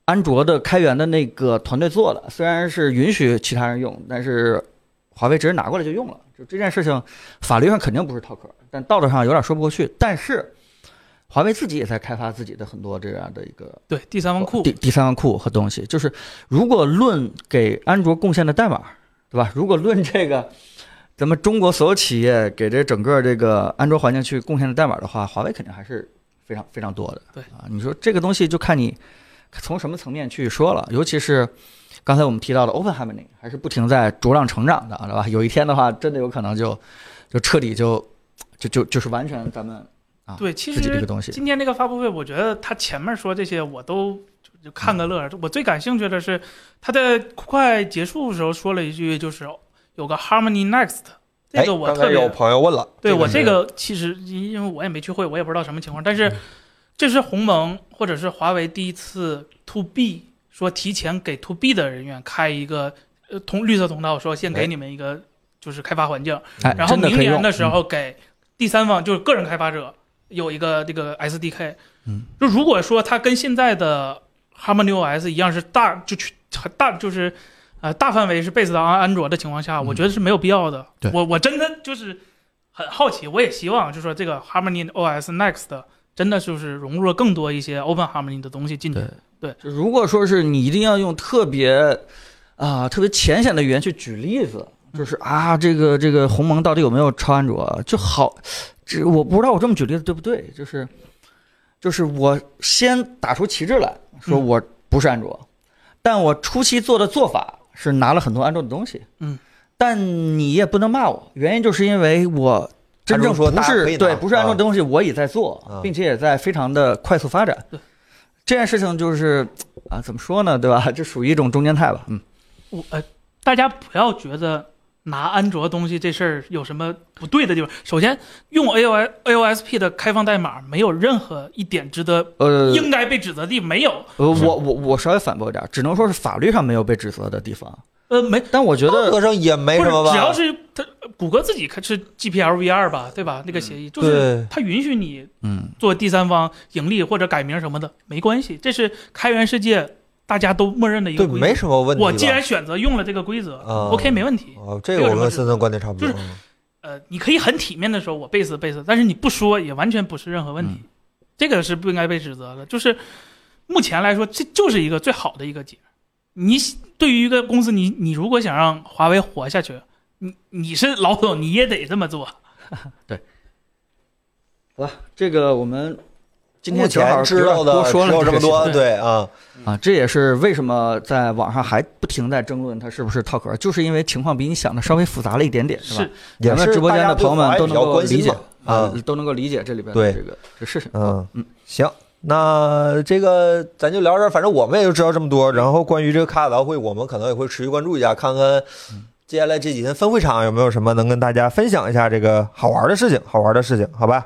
Speaker 2: 安卓的开源的那个团队做的，虽然是允许其他人用，但是华为直接拿过来就用了。就这件事情，法律上肯定不是套壳，但道德上有点说不过去。但是华为自己也在开发自己的很多这样的一个
Speaker 3: 对，第三方库
Speaker 2: 哦第第三方库和东西，就是如果论给安卓贡献的代码，对吧？如果论这个，咱们中国所有企业给这整个这个安卓环境去贡献的代码的话，华为肯定还是非常非常多的。
Speaker 3: 对
Speaker 2: 啊，你说这个东西就看你从什么层面去说了，尤其是刚才我们提到的 Open Harmony，还是不停在茁壮成长的，啊对吧？有一天的话，真的有可能就就彻底就就就就是完全咱们啊
Speaker 3: 对，其
Speaker 2: 自己这个
Speaker 3: 实
Speaker 2: 东西，
Speaker 3: 今天这个发布会，我觉得他前面说这些我都就就看个乐儿。我最感兴趣的是他在快结束的时候说了一句，就是有个 Harmony Next，这
Speaker 1: 哎
Speaker 3: 个，我
Speaker 1: 刚
Speaker 3: 特
Speaker 1: 才
Speaker 3: 别
Speaker 1: 有朋友问了，
Speaker 3: 对我
Speaker 1: 是
Speaker 3: 这个其实因因为我也没去会，我也不知道什么情况，但是这是鸿蒙或者是华为第一次 to B 说提前给 to B 的人员开一个呃通绿色通道，说先
Speaker 1: 哎
Speaker 3: 给你们一个就是开发环境，
Speaker 2: 哎，
Speaker 3: 然后
Speaker 2: 真的
Speaker 3: 明
Speaker 2: 可以
Speaker 3: 年
Speaker 2: 用
Speaker 3: 的时
Speaker 2: 嗯
Speaker 3: 候给第三方就是个人开发者有一个这个 SDK，
Speaker 2: 嗯，
Speaker 3: 就如果说它跟现在的 Harmony OS 一样是大就去很大就是。呃，大范围是 base 到安安卓的情况下，我觉得是没有必要的。
Speaker 2: 嗯对
Speaker 3: 我我真的就是很好奇，我也希望就是说这个 Harmony OS Next 真的就是融入了更多一些 Open Harmony 的东西进去
Speaker 2: 对。就如果说是你一定要用特别啊、特别浅显的语言去举例子，
Speaker 1: 嗯
Speaker 2: 就是啊这个这个鸿蒙到底有没有超安卓？就好，这我不知道我这么举例子对不对？就是就是我先打出旗帜来说
Speaker 3: 嗯
Speaker 2: 我不是安卓，但我初期做的做法是拿了很多安卓的东西，
Speaker 3: 嗯，
Speaker 2: 但你也不能骂我，原因就是因为我。真正
Speaker 1: 安卓说
Speaker 2: 不
Speaker 1: 大家可以拿
Speaker 2: 是对，不是安卓
Speaker 1: 啊
Speaker 2: 的东西，我也在做
Speaker 1: 啊，
Speaker 2: 并且也在非常的快速发展
Speaker 3: 对。
Speaker 2: 这件事情就是啊，怎么说呢，对吧？ 这属于一种中间态吧，嗯，
Speaker 3: 我呃，大家不要觉得拿安卓东西这事儿有什么不对的地方。首先，用 A O S A O S P 的开放代码没有任何一点值得
Speaker 2: 呃，
Speaker 3: 应该被指责的地方，没有。
Speaker 2: 呃我我我稍微反驳一点，只能说是法律上没有被指责的地方，
Speaker 3: 呃，没，
Speaker 2: 但我觉
Speaker 1: 道
Speaker 2: 得
Speaker 1: 德上也没
Speaker 3: 不
Speaker 1: 什
Speaker 3: 是
Speaker 1: 么，吧？
Speaker 3: 只要是它谷歌自己开是 G P L V 二吧，对吧？那个协议就是
Speaker 1: 嗯对，
Speaker 3: 它允许你
Speaker 2: 嗯，
Speaker 3: 做第三方盈利或者改名什么的，没关系，这是开源世界大家都默认的一
Speaker 1: 对，
Speaker 3: 个规则。
Speaker 1: 没什么问题吧。
Speaker 3: 我既然选择用了这个规则、
Speaker 1: 啊
Speaker 3: o k 没问题。
Speaker 1: 哦，这个我跟森森观点差不多。嗯
Speaker 3: 就是呃，你可以很体面的说我背死背死，但是你不说也完全不是任何问题，
Speaker 1: 嗯
Speaker 3: 这个是不应该被指责的。就是目前来说，这就是一个最好的一个解。你对于一个公司，你你如果想让华为活下去，你你是老总，你也得这么做。
Speaker 2: 这个我们今
Speaker 1: 目
Speaker 2: 天正好
Speaker 1: 前知道
Speaker 2: 多
Speaker 1: 的只
Speaker 2: 说了
Speaker 1: 有这么
Speaker 2: 个事情
Speaker 1: 多，对啊，
Speaker 2: 啊，这也是为什么在网上还不停在争论它是不是套壳，就是因为情况比你想的稍微复杂了一点点，是吧？
Speaker 1: 也
Speaker 2: 咱们
Speaker 1: 是
Speaker 2: 直播间
Speaker 1: 大家
Speaker 2: 的
Speaker 1: 对
Speaker 2: 朋友们
Speaker 1: 华为
Speaker 2: 都
Speaker 1: 比
Speaker 2: 能
Speaker 1: 较
Speaker 2: 够
Speaker 1: 关心
Speaker 2: 理解
Speaker 1: 嘛啊，
Speaker 2: 都能够理解这里边
Speaker 1: 对
Speaker 2: 的这个这事情。
Speaker 1: 嗯
Speaker 2: 嗯，
Speaker 1: 行，那这个咱就聊这儿，反正我们也就知道这么多。然后关于这个卡塔达会，我们可能也会持续关注一下，看看接下来这几天分会场有没有什么能跟大家分享一下这个好玩的事情，好玩的事情，好吧？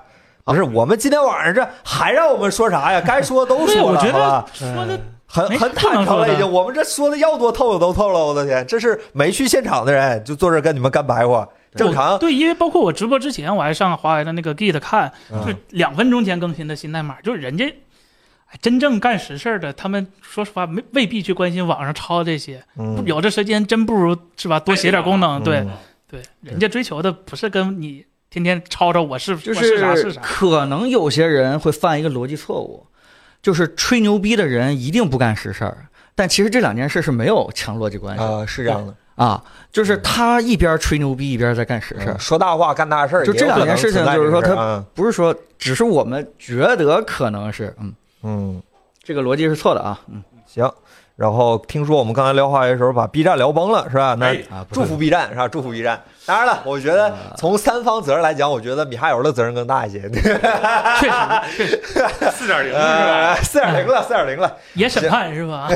Speaker 1: 不
Speaker 3: 啊
Speaker 1: 是，我们今天晚上这还让我们说啥呀？该说都
Speaker 3: 对，
Speaker 1: 说
Speaker 3: 我
Speaker 1: 了，
Speaker 3: 觉
Speaker 1: 好吧
Speaker 3: 得？说的
Speaker 1: 很
Speaker 3: 没
Speaker 1: 很
Speaker 3: 不
Speaker 1: 坦
Speaker 3: 能
Speaker 1: 诚
Speaker 3: 说
Speaker 1: 了，
Speaker 3: 的
Speaker 1: 已经。我们这说的要多透有多透了，我的天，这是没去现场的人就坐这儿跟你们干白话，正常。
Speaker 3: 对，因为包括我直播之前，我还上华为的那个 Git 看，就
Speaker 1: 嗯
Speaker 3: 两分钟前更新的新代码，就是人家哎真正干实事儿的，他们说实话没未必去关心网上抄这些，
Speaker 1: 嗯，
Speaker 3: 有的时间真不如是吧，多写点功能。对
Speaker 1: 嗯
Speaker 3: 对，人家追求的不是跟你天天抄抄我是
Speaker 2: 就
Speaker 3: 我是啥是啥，
Speaker 2: 可能有些人会犯一个逻辑错误，就是吹牛逼的人一定不干实事儿，但其实这两件事是没有强逻辑关系的
Speaker 1: 啊，是这样的。
Speaker 2: 啊，
Speaker 3: 嗯
Speaker 2: 就是他一边吹牛逼一边在干实事儿
Speaker 1: 嗯，说大话干大事儿，
Speaker 2: 就这两件事情就是说他
Speaker 1: 他，
Speaker 2: 不是说只是我们觉得可能是，嗯，
Speaker 1: 嗯，
Speaker 2: 这个逻辑是错的啊，嗯
Speaker 1: 行。然后听说我们刚才聊话题的时候把 B 站聊崩了，是吧？那
Speaker 4: 哎
Speaker 2: 啊，不
Speaker 1: 祝
Speaker 2: 是
Speaker 1: 福 B 站是吧？祝福 B 站。当然了，我觉得
Speaker 3: 啊
Speaker 1: 从三方责任来讲，我觉得米哈游的责任更大一些。
Speaker 3: 确实
Speaker 4: 四点零是吧？
Speaker 1: 呃， 四点零了，四点零了。
Speaker 3: 也审判是吧？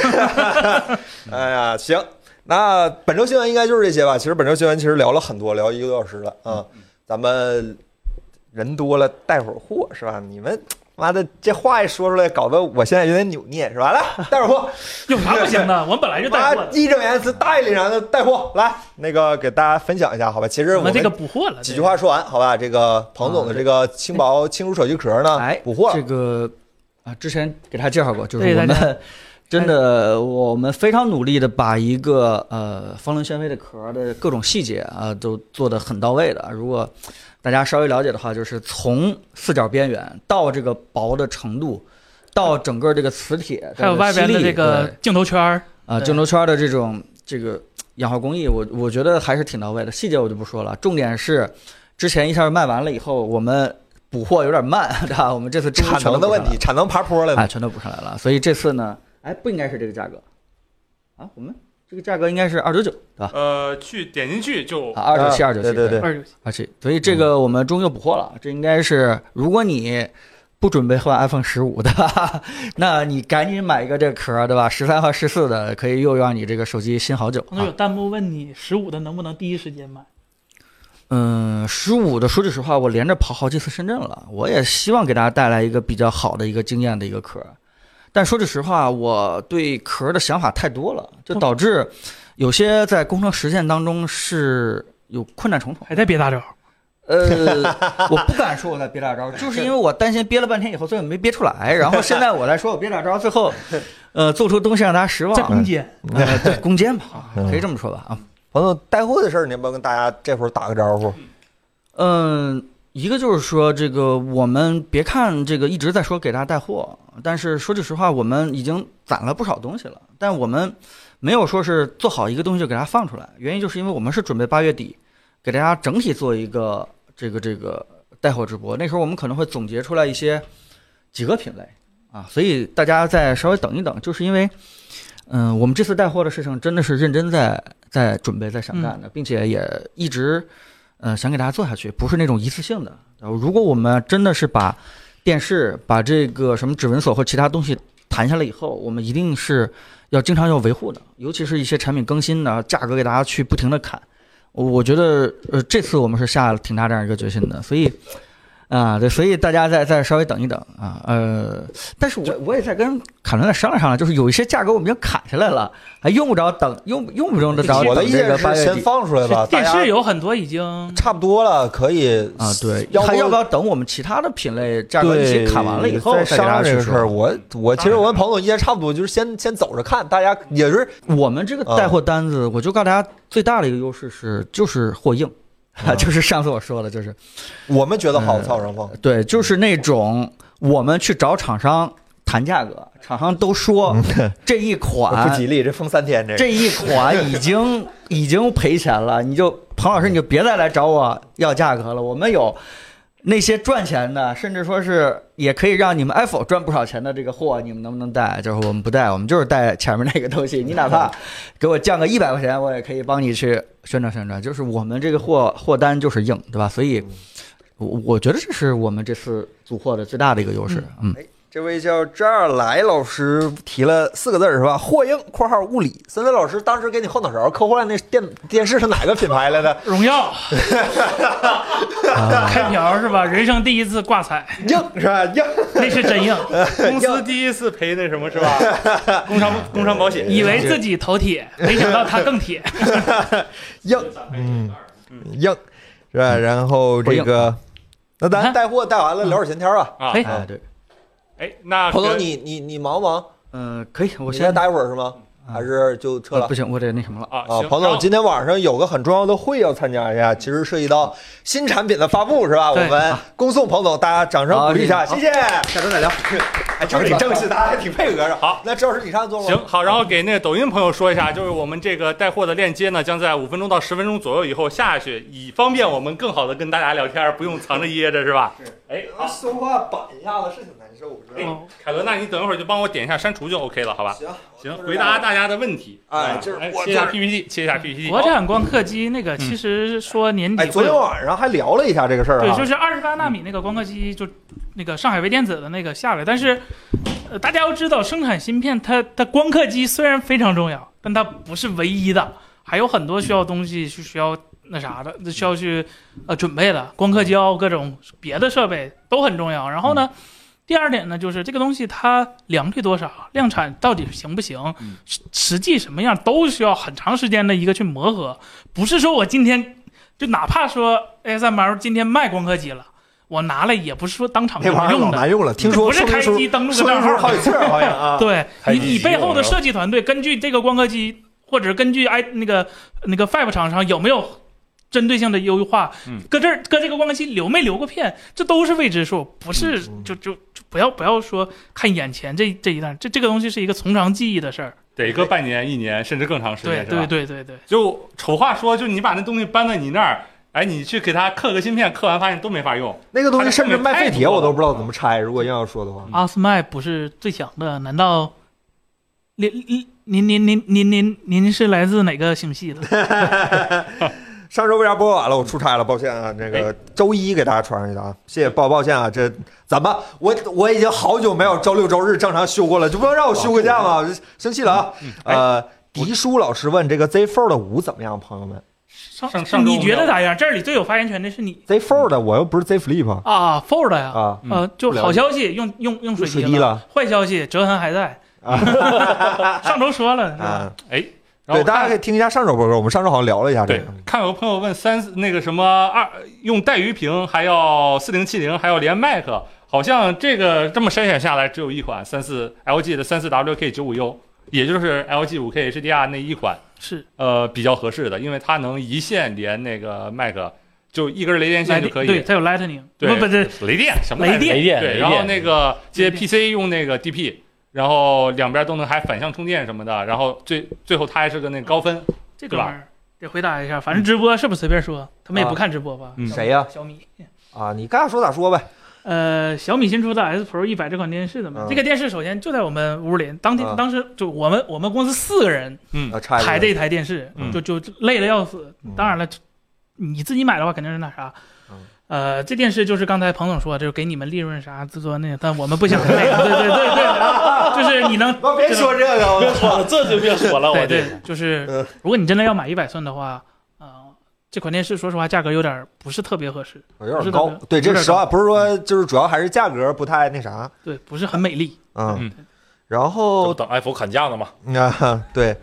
Speaker 1: 哎呀，行，那本周新闻应该就是这些吧。其实本周新闻其实聊了很多，聊一个多小时了啊。咱们人多了带会儿货是吧？你们妈的这话一说出来，搞得我现在有点扭捏是吧？来带会儿货，
Speaker 3: 有啥不行的？我们本来就带
Speaker 1: 妈
Speaker 3: 货的，
Speaker 1: 义正言辞、大义凛然的带货来，那个给大家分享一下好吧？其实
Speaker 3: 我
Speaker 1: 我们
Speaker 3: 们这个补货了，
Speaker 1: 几句话说完好吧？这个彭总的这个轻薄轻如手机壳呢
Speaker 2: 哎，
Speaker 1: 补货
Speaker 2: 这
Speaker 1: 了，
Speaker 2: 个啊，之前给大家介绍过，就是
Speaker 3: 对
Speaker 2: 我
Speaker 3: 大家
Speaker 2: 们 真的我们非常努力的把一个呃风轮轩飞的壳的各种细节啊都做得很到位的。如果大家稍微了解的话，就是从四角边缘到这个薄的程度。到整个这个磁铁，
Speaker 3: 还有外边的这个镜头圈儿，
Speaker 2: 啊，
Speaker 3: 对
Speaker 2: 郑州圈的这种这个养化工艺，我我觉得还是挺到位的，细节我就不说了。重点是，之前一下卖完了以后，我们补货有点慢， 对吧？我们这次终于
Speaker 1: 产
Speaker 2: 全都
Speaker 1: 能的
Speaker 2: 补
Speaker 1: 问
Speaker 2: 上来
Speaker 1: 题，产能爬坡了
Speaker 2: 了，哎，全都补上来了。所以这次呢，哎，不应该是这个价格啊，我们这个价格应该是二九九，对吧？
Speaker 4: 呃，去点进去就
Speaker 2: 啊，二九七，二九七，
Speaker 1: 对对啊对，
Speaker 3: 二九七
Speaker 2: 而且，所以这个我们终于补货了。这应该是，如果你不准备换 iPhone 十五的， 那你赶紧买一个这个壳，对吧？十三和十四的可以又让你这个手机新好久。
Speaker 3: 朋友有弹幕问你十五的能不能第一时间买？
Speaker 2: 嗯，十五的，说句实话，我连着跑好几次深圳了，我也希望给大家带来一个比较好的一个经验的一个壳。但说句实话，我对壳的想法太多了，就导致有些在工程实践当中是有困难重重。
Speaker 3: 还在憋大招？
Speaker 2: 呃，我不敢说我在憋大招，就是因为我担心憋了半天以后，最后没憋出来。然后现在我来说我憋大招，最后，呃，做出东西让大家失望
Speaker 3: 在，攻坚，
Speaker 2: 呃对，攻坚吧，啊可以这么说吧啊。
Speaker 1: 彭总带货的事儿，你要不要跟大家这会儿打个招呼？
Speaker 2: 嗯，一个就是说，这个我们别看这个一直在说给大家带货，但是说句实话，我们已经攒了不少东西了，但我们没有说是做好一个东西就给大家放出来，原因就是因为我们是准备八月底给大家整体做一个这个这个带货直播，那时候我们可能会总结出来一些几个品类啊，所以大家再稍微等一等，就是因为。嗯，我们这次带货的事情真的是认真在在准备在想干的，并且也一直呃，想给大家做下去，不是那种一次性的。然后如果我们真的是把电视、把这个什么指纹锁或其他东西谈下来以后，我们一定是要经常要维护的，尤其是一些产品更新的价格给大家去不停的砍。我我觉得，呃，这次我们是下了挺大这样一个决心的，所以。啊，对，所以大家再再稍微等一等啊，呃，但是我我也在跟凯伦在商量商量，就是有一些价格我们已经砍下来了，还用不着等，用用不用得着
Speaker 1: 我的
Speaker 2: 等
Speaker 1: 意
Speaker 2: 这个
Speaker 1: 见
Speaker 2: 八
Speaker 1: 是
Speaker 2: 月
Speaker 1: 先
Speaker 2: 底
Speaker 1: 放出来吧，大
Speaker 3: 电
Speaker 1: 家
Speaker 3: 视有很多已经
Speaker 1: 差不多了，可以
Speaker 2: 啊，对，
Speaker 1: 要
Speaker 2: 还要不
Speaker 1: 要
Speaker 2: 要等我们其他的品类价格一起砍完了以后
Speaker 1: 再
Speaker 2: 再
Speaker 1: 商
Speaker 2: 给大
Speaker 1: 量这
Speaker 2: 家去
Speaker 1: 个事儿？
Speaker 2: 说？
Speaker 1: 我我其实我跟彭总意见差不多，就是先先走着看，大家也是
Speaker 2: 我们这个
Speaker 1: 啊
Speaker 2: 带货单子，我就告诉大家最大的一个优势是就是货硬，
Speaker 1: 啊
Speaker 2: 就是上次我说的，就是
Speaker 1: 我们觉得好，
Speaker 2: 嗯
Speaker 1: 曹尚峰，
Speaker 2: 对，就是那种我们去找厂商谈价格，厂商 都说这一
Speaker 1: 不吉
Speaker 2: 款
Speaker 1: 利，这封三天这个。
Speaker 2: 这一款已 经已经赔钱了，你就彭老师你就别再来找我要价格了，我们有。那些赚钱的，甚至说是也可以让你们 Apple 赚不少钱的这个货，你们能不能带？就是我们不带，我们就是带前面那个东西。你哪怕给我降个一百块钱，我也可以帮你去宣传宣传。就是我们这个货货单就是硬，对吧？所以，我我觉得这是我们这次组货的最大的一个优势。嗯，
Speaker 1: 这位叫这儿来老师提了四个字儿是吧？霍英（括号物理）。森森老师当时给你后脑勺磕坏那电电视是哪个品牌来的？
Speaker 3: 荣 耀开瓢是吧？人生第一次挂彩，
Speaker 1: 硬是吧？硬。
Speaker 3: 那是 真硬，
Speaker 4: 公司第一次赔那什么是吧？工伤工伤保险
Speaker 3: 以为自己头铁，没想到他更铁。
Speaker 1: 硬，嗯，硬，是吧？然后这个，那咱带货带完了，聊点闲天儿吧。
Speaker 4: 啊
Speaker 3: 哎
Speaker 2: 哎，对，
Speaker 4: 哎，那
Speaker 1: 彭总，
Speaker 4: 跟
Speaker 1: 你你你忙不忙？
Speaker 2: 嗯，可以，我
Speaker 1: 你
Speaker 2: 先
Speaker 1: 待会儿是吗？
Speaker 2: 啊
Speaker 1: 还是就撤
Speaker 2: 呃
Speaker 1: 了
Speaker 2: 不？行，我得那什么了。
Speaker 4: 啊
Speaker 1: 啊，
Speaker 4: 行，
Speaker 1: 彭
Speaker 4: 然
Speaker 1: 总，
Speaker 4: 后
Speaker 1: 今天晚上有个很重要的会要参加一下，其实涉及到新产品的发布，是吧？我
Speaker 3: 对
Speaker 1: 们恭送彭总，大家掌声鼓励一下，
Speaker 2: 好
Speaker 1: 谢谢。
Speaker 2: 下周再聊。
Speaker 1: 哎，这挺正式的，还挺配合的。
Speaker 4: 好，
Speaker 1: 那赵老师你看做吗？
Speaker 4: 行，好，然后给那个抖音朋友说一下，就是我们这个带货的链接呢，将在五分钟到十分钟左右以后下去，以方便我们更好的跟大家聊天，不用藏着掖着，是吧？是。哎，
Speaker 1: 啊，
Speaker 4: 好，
Speaker 1: 说话板一下子是挺难受，我知道。
Speaker 3: 哦
Speaker 4: 凯伦，那你等一会儿就帮我点一下删除就 OK 了，好吧？
Speaker 1: 行
Speaker 4: 行，回答。大家的问题。
Speaker 1: 哎
Speaker 4: 啊
Speaker 1: 就是
Speaker 4: 哎
Speaker 1: 我
Speaker 4: 切一
Speaker 1: 就
Speaker 4: 下
Speaker 1: 是
Speaker 4: PPT，切一下 PPT。
Speaker 3: 国产光刻机那个，其实说年底
Speaker 1: 哦嗯哎，昨
Speaker 3: 会
Speaker 1: 天
Speaker 3: 有，
Speaker 1: 晚上还聊了一下这个事儿
Speaker 3: 对，
Speaker 1: 啊
Speaker 3: 就。是二十八纳米那个光刻机，就那个上海微电子的那个下来，但是，呃，大家要知道，生产芯片它它光刻机虽然非常重要，但它不是唯一的，还有很多需要东西是需要那啥的，需要去呃准备的，光刻胶各种别的设备都很重要。然后
Speaker 1: 嗯
Speaker 3: 呢，第二点呢，就是这个东西它良率多少，量产到底行不行，
Speaker 1: 嗯
Speaker 3: 实实际什么样，都需要很长时间的一个去磨合，不是说我今天。就哪怕说 ASML 今天卖光刻机了，我拿来也不是说当场
Speaker 1: 那
Speaker 3: 就
Speaker 1: 玩意儿
Speaker 3: 用
Speaker 1: 老
Speaker 3: 的，
Speaker 1: 难用了，听
Speaker 3: 这
Speaker 1: 说
Speaker 3: 不是
Speaker 1: 说明
Speaker 3: 开
Speaker 1: 书
Speaker 3: 机登录个
Speaker 1: 说
Speaker 3: 账
Speaker 1: 明书
Speaker 3: 号的
Speaker 1: 好几册 好像啊。
Speaker 3: 对
Speaker 4: 开
Speaker 3: 你，
Speaker 4: 机
Speaker 3: 你
Speaker 4: 用
Speaker 3: 背后的
Speaker 4: 然后
Speaker 3: 设计团队根据这个光刻机，或者根据 i 那个那个 Five 厂商有没有针对性的优化，
Speaker 4: 嗯
Speaker 3: 搁这儿搁这个光刻机留没留过片，这都是未知数，不是
Speaker 1: 嗯嗯
Speaker 3: 就就就不要不要说看眼前这这一段，这这个东西是一个从长计议的事儿。
Speaker 4: 得个半年、一年，甚至更长时
Speaker 3: 对
Speaker 4: 间，是吧
Speaker 3: 对对对对，
Speaker 4: 就丑话说，就你把那东西搬到你那儿，哎，你去给它刻个芯片，刻完发现都没法用。
Speaker 1: 那个东西甚至卖废铁我都不知道怎么拆，如果硬要说的话。
Speaker 3: 阿斯麦不是最强的，难道您您您您您您您是来自哪个星系的？
Speaker 1: 上周为啥播晚了？我出差了，抱歉啊。那个周一给大家传上去的啊，谢谢，抱抱歉啊。这怎么我我已经好久没有周六周日正常休过了，就不能让我休个假吗？我生气了啊。
Speaker 4: 哎
Speaker 1: 呃，迪叔老师问这个 Z Fold 五怎么样，朋友们
Speaker 3: 上
Speaker 4: 上上周
Speaker 3: 你觉
Speaker 4: 我们
Speaker 3: 得咋样？这里最有发言权的是你
Speaker 1: ？Z Fold 我又不是 Z Flip 啊
Speaker 3: 啊，Fold 呀、
Speaker 1: 啊，
Speaker 4: 嗯
Speaker 3: 呃，就
Speaker 1: 不了
Speaker 3: 好
Speaker 1: 解
Speaker 3: 消息，用用用水
Speaker 1: 水
Speaker 3: 滴
Speaker 1: 滴了
Speaker 3: 坏消息，折痕还在。 上周说了，是吧
Speaker 1: 啊，
Speaker 4: 哎，然
Speaker 1: 对，
Speaker 4: 后
Speaker 1: 大家
Speaker 4: 看
Speaker 1: 可以听一下上周播客，我们上周好像聊了一下这
Speaker 4: 对
Speaker 1: 个。，
Speaker 4: 看有朋友问三那个什么二用带鱼屏，还要四零七零，还要连麦克，好像这个这么筛选下来，只有一款三四 LG 的三四 WK 九五 U，也就是 LG 五 K HDR 那一款，
Speaker 3: 是
Speaker 4: 呃，比较合适的，因为它能一线连那个麦克，就一根雷电线就可以。
Speaker 3: 对，它有 Lightning，
Speaker 4: 对，
Speaker 3: 不不对，
Speaker 4: 雷电什么来着
Speaker 3: 雷电
Speaker 6: 雷电，
Speaker 4: 对，
Speaker 6: 雷
Speaker 4: 然后
Speaker 6: 电，
Speaker 4: 那个接
Speaker 3: 雷电
Speaker 4: PC 用那个 DP，然后两边都能还反向充电什么的，然后最最后它还是个那高分，
Speaker 3: 这个玩意儿得回答一下。反正直播是不是随便说，他们也不看直播吧？
Speaker 4: 嗯
Speaker 1: 谁呀
Speaker 3: 小米。
Speaker 1: 啊，你该说咋说呗。
Speaker 3: 呃，小米新出的 S Pro 一百这款电视怎么样？
Speaker 1: 嗯
Speaker 3: 这个电视首先就在我们屋里，当
Speaker 1: 嗯
Speaker 3: 天当时就我们我们公司四个人
Speaker 4: 嗯
Speaker 1: 啊，，拆了
Speaker 3: 排这台电视
Speaker 4: 嗯，
Speaker 3: 就就累得要死
Speaker 1: 嗯。
Speaker 3: 当然了，你自己买的话肯定是那啥
Speaker 1: 嗯。
Speaker 3: 呃，这电视就是刚才彭总说，就是给你们利润啥自作那，但我们不想那个，对对对对，就是你 能，
Speaker 1: 我哦别说这个，我操！
Speaker 6: 我这就别说了，我
Speaker 3: 对
Speaker 6: 这
Speaker 3: 对，就是
Speaker 1: 嗯
Speaker 3: 如果你真的要买一百寸的话，呃，这款电视说实话价格有点不是特别合适，
Speaker 1: 有点高，对，这
Speaker 3: 有点
Speaker 1: 实
Speaker 3: 高
Speaker 1: 话不是说就是主要还是价格不太那啥，
Speaker 3: 对，不是很美丽。
Speaker 1: 嗯
Speaker 4: 嗯，
Speaker 1: 然后
Speaker 5: 就等 iPhone 砍价呢嘛。
Speaker 1: 啊，对。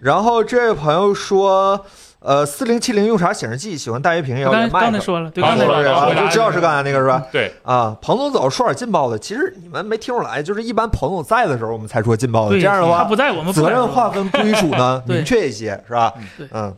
Speaker 1: 然后这位朋友说，呃，四零七零用啥显示器？喜欢大鱼哎屏也要
Speaker 3: 刚才
Speaker 1: 连麦
Speaker 3: 刚才
Speaker 1: 克。
Speaker 3: 说了，对，
Speaker 4: 啊
Speaker 3: 刚才
Speaker 5: 哦
Speaker 1: 说了这
Speaker 4: 说了
Speaker 1: 个啊，
Speaker 4: 刚才说
Speaker 1: 就
Speaker 4: 了
Speaker 1: 知道是刚才那个是吧？
Speaker 4: 对
Speaker 1: 啊，彭总走，说点劲爆的。其实你们没听出来，就是一般彭总在的时候，我们才说劲爆的。
Speaker 3: 对，
Speaker 1: 哦这样的
Speaker 3: 他
Speaker 1: 话，
Speaker 3: 不在我们不
Speaker 1: 责
Speaker 3: 敢
Speaker 1: 任
Speaker 3: 说
Speaker 1: 划分归属呢
Speaker 3: 对
Speaker 1: 明确一些，是吧
Speaker 3: 对？
Speaker 1: 嗯。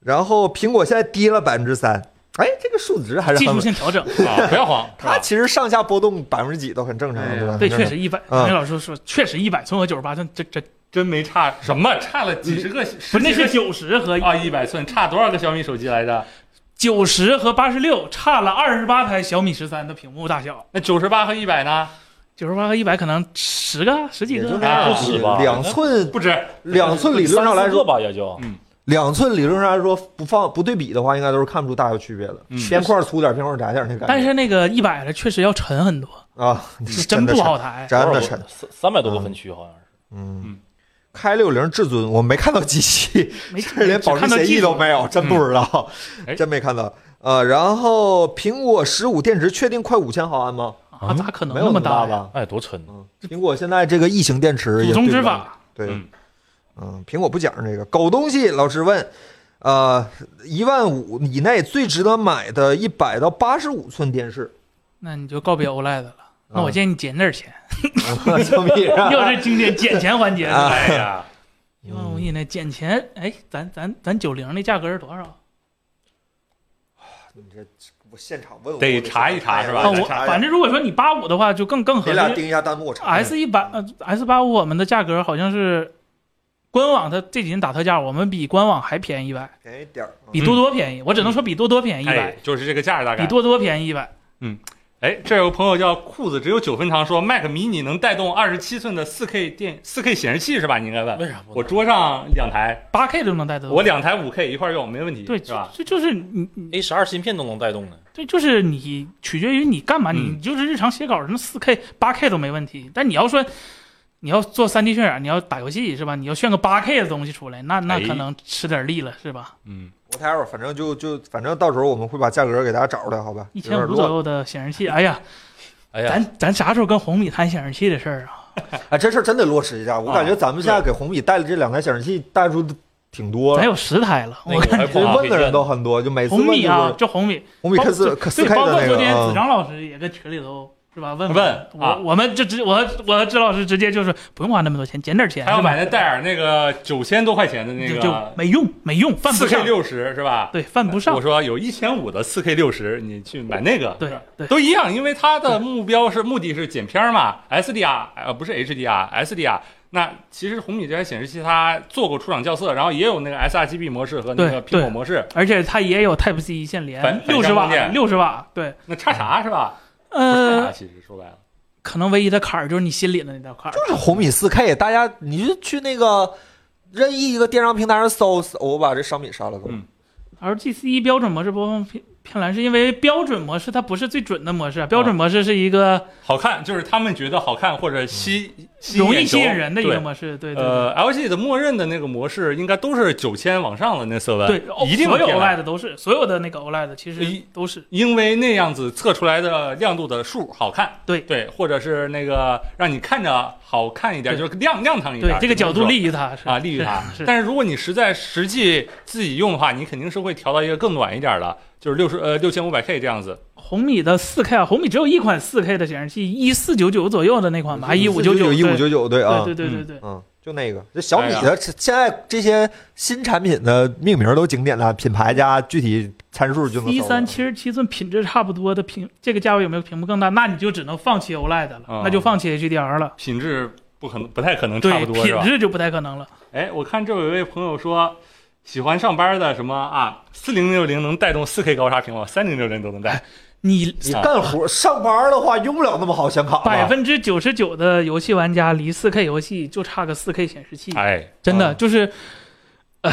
Speaker 1: 然后苹果现在跌了百分之三，哎，这个数值还是
Speaker 3: 技
Speaker 1: 很
Speaker 3: 术。性调整，
Speaker 4: 啊，不要 慌，是
Speaker 1: 它
Speaker 4: 吧
Speaker 1: 其实上下波动百分之几都很正常，
Speaker 4: 哎呀
Speaker 1: 对吧？
Speaker 3: 对，
Speaker 1: 很正
Speaker 3: 确
Speaker 1: 常
Speaker 3: 实一百。
Speaker 1: 嗯
Speaker 3: 杨老师说，确实一百寸和九十八寸，这这
Speaker 4: 真没差什么，差了几十个，
Speaker 5: 嗯
Speaker 3: 不是
Speaker 4: 不
Speaker 3: 那是九十和
Speaker 4: 啊一百寸，差多少个小米手机来着？
Speaker 3: 九十和八十六差了二十八台小米十三的屏幕大小，
Speaker 4: 那九十八和一百呢？
Speaker 3: 九十八和一百可能十个十几
Speaker 1: 也就
Speaker 3: 个。
Speaker 1: 那样
Speaker 5: 不止吧
Speaker 1: 两寸
Speaker 4: 不止，
Speaker 1: 两寸理论上来
Speaker 5: 三四个
Speaker 1: 说，
Speaker 5: 吧，也就
Speaker 4: 嗯
Speaker 1: 两寸理论上来说不放不对比的话，应该都是看不出大小区别的，
Speaker 4: 嗯
Speaker 1: 边框粗点儿，边框窄点儿那感觉。
Speaker 3: 但是那个一百的确实要沉很多，
Speaker 1: 啊，
Speaker 3: 是
Speaker 1: 真的
Speaker 3: 不
Speaker 1: 沉
Speaker 3: 好抬。
Speaker 1: 真的
Speaker 5: 多少
Speaker 1: 沉
Speaker 5: 个，三三百多个分区好像是，
Speaker 1: 嗯
Speaker 4: 嗯。
Speaker 1: 开六零至尊，我没看到机 器，
Speaker 3: 没
Speaker 1: 甚至连保
Speaker 3: 看
Speaker 1: 值
Speaker 3: 到
Speaker 1: 协
Speaker 3: 技
Speaker 1: 议
Speaker 3: 术嗯
Speaker 1: 都没有，真不知道，
Speaker 4: 哎
Speaker 1: 真没看到。呃，然后苹果十五电池确定快五千毫安吗？
Speaker 3: 啊，咋可能
Speaker 1: 没
Speaker 3: 那
Speaker 1: 有
Speaker 3: 么
Speaker 1: 大
Speaker 3: 呀？
Speaker 1: 吧？
Speaker 5: 哎，多沉！
Speaker 1: 嗯，苹果现在这个异形电池
Speaker 3: 祖
Speaker 1: 也
Speaker 3: 宗
Speaker 1: 对
Speaker 3: 之
Speaker 1: 不了
Speaker 3: 法，
Speaker 1: 对，
Speaker 4: 嗯
Speaker 1: 嗯，苹果不讲这个狗东西。老师问，呃，一万五以内最值得买的一百到八十五寸电 视，
Speaker 3: 那你就告别 OLED 了。那我
Speaker 1: 啊
Speaker 3: 建议你减点钱，
Speaker 1: 小米啊
Speaker 3: 又是经典减钱环节。
Speaker 1: 啊
Speaker 4: 哎呀，
Speaker 1: 嗯
Speaker 3: 一万五以内减钱，哎，咱咱咱九零的价格是多少？
Speaker 1: 你这我现场问我
Speaker 4: 得查一查是吧
Speaker 1: 哎
Speaker 3: 啊，
Speaker 4: 咱
Speaker 3: 我
Speaker 4: 查一下
Speaker 3: 反正如果说你八五的话，就更更合
Speaker 1: 你
Speaker 3: 适。
Speaker 1: 俩盯一下弹幕，我查一下。
Speaker 3: S 一百呃 S 八五我们的价格好像是官网它这几天打特价，我们比官网还便宜一
Speaker 5: 嗯
Speaker 3: 百，
Speaker 1: 便宜点儿，嗯
Speaker 3: 比多多便宜。我只能说比多多便 宜一
Speaker 4: 哎
Speaker 3: 百，，
Speaker 4: 就是这个价儿大概
Speaker 3: 比。多多便宜一百。
Speaker 4: 哎，这儿有个朋友叫裤子只有九分长，说 Mac mini 能带动二十七寸的四 K 电四 K 显示器是吧？你应该问。
Speaker 5: 为啥不
Speaker 4: 我桌上两台，
Speaker 3: 八 K 都能带得动。
Speaker 4: 我两台五 K 一块儿用，没问题，
Speaker 3: 对，
Speaker 4: 是
Speaker 3: 就
Speaker 4: 吧？
Speaker 3: 就就是你你
Speaker 5: A 十二芯片都能带动呢？
Speaker 3: 对，就是你取决于你干嘛，你
Speaker 4: 嗯
Speaker 3: 你就是日常写稿，那四 K、八 K 都没问题。但你要说你要做三 D 渲染，你要打游戏是吧？你要炫个八 K 的东西出来，那那
Speaker 4: 哎
Speaker 3: 可能吃点力了是吧？
Speaker 4: 嗯，
Speaker 1: 不太好，反正就就反正到时候我们会把价格给大家找出来，好吧？
Speaker 3: 一
Speaker 1: 有
Speaker 3: 千
Speaker 1: 点
Speaker 3: 五左
Speaker 1: 乱
Speaker 3: 右的显示器，哎呀，
Speaker 5: 哎呀，
Speaker 3: 咱咱啥时候跟红米谈显示器的事儿啊？
Speaker 1: 哎，这事儿真得落实一下。我
Speaker 4: 啊
Speaker 1: 感觉咱们现在给红米带的这两台显示器带出挺多
Speaker 3: 咱
Speaker 1: 了，
Speaker 3: 有十台了，
Speaker 5: 那
Speaker 3: 哎我
Speaker 5: 个我还
Speaker 1: 其实
Speaker 5: 碰到
Speaker 1: 问的
Speaker 5: 推
Speaker 1: 人
Speaker 5: 荐
Speaker 1: 都很多，就每次
Speaker 3: 红
Speaker 1: 问
Speaker 3: 米
Speaker 1: 就
Speaker 3: 啊
Speaker 1: 是，
Speaker 3: 这红米，
Speaker 1: 红米
Speaker 3: 包
Speaker 1: K 四四
Speaker 3: 对，
Speaker 1: K
Speaker 3: 包括
Speaker 1: 的那
Speaker 3: 昨天子
Speaker 1: 个，啊
Speaker 3: 章老师也跟群里头是吧问
Speaker 4: 问
Speaker 3: 我、
Speaker 4: 啊
Speaker 3: 我们这直我我这老师直接就是不用花那么多钱，减点钱，
Speaker 4: 还要
Speaker 3: 是吧
Speaker 4: 买那戴尔那个九千多块钱的那
Speaker 3: 就
Speaker 4: 个啊
Speaker 3: 就没用没用，犯不
Speaker 4: 四 K
Speaker 3: 上，
Speaker 4: 六十是吧？
Speaker 3: 对，犯不上
Speaker 4: 我，说有一千五的四 K 六十，你去买那个，
Speaker 3: 对对。
Speaker 4: 都一样，因为它的目标是目的是剪片儿嘛，SDR 呃不是 HDR，SDR。那其实红米这台显示器它做过出厂校色，然后也有那个 sRGB 模式和那个
Speaker 3: 对
Speaker 4: 苹
Speaker 3: 对
Speaker 4: 果模式，
Speaker 3: 而且它也有 Type C 线
Speaker 4: 反
Speaker 3: 连，
Speaker 4: 反
Speaker 3: 六十
Speaker 4: 向
Speaker 3: 瓦
Speaker 4: 光，电
Speaker 3: 六十瓦，对，
Speaker 4: 那差啥是啊吧？不差啥，
Speaker 3: 呃，
Speaker 4: 其实说白了，
Speaker 3: 可能唯一的坎儿就是你心里的那道坎儿，
Speaker 1: 就是红米四 K，大家你就去那个任意一个电商平台上搜，搜我把这商品删了都。
Speaker 4: 嗯
Speaker 3: LGC 标准模式播放偏偏蓝，是因为标准模式它不是最准的模式，啊标准模式是一个
Speaker 4: 好看就是他们觉得好看或者吸
Speaker 3: 嗯
Speaker 4: 吸
Speaker 3: 容易
Speaker 4: 眼
Speaker 3: 吸
Speaker 4: 球
Speaker 3: 引人的一
Speaker 4: 对
Speaker 3: 个模式，对对对
Speaker 4: 呃，LG 的默认的那个模式应该都是九千往上的那色温，
Speaker 3: 对，哦
Speaker 4: 呃一定
Speaker 3: 所有
Speaker 4: 变蓝
Speaker 3: OLED 都是，所有的那个 OLED 其
Speaker 4: 一
Speaker 3: 实都是，
Speaker 4: 因为那样子测出来的亮度的数好看，
Speaker 3: 对
Speaker 4: 对，或者是那个让你看着好看一点，
Speaker 3: 对
Speaker 4: 就是亮亮堂一点
Speaker 3: 对，，这个角度利于它是
Speaker 4: 啊利于它
Speaker 3: 是。是
Speaker 4: 但是如果你实在实际自己用的话，你肯定是会调到一个更暖一点的，就是六十呃六千五百 K 这样子，
Speaker 3: 红米的四 K 啊，红米只有一款四 K 的显示器，一四九九左右的那款吧，E 一五九
Speaker 1: 九一五
Speaker 3: 对
Speaker 1: 九九，对啊，
Speaker 3: 对对对对，
Speaker 1: 嗯，就那个，这小米
Speaker 4: 哎
Speaker 1: 的现在这些新产品的命名都经典了，品牌加具体参数就
Speaker 4: 啊
Speaker 1: 能搜
Speaker 3: C
Speaker 1: 了
Speaker 3: 三七十七寸品质差不多的屏，这个价位有没有屏幕更大？那你就只能放弃 OLED 了，
Speaker 4: 啊
Speaker 3: 那就放弃 HDR 了。
Speaker 4: 品质不可能不太可能差
Speaker 3: 对，
Speaker 4: 不多是
Speaker 3: 品
Speaker 4: 吧？
Speaker 3: 质就不太可能了。
Speaker 4: 哎，我看这有一位朋友说。喜欢上班的什么啊？四零六零能带动四 K 高刷屏吗？三零六零都能带。
Speaker 3: 你
Speaker 1: 你干活上班的话，用不了那么好显卡吧。
Speaker 3: 百分之九十九的游戏玩家离四 K 游戏就差个四 K 显示器，
Speaker 4: 哎，
Speaker 3: 真
Speaker 1: 啊
Speaker 3: 的就是，唉，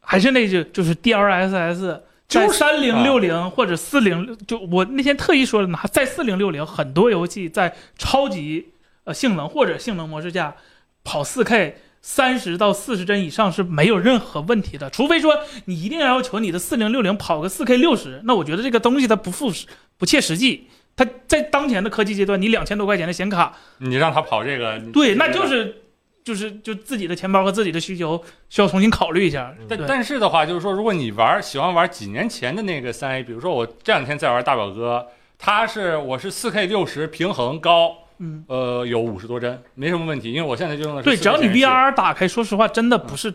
Speaker 3: 还是那句，就是 DLSS。在三零六零或者四零，就我那天特意说了，拿在四零六零很多游戏在超级呃性能或者性能模式下跑四 K 三十到四十帧以上是没有任何问题的，除非说你一定要要求你的四零六零跑个四 K 六十，那我觉得这个东西它不负不切实际。它在当前的科技阶段，你两千多块钱的显卡，
Speaker 4: 你让他跑这个，你
Speaker 3: 对，那就是就是就自己的钱包和自己的需求需要重新考虑一下。
Speaker 4: 但
Speaker 3: 对
Speaker 4: 但是的话，就是说，如果你玩喜欢玩几年前的那个三 A，比如说我这两天在玩大表哥，它是我是四 K 六十平衡高，
Speaker 3: 嗯，
Speaker 4: 呃，有五十多帧，没什么问题，因为我现在就用的是
Speaker 3: 对，
Speaker 4: 4K
Speaker 3: 只要你
Speaker 4: 显示器
Speaker 3: VR 打开，说实话，真的不是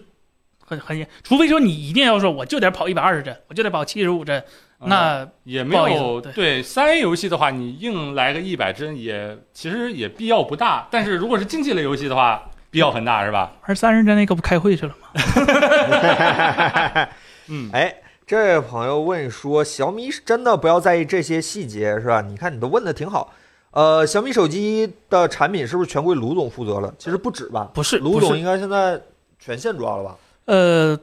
Speaker 3: 很很严，除非说你一定要说我就得跑一百二十帧，我就得跑七十五帧，
Speaker 4: 嗯
Speaker 3: 那
Speaker 4: 也没
Speaker 3: 不好意思
Speaker 4: 有
Speaker 3: 对
Speaker 4: 对三 A 游戏的话，你硬来个一百帧也其实也必要不大，但是如果是竞技类游戏的话，必要很大是吧？
Speaker 3: 玩三十帧那个不开会去了吗？
Speaker 4: 嗯，
Speaker 1: 哎，这位朋友问说，小米真的不要在意这些细节是吧？你看你都问的挺好。呃，小米手机的产品是不是全归卢总负责了？其实不止吧，
Speaker 3: 不是，
Speaker 1: 卢
Speaker 3: 不
Speaker 1: 总
Speaker 3: 是
Speaker 1: 应该现在全线抓了吧？
Speaker 3: 呃，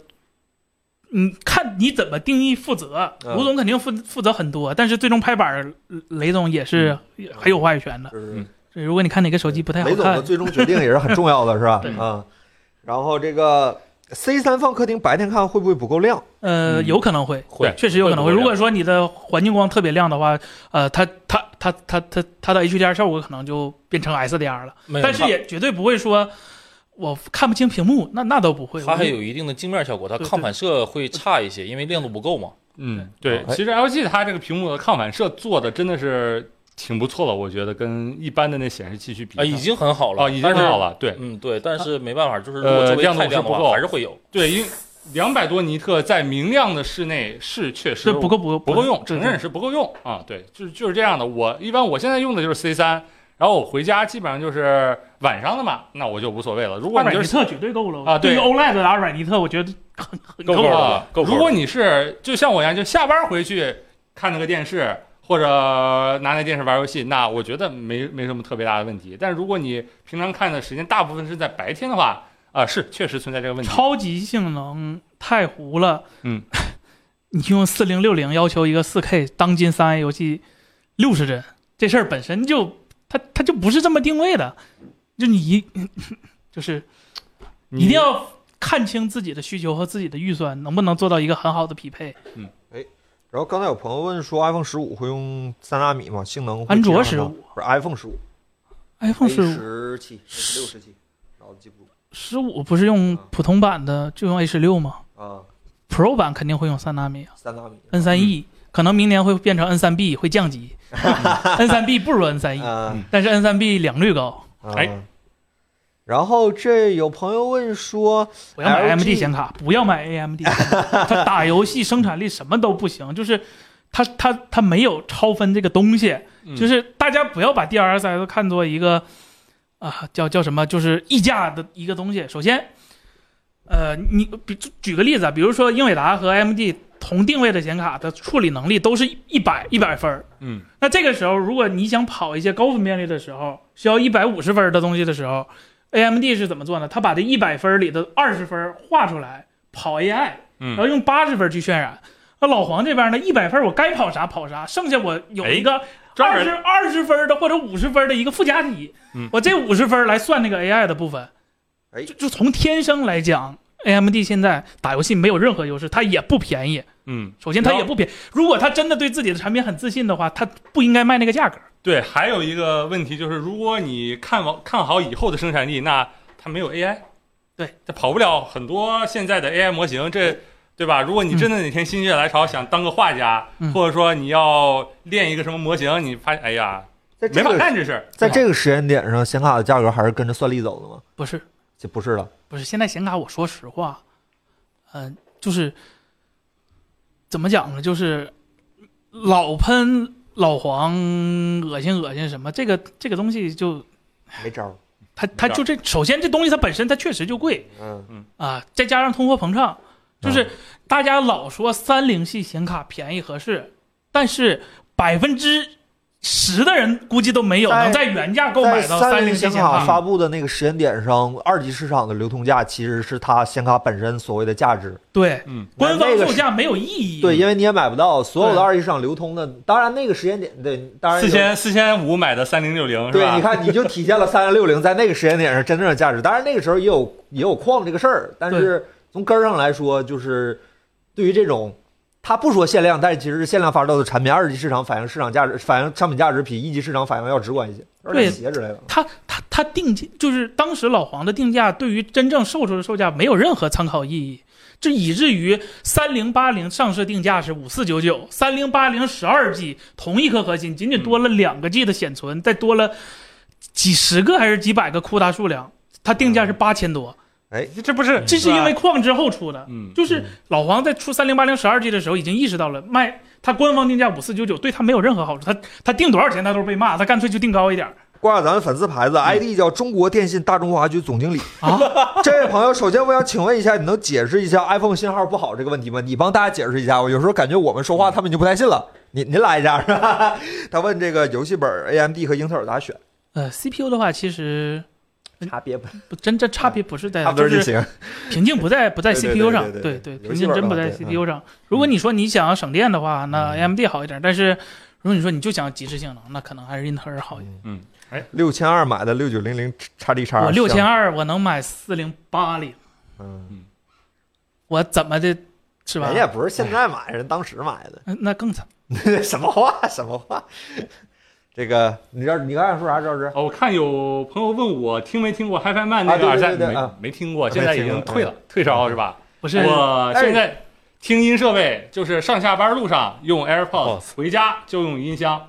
Speaker 3: 你看你怎么定义负责，
Speaker 1: 嗯
Speaker 3: 吴总肯定负负责很多，但是最终拍板儿雷总也是很有话语权的。
Speaker 1: 就是
Speaker 3: 如果你看哪个手机不太好
Speaker 1: 雷总的
Speaker 3: 哎看，
Speaker 1: 最终决定也是很重要的，是吧？
Speaker 3: 对
Speaker 1: 嗯。然后这个 C 三放客厅白天看会不会不够亮？
Speaker 3: 呃，
Speaker 5: 嗯
Speaker 3: 有可能会，
Speaker 5: 会
Speaker 3: 确实有可能会。
Speaker 5: 会不会
Speaker 3: 如果说你的环境光特别亮的话，呃，它它它它它它
Speaker 4: 嗯
Speaker 3: 的 HDR 效果可能就变成
Speaker 4: 哎
Speaker 3: SDR 了，
Speaker 5: 没有
Speaker 3: 但是也绝对不会说我看不清屏幕，那那都不会。
Speaker 5: 它还有一定的镜面效果，它
Speaker 3: 对对
Speaker 5: 抗反射会差一些，因为亮度不够嘛。
Speaker 4: 嗯，对，
Speaker 1: 哎
Speaker 4: 其实 LG 它这个屏幕的抗反射做的真的是挺不错了，我觉得跟一般的那显示器去比
Speaker 5: 啊，已经很好了，
Speaker 4: 啊已经很好
Speaker 5: 了。
Speaker 4: 了，对
Speaker 5: 嗯，对，但是没办法，就是如
Speaker 4: 呃
Speaker 5: 果周围
Speaker 4: 亮度
Speaker 5: 太亮
Speaker 4: 是
Speaker 5: 的
Speaker 4: 不
Speaker 5: 话，
Speaker 4: 够
Speaker 5: 还是会有。
Speaker 4: 对，因两百多尼特在明亮的室内是确实
Speaker 3: 这不够不够
Speaker 4: 不够用，
Speaker 3: 对
Speaker 4: 承
Speaker 3: 对
Speaker 4: 认是不够用啊，对，就是就是这样的。我一般我现在用的就是 C 三，然后我回家基本上就是晚上的嘛，那我就无所谓了。如果
Speaker 3: 二
Speaker 4: 你
Speaker 3: 百
Speaker 4: 就
Speaker 3: 尼
Speaker 4: 是
Speaker 3: 特绝对够了
Speaker 4: 啊对
Speaker 3: 于 OLED 的二百尼特，我觉得很很
Speaker 5: 够
Speaker 3: 够了。
Speaker 5: 了
Speaker 4: 啊，
Speaker 5: 够够了
Speaker 4: 如果你是就像我一样，就下班回去看了个电视，或者拿那电视玩游戏，那我觉得没没什么特别大的问题。但是如果你平常看的时间大部分是在白天的话，啊，是确实存在这个问题。
Speaker 3: 超级性能太糊了，
Speaker 4: 嗯，
Speaker 3: 你用四零六零要求一个四 K 当今三 A 游戏六十帧，这事儿本身就它它就不是这么定位的，就你一 就是
Speaker 4: 你
Speaker 3: 一定要看清自己的需求和自己的预算能不能做到一个很好的匹配。
Speaker 1: 然后刚才有朋友问说 iPhone 十五会用三纳米吗？性能会
Speaker 3: 安卓
Speaker 1: 这样吗
Speaker 3: 15
Speaker 1: 不是 iPhone 十五
Speaker 3: iPhone 十五
Speaker 1: 十七六十七，脑子记不住
Speaker 3: 十五不是用普通版的，就用 A 十六吗
Speaker 1: 啊，
Speaker 3: ？Pro 版肯定会用三纳米啊
Speaker 1: 三纳米
Speaker 3: N 三 E
Speaker 4: 嗯
Speaker 3: 可能明年会变成 N 三 B，会降 级。N 三 B 不如 N 三 E，
Speaker 1: 嗯
Speaker 3: 但是 N 三 B 良率高，
Speaker 1: 哎。然后这有朋友问说，
Speaker 3: 我要买
Speaker 1: LG
Speaker 3: AMD 显卡，不要买 AMD 显卡。它打游戏生产力什么都不行，就是它它它没有超分这个东西，
Speaker 4: 嗯
Speaker 3: 就是大家不要把 DLSS 看作一个啊、叫叫什么，就是溢价的一个东西。首先，呃，你比举个例子啊，比如说英伟达和 AMD 同定位的显卡，它处理能力都是一百一百分儿
Speaker 4: 嗯，
Speaker 3: 那这个时候，如果你想跑一些高分辨率的时候，需要一百五十分的东西的时候，AMD 是怎么做呢？它把这一百分里的二十分画出来跑 AI，然
Speaker 4: 嗯
Speaker 3: 后用八十分去渲染。那老黄这边呢，一百分我该跑啥跑啥，剩下我有一个
Speaker 4: 哎专
Speaker 3: 二
Speaker 4: 门
Speaker 3: 十二十分的或者五十分的一个附加题，
Speaker 4: 嗯
Speaker 3: 我这五十分来算那个 AI 的部分。
Speaker 1: 哎
Speaker 3: 就就从天生来讲，AMD 现在打游戏没有任何优势，它也不便宜。
Speaker 4: 嗯，
Speaker 3: 首先，它也不便宜。如果它真的对自己的产品很自信的话，它不应该卖那个价格。
Speaker 4: 对。还有一个问题就是，如果你看好看好以后的生产力，那它没有 AI，
Speaker 3: 对，
Speaker 4: 它跑不了很多现在的 AI 模型，这对吧？如果你真的哪天心血来潮想当个画家，
Speaker 3: 嗯
Speaker 4: 或者说你要练一个什么模型，你发现哎呀，
Speaker 1: 在
Speaker 4: 没
Speaker 1: 这
Speaker 4: 法
Speaker 1: 个
Speaker 4: 干这事儿。
Speaker 1: 在这个时间点上，显卡的价格还是跟着算力走的吗？
Speaker 3: 不是，
Speaker 1: 这不是了，
Speaker 3: 不是，现在显卡，我说实话，嗯、就是怎么讲呢？就是老喷老黄，恶心恶心什么？这个这个东西就
Speaker 1: 没招儿。
Speaker 3: 它它就这，首先这东西它本身它确实就贵
Speaker 1: 嗯，
Speaker 3: 啊，再加上通货膨胀，就是
Speaker 1: 嗯
Speaker 3: 大家老说三零系显卡便宜合适，但是百分之十的人估计都没有
Speaker 1: 在
Speaker 3: 能在原价购
Speaker 1: 在
Speaker 3: 买到
Speaker 1: 三
Speaker 3: 零系
Speaker 1: 显
Speaker 3: 显
Speaker 1: 卡
Speaker 3: 卡。
Speaker 1: 发布的那个时间点上，二级市场的流通价其实是它显卡本身所谓的价值。
Speaker 3: 对，
Speaker 4: 嗯，
Speaker 3: 官
Speaker 1: 那
Speaker 3: 方
Speaker 1: 个
Speaker 3: 售
Speaker 1: 是
Speaker 3: 价没有意义。
Speaker 1: 对，因为你也买不到所有的
Speaker 3: 嗯对
Speaker 1: 二级市场流通的。当然，那个时间点，对，当然有
Speaker 4: 四。千四千五买的三零六零是
Speaker 1: 哎对
Speaker 4: 吧？，
Speaker 1: 你看，你就体现了三零六零在那个时间点上真正的价值。当然，那个时候也有也有矿这个事儿，但是从根儿上来说，就是对于这种他不说限量，但是其实是限量发售的产品，二级市场反映市场价值，反映商品价值比一级市场反映要直观一些，而且
Speaker 3: 对
Speaker 1: 鞋之类的。
Speaker 3: 他他他定价就是当时老黄的定价，对于真正售出的售价没有任何参考意义，这以至于三零八零上市定价是五四九九，三零八零十二 G 同一颗核心，仅仅多了两个 G 的显存，再多了几十个还是几百个库达数量，它定价是八千多，
Speaker 4: 这不是
Speaker 3: 这是因为矿之后出的。
Speaker 4: 嗯
Speaker 3: 就是老黄在出三零八零十二 G 的时候，已经意识到了卖它官方定价五四九九对他没有任何好处，他他定多少钱他都是被骂，他干脆就定高一点儿。
Speaker 1: 挂咱们粉丝牌子，ID 叫中国电信大中华区总经理
Speaker 3: 啊。
Speaker 1: 这位朋友，首先我想请问一下，你能解释一下 iPhone 信号不好这个问题吗？你帮大家解释一下，我有时候感觉我们说话他们就不太信了。您您来一下，是 吧？他问这个游戏本 AMD 和英特尔咋选？
Speaker 3: 呃，CPU 的话，其实
Speaker 2: 差别不
Speaker 3: 不真正嗯差别不是在
Speaker 1: 啊差，不多就
Speaker 3: 就
Speaker 1: 是行。
Speaker 3: 瓶颈不在不 在
Speaker 1: 对对
Speaker 3: CPU 上，
Speaker 1: 对对
Speaker 3: 对
Speaker 1: 对游
Speaker 3: 瓶
Speaker 1: 戏
Speaker 3: 颈
Speaker 1: 玩
Speaker 3: 真
Speaker 1: 的话
Speaker 3: 不
Speaker 1: 对嗯
Speaker 3: 在 CPU 上。如果你说你想要省电的话，那 AMD 好一点，但是如果你说你就想要极致性能，那可能还是英特尔好一点。
Speaker 1: 六千二买的六九零零叉 D 叉，
Speaker 3: 我哦六千，二我能买四零八零，
Speaker 1: 嗯，
Speaker 3: 我怎么的，是吧
Speaker 1: 人？家不是现在买，人当时买的，
Speaker 3: 嗯那更惨。
Speaker 1: 什么话什么话？这个你知道你刚才说啥，赵志？
Speaker 4: 哦，我看有朋友问我听没听过 HiFi Man 那
Speaker 1: 啊对
Speaker 4: 个耳塞，
Speaker 1: 对对对啊
Speaker 4: 没没听过，
Speaker 1: 没
Speaker 4: 现在已
Speaker 1: 听过哎
Speaker 4: 经退了
Speaker 1: 嗯，
Speaker 4: 退烧是吧？
Speaker 3: 不是
Speaker 4: 我
Speaker 1: 但是
Speaker 4: 现在听音设备就是上下班路上用 AirPods，回家就用音箱。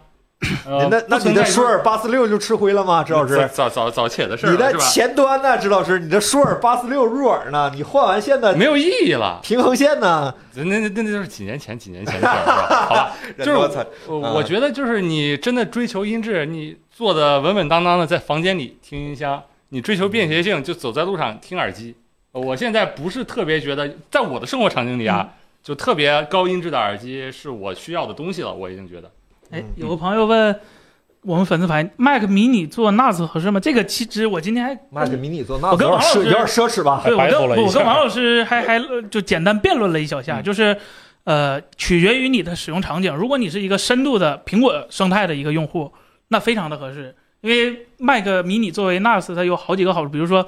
Speaker 4: 呃
Speaker 1: 哦那那
Speaker 4: 不存
Speaker 1: 你
Speaker 4: 在
Speaker 1: 的舒尔八四六就吃灰了吗？赵老
Speaker 4: 早
Speaker 1: 师，
Speaker 4: 早早早且的事儿
Speaker 1: 你
Speaker 4: 了
Speaker 1: 的
Speaker 4: 是吧？
Speaker 1: 前端呢？指导师，你的舒尔八四六入耳呢？你换完线呢？
Speaker 4: 没有意义了，
Speaker 1: 平衡线呢？
Speaker 4: 那那那那就是几年前几年前的事儿，是吧？好吧，
Speaker 1: 人
Speaker 4: 就是
Speaker 1: 多惨
Speaker 4: 我
Speaker 1: 啊
Speaker 4: 呃我觉得就是你真的追求音质，你做的稳稳当当的，在房间里听音箱；你追求便携性，就走在路上听耳机。我现在不是特别觉得，在我的生活场景里啊，就特别高音质的耳机是我需要的东西了。我已经觉得，
Speaker 3: 哎
Speaker 1: 嗯，
Speaker 3: 有个朋友问我们粉丝牌 Mac mini 做 NAS 合适吗？这个其实我今天还
Speaker 1: 那给迷你做那有
Speaker 3: 我跟
Speaker 1: 点
Speaker 3: 王老
Speaker 1: 奢
Speaker 3: 师
Speaker 1: 有点奢侈吧？
Speaker 3: 哎对，我
Speaker 5: 白
Speaker 3: 跟
Speaker 5: 做了一
Speaker 3: 我
Speaker 5: 下
Speaker 3: 跟王老师还还呃就简单辩论了一小下，
Speaker 4: 嗯
Speaker 3: 就是，呃，取决于你的使用场景。如果你是一个深度的苹果生态的一个用户，那非常的合适，因为 Mac mini 作为 NAS，它有好几个好处，比如说。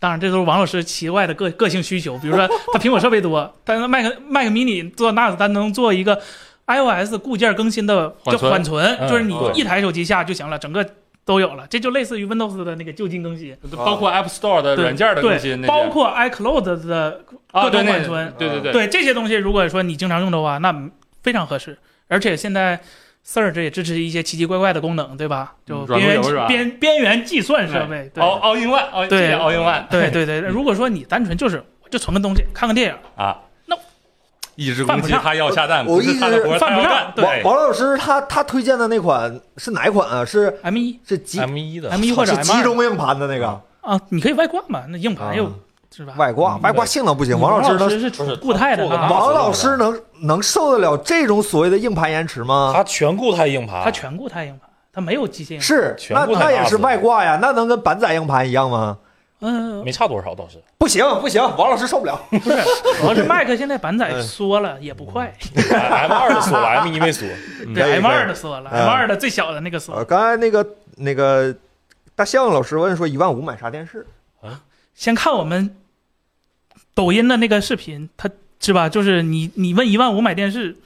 Speaker 3: 当然，这都是王老师奇怪的个个性需求。比如说，它苹果设备多，但是 Mac Mac mini 做 NAS，它能做一个 iOS 固件更新的
Speaker 4: 缓
Speaker 3: 就
Speaker 4: 存
Speaker 3: 缓存，
Speaker 5: 嗯
Speaker 3: 就是你
Speaker 5: 对
Speaker 3: 一台手机下就行了，整个都有了。这就类似于 Windows 的那个就近更新。
Speaker 4: 包括 App Store 的
Speaker 3: 对
Speaker 4: 软件的更新，
Speaker 3: 对，
Speaker 4: 那些
Speaker 3: 包括 iCloud 的
Speaker 4: 啊，
Speaker 3: 各
Speaker 4: 对
Speaker 3: 种
Speaker 4: 那
Speaker 3: 缓存，
Speaker 4: 对对对，
Speaker 3: 对这些东西，如果说你经常用的话，那非常合适。而且现在 Search 也支持一些奇奇怪怪的功能，对吧？就
Speaker 4: 嗯软
Speaker 3: 边
Speaker 4: 路
Speaker 3: 缘
Speaker 4: 由是吧哎
Speaker 3: 边边缘计算设备，对
Speaker 4: 奥奥运万，奥
Speaker 3: 对
Speaker 4: 奥运万，
Speaker 3: 对对对。如果说你单纯就是我就存个东西，看个电影，
Speaker 4: 啊，
Speaker 3: 那
Speaker 4: 一只
Speaker 3: 犯
Speaker 4: 公
Speaker 3: 不
Speaker 4: 鸡
Speaker 3: 上
Speaker 4: 它要下蛋，
Speaker 1: 我
Speaker 4: 不是
Speaker 1: 一
Speaker 4: 它
Speaker 1: 直
Speaker 4: 的活儿它
Speaker 3: 犯不
Speaker 4: 要
Speaker 3: 上
Speaker 4: 干，
Speaker 3: 对
Speaker 1: 王王老师他他推荐的那款是哪一款啊？是
Speaker 3: M 一
Speaker 1: 是集
Speaker 5: M 一的
Speaker 3: M 一或者
Speaker 1: 是
Speaker 3: M
Speaker 1: 集
Speaker 3: 二
Speaker 1: 中硬盘的那个
Speaker 3: 啊，你可以外挂嘛，那硬盘又
Speaker 1: 啊
Speaker 3: 是吧？
Speaker 1: 外挂，
Speaker 5: 嗯
Speaker 1: 外挂性能不行。
Speaker 3: 你
Speaker 1: 王
Speaker 3: 王
Speaker 1: 老师能
Speaker 3: 师是
Speaker 5: 不是
Speaker 3: 固态的
Speaker 5: 他做
Speaker 3: 啊
Speaker 5: 的
Speaker 1: 王老师能能受得了这种所谓的硬盘延迟吗？
Speaker 5: 它全固态硬盘，
Speaker 3: 它全固态硬盘，它没有机械硬盘。
Speaker 1: 是，
Speaker 5: 全
Speaker 1: 那
Speaker 5: 部
Speaker 1: 那
Speaker 5: 太
Speaker 1: 也是
Speaker 5: NAS
Speaker 1: 外挂呀，那能跟板载硬盘一样吗？
Speaker 3: 嗯，
Speaker 5: 没差多少，倒是
Speaker 1: 不行不行，王老师受不了。
Speaker 3: 不是，主要是 Mac 现在板载
Speaker 1: 嗯
Speaker 3: 缩了，也不快。
Speaker 5: 哎 M 二的锁了，M 一没锁，
Speaker 1: 嗯可以
Speaker 3: 对 M
Speaker 1: 可以
Speaker 3: 二的缩了
Speaker 1: 嗯
Speaker 3: ，M 二的最小的那个缩
Speaker 1: 呃，，刚才那个那个大象老师问说一万五买啥电视？
Speaker 3: 先看我们抖音的那个视频，他是吧？就是你你问一万五买电视，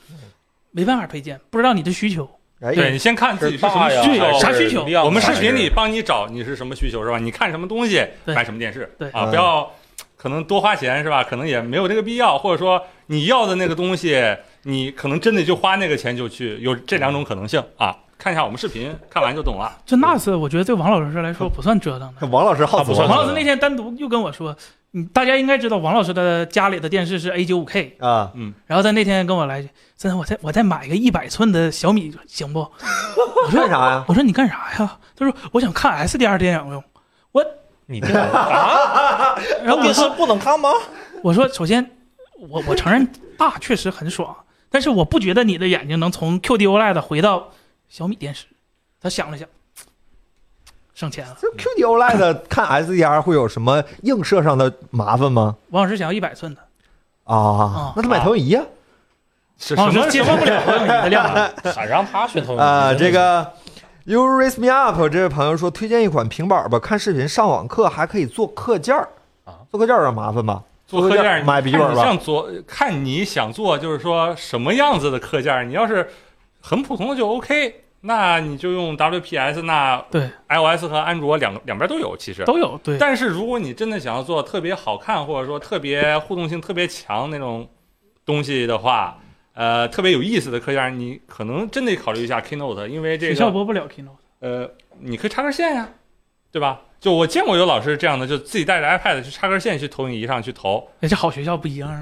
Speaker 3: 没办法推荐，不知道你的需求。
Speaker 1: 哎，
Speaker 4: 对你先看自己是什么
Speaker 5: 大呀
Speaker 4: 需求，
Speaker 5: 还是
Speaker 3: 啥需求
Speaker 5: 量啊
Speaker 4: 我们视频
Speaker 5: 还
Speaker 4: 里
Speaker 5: 是
Speaker 4: 帮你找你是什么需求是吧？你看什么东西，
Speaker 3: 对
Speaker 4: 买什么电视，
Speaker 3: 对
Speaker 4: 啊，
Speaker 1: 嗯
Speaker 4: 不要可能多花钱是吧？可能也没有这个必要，或者说你要的那个东西，你可能真的就花那个钱就去，有这两种可能性啊。看一下我们视频，看完就懂了。
Speaker 3: 就 NAS，我觉得对王老师来说不算折腾的。
Speaker 1: 王老师好
Speaker 5: 他
Speaker 1: 奇
Speaker 5: 不
Speaker 1: 吗
Speaker 5: 算
Speaker 3: 王老师那天单独又跟我说，嗯，大家应该知道王老师的家里的电视是 A 9 5 K，
Speaker 1: 啊，
Speaker 3: 然后他那天跟我来一句，森森，我再我再买个一百寸的小米行不？我
Speaker 1: 看
Speaker 3: 说
Speaker 1: 啥呀？
Speaker 3: 我说你干啥呀？他说我想看 SDR 电影用。
Speaker 5: 你 定了啊？
Speaker 3: 然后我
Speaker 5: 电视
Speaker 3: 说
Speaker 5: 不能看吗？
Speaker 3: 我说，首先，我我承认大确实很爽，但是我不觉得你的眼睛能从 QD OLED E 回到小米电视。他想了想，省钱了。
Speaker 1: 这 QD OLED 看 SDR 会有什么映射上的麻烦吗？
Speaker 3: 王老师想要一百寸的，
Speaker 1: 啊
Speaker 3: 啊，
Speaker 1: 那他买投影仪呀。
Speaker 4: 是什
Speaker 3: 王老
Speaker 4: 么
Speaker 3: 师接受不了投影仪的 亮了。
Speaker 5: 还让他选
Speaker 4: 哦
Speaker 5: 投影仪
Speaker 1: 啊，这
Speaker 5: 真的是
Speaker 1: 个 You Raise Me Up 这位朋友说推荐一款平板吧，看视频、上网课还可以做课件儿
Speaker 5: 啊，
Speaker 1: 做课件儿有麻烦吧？
Speaker 4: 做课件儿
Speaker 1: 买笔记本
Speaker 4: 你
Speaker 1: 吧。
Speaker 4: 像做看你想做，就是说什么样子的课件儿，你要是很普通的就 OK，那你就用 WPS，那
Speaker 3: 对
Speaker 4: iOS 和安卓两个两边都有，其 实
Speaker 3: 都有对，
Speaker 4: 但是如果你真的想要做特别好看，或者说特别互动性特别强那种东西的话，呃，特别有意思的课件，你可能真得考虑一下 Keynote，因为这
Speaker 3: 学校
Speaker 4: 个
Speaker 3: 播不了 Keynote。
Speaker 4: 呃，你可以插根线呀、对吧？就我见过有老师这样的，就自己带着 iPad 去插根线去投影仪上去投。
Speaker 3: 人哎家好学校不一样，啊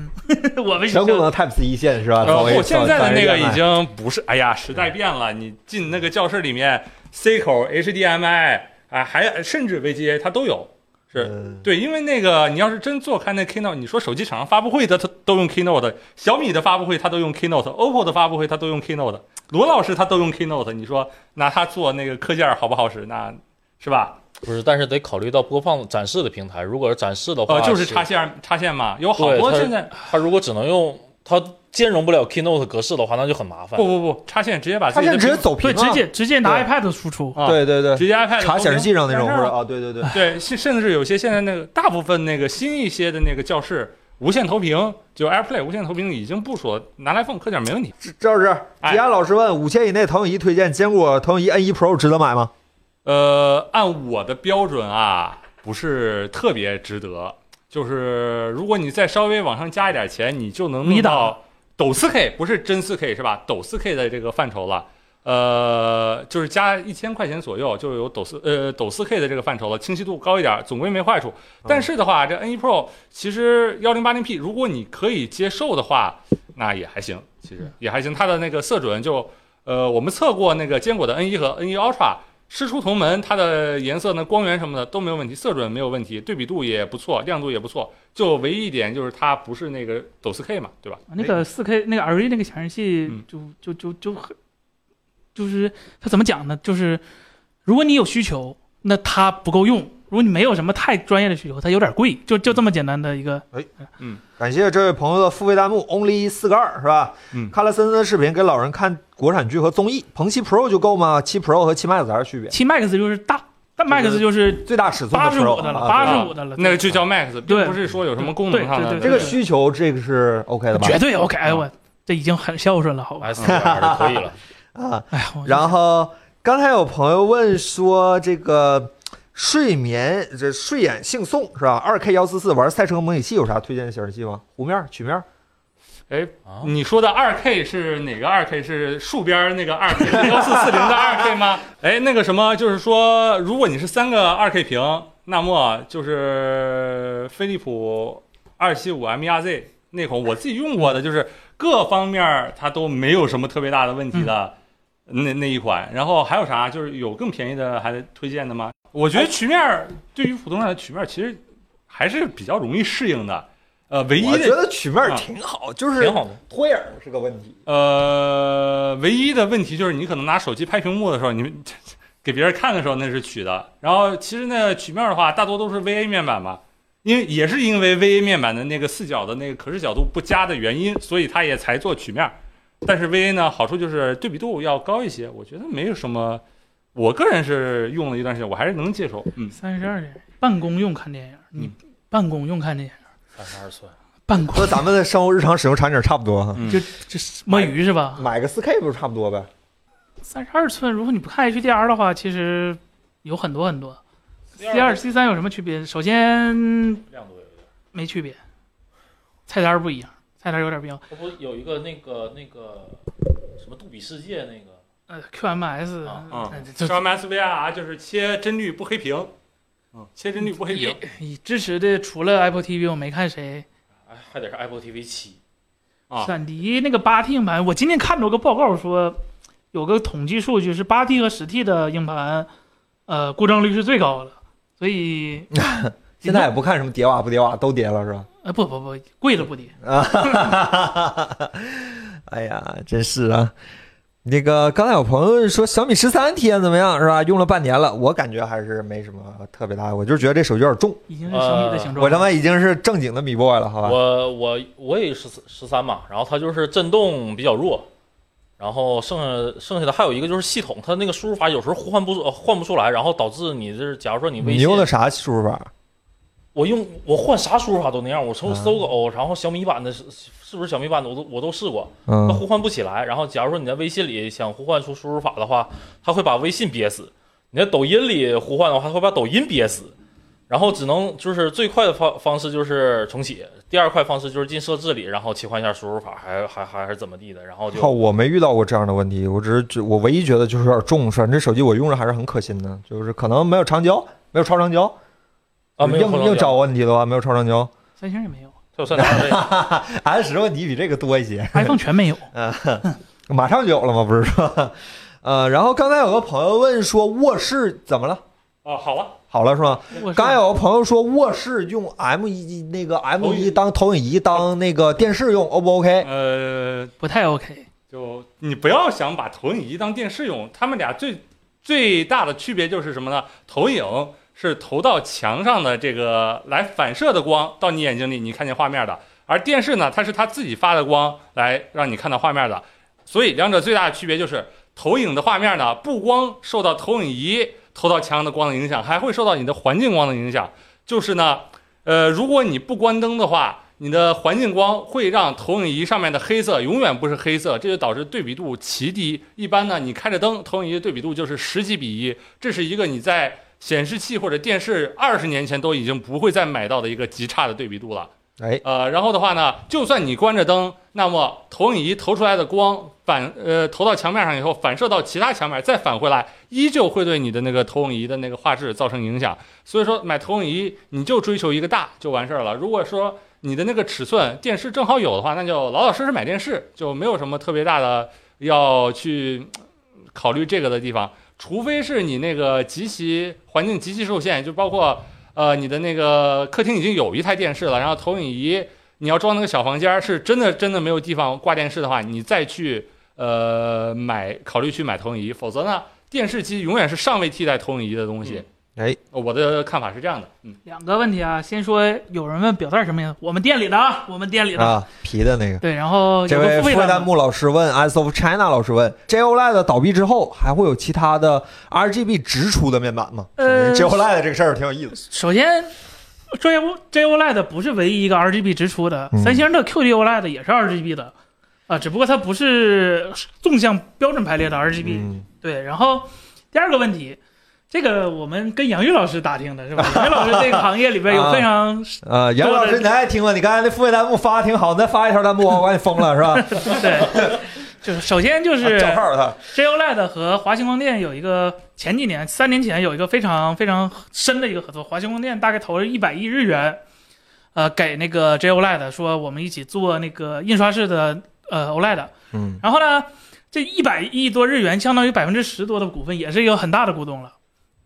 Speaker 3: 我们学
Speaker 1: 全功
Speaker 3: 校
Speaker 1: 能 Type C 线
Speaker 3: 啊
Speaker 1: 是吧？
Speaker 4: 呃，
Speaker 1: 作为
Speaker 4: 不，现在的那个已。
Speaker 1: 作为
Speaker 4: 经不是，哎呀，时代变了。你进那个教室里面，C 口、HDMI 啊，还甚至 VGA 它都有。是，
Speaker 1: 嗯
Speaker 4: 对，因为那个你要是真做看那 Keynote，你说手机厂商发布会的他都用 Keynote，小米的发布会他都用 Keynote，OPPO 的发布会他都用 Keynote，罗老师他都用 Keynote，你说拿它做那个课件儿好不好使？那是吧？
Speaker 5: 不是，但是得考虑到播放展示的平台，如果是展示的话，
Speaker 4: 呃，就是
Speaker 5: 是
Speaker 4: 插线插线嘛，有好
Speaker 5: 对
Speaker 4: 多
Speaker 5: 它
Speaker 4: 现在
Speaker 5: 它如果只能用它兼容不了 Keynote 格式的话，那就很麻烦
Speaker 4: 不。不不插线直接把
Speaker 1: 他
Speaker 4: 自己
Speaker 1: 现在直
Speaker 4: 的
Speaker 1: 接
Speaker 4: 屏
Speaker 1: 走平
Speaker 3: 对，
Speaker 1: 啊，
Speaker 3: 直接直接拿
Speaker 1: 对
Speaker 3: iPad 输出，
Speaker 4: 啊
Speaker 1: 对对对，
Speaker 4: 直接 iPad
Speaker 1: 查显示器上那种
Speaker 4: 投
Speaker 1: 或
Speaker 4: 屏
Speaker 1: 者啊，对对对，
Speaker 4: 对，甚甚至是有些现在那个大部分那个新一些的那个教室无线投屏，就 AirPlay 无线投屏已经部署了，拿来 iPhone 刻点没问题。
Speaker 1: 赵老师，
Speaker 4: 哎
Speaker 1: 吉安老师问：五千以内投影仪推荐，坚果投影仪 N 1 Pro 值得买吗？
Speaker 4: 呃，按我的标准啊，不是特别值得。就是如果你再稍微往上加一点钱，你就能弄
Speaker 3: 迷倒
Speaker 4: 到抖4 K，不是真4 K 是吧？抖4 K 的这个范畴了。呃，就是加一千块钱左右就有抖四呃抖四 K 的这个范畴了，清晰度高一点，总归没坏处。但是的话，这 N1 Pro 其实幺零八零 P，如果你可以接受的话，那也还行，其实也还行。它的那个色准就呃，我们测过那个坚果的 N1 和 N1 Ultra，师出同门，它的颜色呢、光源什么的都没有问题，色准没有问题，对比度也不错，亮度也不错。就唯一一点就是它不是那个抖四 K 嘛，对吧？
Speaker 3: 啊那个四 K 那个 LED 那个显示器
Speaker 4: 嗯
Speaker 3: 就就就就很，就是它怎么讲呢？就是如果你有需求，那它不够用；如果你没有什么太专业的需求，它有点贵，就就这么简单的一个。
Speaker 1: 感谢这位朋友的付费弹幕 only 四个二是吧？
Speaker 4: 嗯
Speaker 1: 看了森森的视频，给老人看国产剧和综艺，鹏七 Pro 就够吗？七 Pro 和七 Max 有啥区别？
Speaker 3: 七 Max 就是大，但 Max 就是
Speaker 1: 最大尺寸
Speaker 3: 八十
Speaker 1: Pro
Speaker 3: 五的了，
Speaker 1: 啊
Speaker 3: 八
Speaker 1: 对
Speaker 3: 十
Speaker 1: 吧
Speaker 3: 五的了，
Speaker 4: 那个就叫 Max，并
Speaker 3: 对
Speaker 4: 不是说有什么功能上的
Speaker 3: 对对
Speaker 1: 这
Speaker 3: 对
Speaker 1: 个需求，这个是 OK 的吧？
Speaker 3: 绝对 OK。哎呦我这已经很孝顺了，好吧？
Speaker 5: S 五二的可以了，
Speaker 1: 啊。
Speaker 3: 哎呀，我
Speaker 1: 然后刚才有朋友问说，这个睡眠这睡眼惺忪是吧？二 K 幺四四玩赛车模拟器有啥推荐的显示器吗？弧面、曲面？
Speaker 4: 哎
Speaker 5: 啊，
Speaker 4: 你说的二 K 是哪个二 K？是竖边儿那个二 K 幺四四零的二 K 吗？ 哎，那个什么，就是说，如果你是三个二 K 屏，那么就是飞利浦二七五 MRZ 那款，我自己用过的，就是各方面儿它都没有什么特别大的问题
Speaker 1: 嗯
Speaker 4: 的。那那一款，然后还有啥？就是有更便宜的还推荐的吗？我觉得曲面儿对于普通人来说，曲面儿其实还是比较容易适应的。呃，唯一
Speaker 1: 我
Speaker 4: 的
Speaker 1: 觉得曲面
Speaker 4: 啊
Speaker 1: 挺好， 就是
Speaker 5: 挺好的。
Speaker 1: 脱影是个问题。
Speaker 4: 呃，唯一的问题就是你可能拿手机拍屏幕的时候，你给别人看的时候那是曲的。然后其实那曲面的话，大多都是 VA 面板嘛，因为也是因为 VA 面板的那个四角的那个可视角度不佳的原因，所以它也才做曲面。但是 VA 呢，好处就是对比度要高一些，我觉得没有什么。我个人是用了一段时间，我还是能接受。嗯，
Speaker 3: 三十二点，办公用看电影，你
Speaker 4: 嗯
Speaker 3: 办公用看电影，
Speaker 5: 三十二寸，
Speaker 3: 办公
Speaker 1: 和咱们的生活日常使用场景差不多哈，
Speaker 4: 嗯
Speaker 3: 就这是嗯摸鱼是吧？
Speaker 1: 买个四 K 不是差不多呗？
Speaker 3: 三十二寸，如果你不看 HDR 的话，其实有很多很多。C 二、C 三有什么区别？首先
Speaker 5: 亮度有点。
Speaker 3: 没区别，菜单不一样，菜单有点不一样。
Speaker 5: 它不有一个那个那个什么杜比世界那个？
Speaker 3: 呃，QMS，
Speaker 5: 啊
Speaker 4: 啊
Speaker 3: 呃这这
Speaker 4: m SVR 就是切帧率不黑屏，嗯，切帧率不黑屏
Speaker 3: 也。也支持的除了 Apple TV，我没看谁。
Speaker 5: 哎，还得是 Apple TV 七。
Speaker 4: 啊
Speaker 3: 闪迪那个八 T 硬盘，我今天看到个报告说，有个统计数据是八 T 和十 T 的硬盘，呃，故障率是最高的。所以，
Speaker 1: 现在也不看什么叠瓦不叠瓦，都叠了是吧？
Speaker 3: 呃，不不不，贵了不低。
Speaker 1: 啊，哈哈 哎呀，真是啊！那个刚才有朋友说小米十三体验怎么样是吧？用了半年了，我感觉还是没什么特别大的，我就是觉得这手机有点重。
Speaker 3: 已经是小米的形状了。
Speaker 1: 呃我他妈已经是正经的米 boy 了，好吧？
Speaker 5: 我我我也十十三嘛，然后它就是震动比较弱，然后剩下剩下的还有一个就是系统，它那个输入法有时候换不呃换不出来，然后导致你这假如说你微信
Speaker 1: 你用的啥输入法？
Speaker 5: 我用我换啥输入法都那样，我从
Speaker 1: 啊
Speaker 5: 搜狗，然后小米版的是是不是小米版的我都我都试过，它
Speaker 1: 嗯，
Speaker 5: 呼唤不起来。然后假如说你在微信里想呼唤出输入法的话，它会把微信憋死；你在抖音里呼唤的话，它会把抖音憋死。然后只能就是最快的方方式就是重启，第二快方式就是进设置里，然后切换一下输入法，还还还还是怎么地的，然后就
Speaker 1: 靠，我没遇到过这样的问题，我只是只我唯一觉得就是有点重，反正这手机我用着还是很可心的，就是可能没有长焦，没有超长焦
Speaker 5: 啊没有
Speaker 1: 硬
Speaker 5: 后照
Speaker 1: 硬
Speaker 5: 镜
Speaker 1: 找问题的话没有超长焦
Speaker 3: 三星也没有
Speaker 5: 它有三点二倍，
Speaker 1: ，S 十问题比这个多一些。
Speaker 3: ，iPhone 全没有。
Speaker 1: 马上就有了吗？不是说， 呃，然后刚才有个朋友问说卧室怎么了？
Speaker 4: 啊，好了，
Speaker 1: 好了是吗？
Speaker 3: 我是
Speaker 1: 刚才有个朋友说卧室用 M 一那个 M 一当投影仪当那个电视用 O 不 OK？
Speaker 4: 呃，
Speaker 3: 不太 OK。
Speaker 4: 就你不要想把投影仪当电视用，他们俩最最大的区别就是什么呢？投影是投到墙上的这个来反射的光到你眼睛里，你看见画面的；而电视呢，它是它自己发的光来让你看到画面的。所以两者最大的区别就是，投影的画面呢，不光受到投影仪投到墙上的光的影响，还会受到你的环境光的影响。就是呢，呃，如果你不关灯的话，你的环境光会让投影仪上面的黑色永远不是黑色，这就导致对比度奇低。一般呢，你开着灯，投影仪的对比度就是十几比一，这是一个你在显示器或者电视二十年前都已经不会再买到的一个极差的对比度了。
Speaker 1: 哎，
Speaker 4: 呃，然后的话呢，就算你关着灯，那么投影仪投出来的光反呃投到墙面上以后，反射到其他墙面，再返回来，依旧会对你的那个投影仪的那个画质造成影响。所以说，买投影仪你就追求一个大就完事儿了。如果说你的那个尺寸电视正好有的话，那就老老实实买电视，就没有什么特别大的要去呃考虑这个的地方。除非是你那个极其环境极其受限，就包括呃，你的那个客厅已经有一台电视了，然后投影仪你要装那个小房间儿，是真的真的没有地方挂电视的话，你再去呃买考虑去买投影仪，否则呢，电视机永远是尚未替代投影仪的东西。
Speaker 1: 嗯哎，
Speaker 4: 哦我的看法是这样的，嗯，
Speaker 3: 两个问题啊，先说有人问表带什么呀？我们店里的啊，我们店里的。
Speaker 1: 啊，皮的那个。
Speaker 3: 对，然后
Speaker 1: 这
Speaker 3: 有
Speaker 1: 位
Speaker 3: 个付费
Speaker 1: 付费弹
Speaker 3: 的，
Speaker 1: 幕老师问，As of China 老师问，JOLED 倒闭之后还会有其他的 RGB 直出的面板吗、
Speaker 3: 呃
Speaker 1: j o l e d 这个事儿挺有意思。
Speaker 3: 首先。J O J O LED 不是唯一一个 RGB 直出的，
Speaker 1: 嗯
Speaker 3: 三星的 QD O LED 也是 RGB 的，啊，只不过它不是纵向标准排列的 RGB，、
Speaker 1: 嗯，
Speaker 3: 对，然后第二个问题，这个我们跟杨玉老师打听的是吧？杨玉老师这个行业里边 有非常、
Speaker 1: 呃，杨老师你还听吗？你刚才那付费弹幕发的挺好，你再发一条弹幕，我把你封了是吧？啊
Speaker 3: 对，就是首先 就是
Speaker 1: 叫号他。
Speaker 3: JOLED 和华星光电有一个前几年三年前有一个非常非常深的一个合作，华星光电大概投了一百亿日元，呃，给那个 JOLED 说我们一起做那个印刷式的呃 OLED，
Speaker 1: 嗯，
Speaker 3: 然后呢，这一百亿多日元相当于百分之十多的股份，也是一个很大的股东了。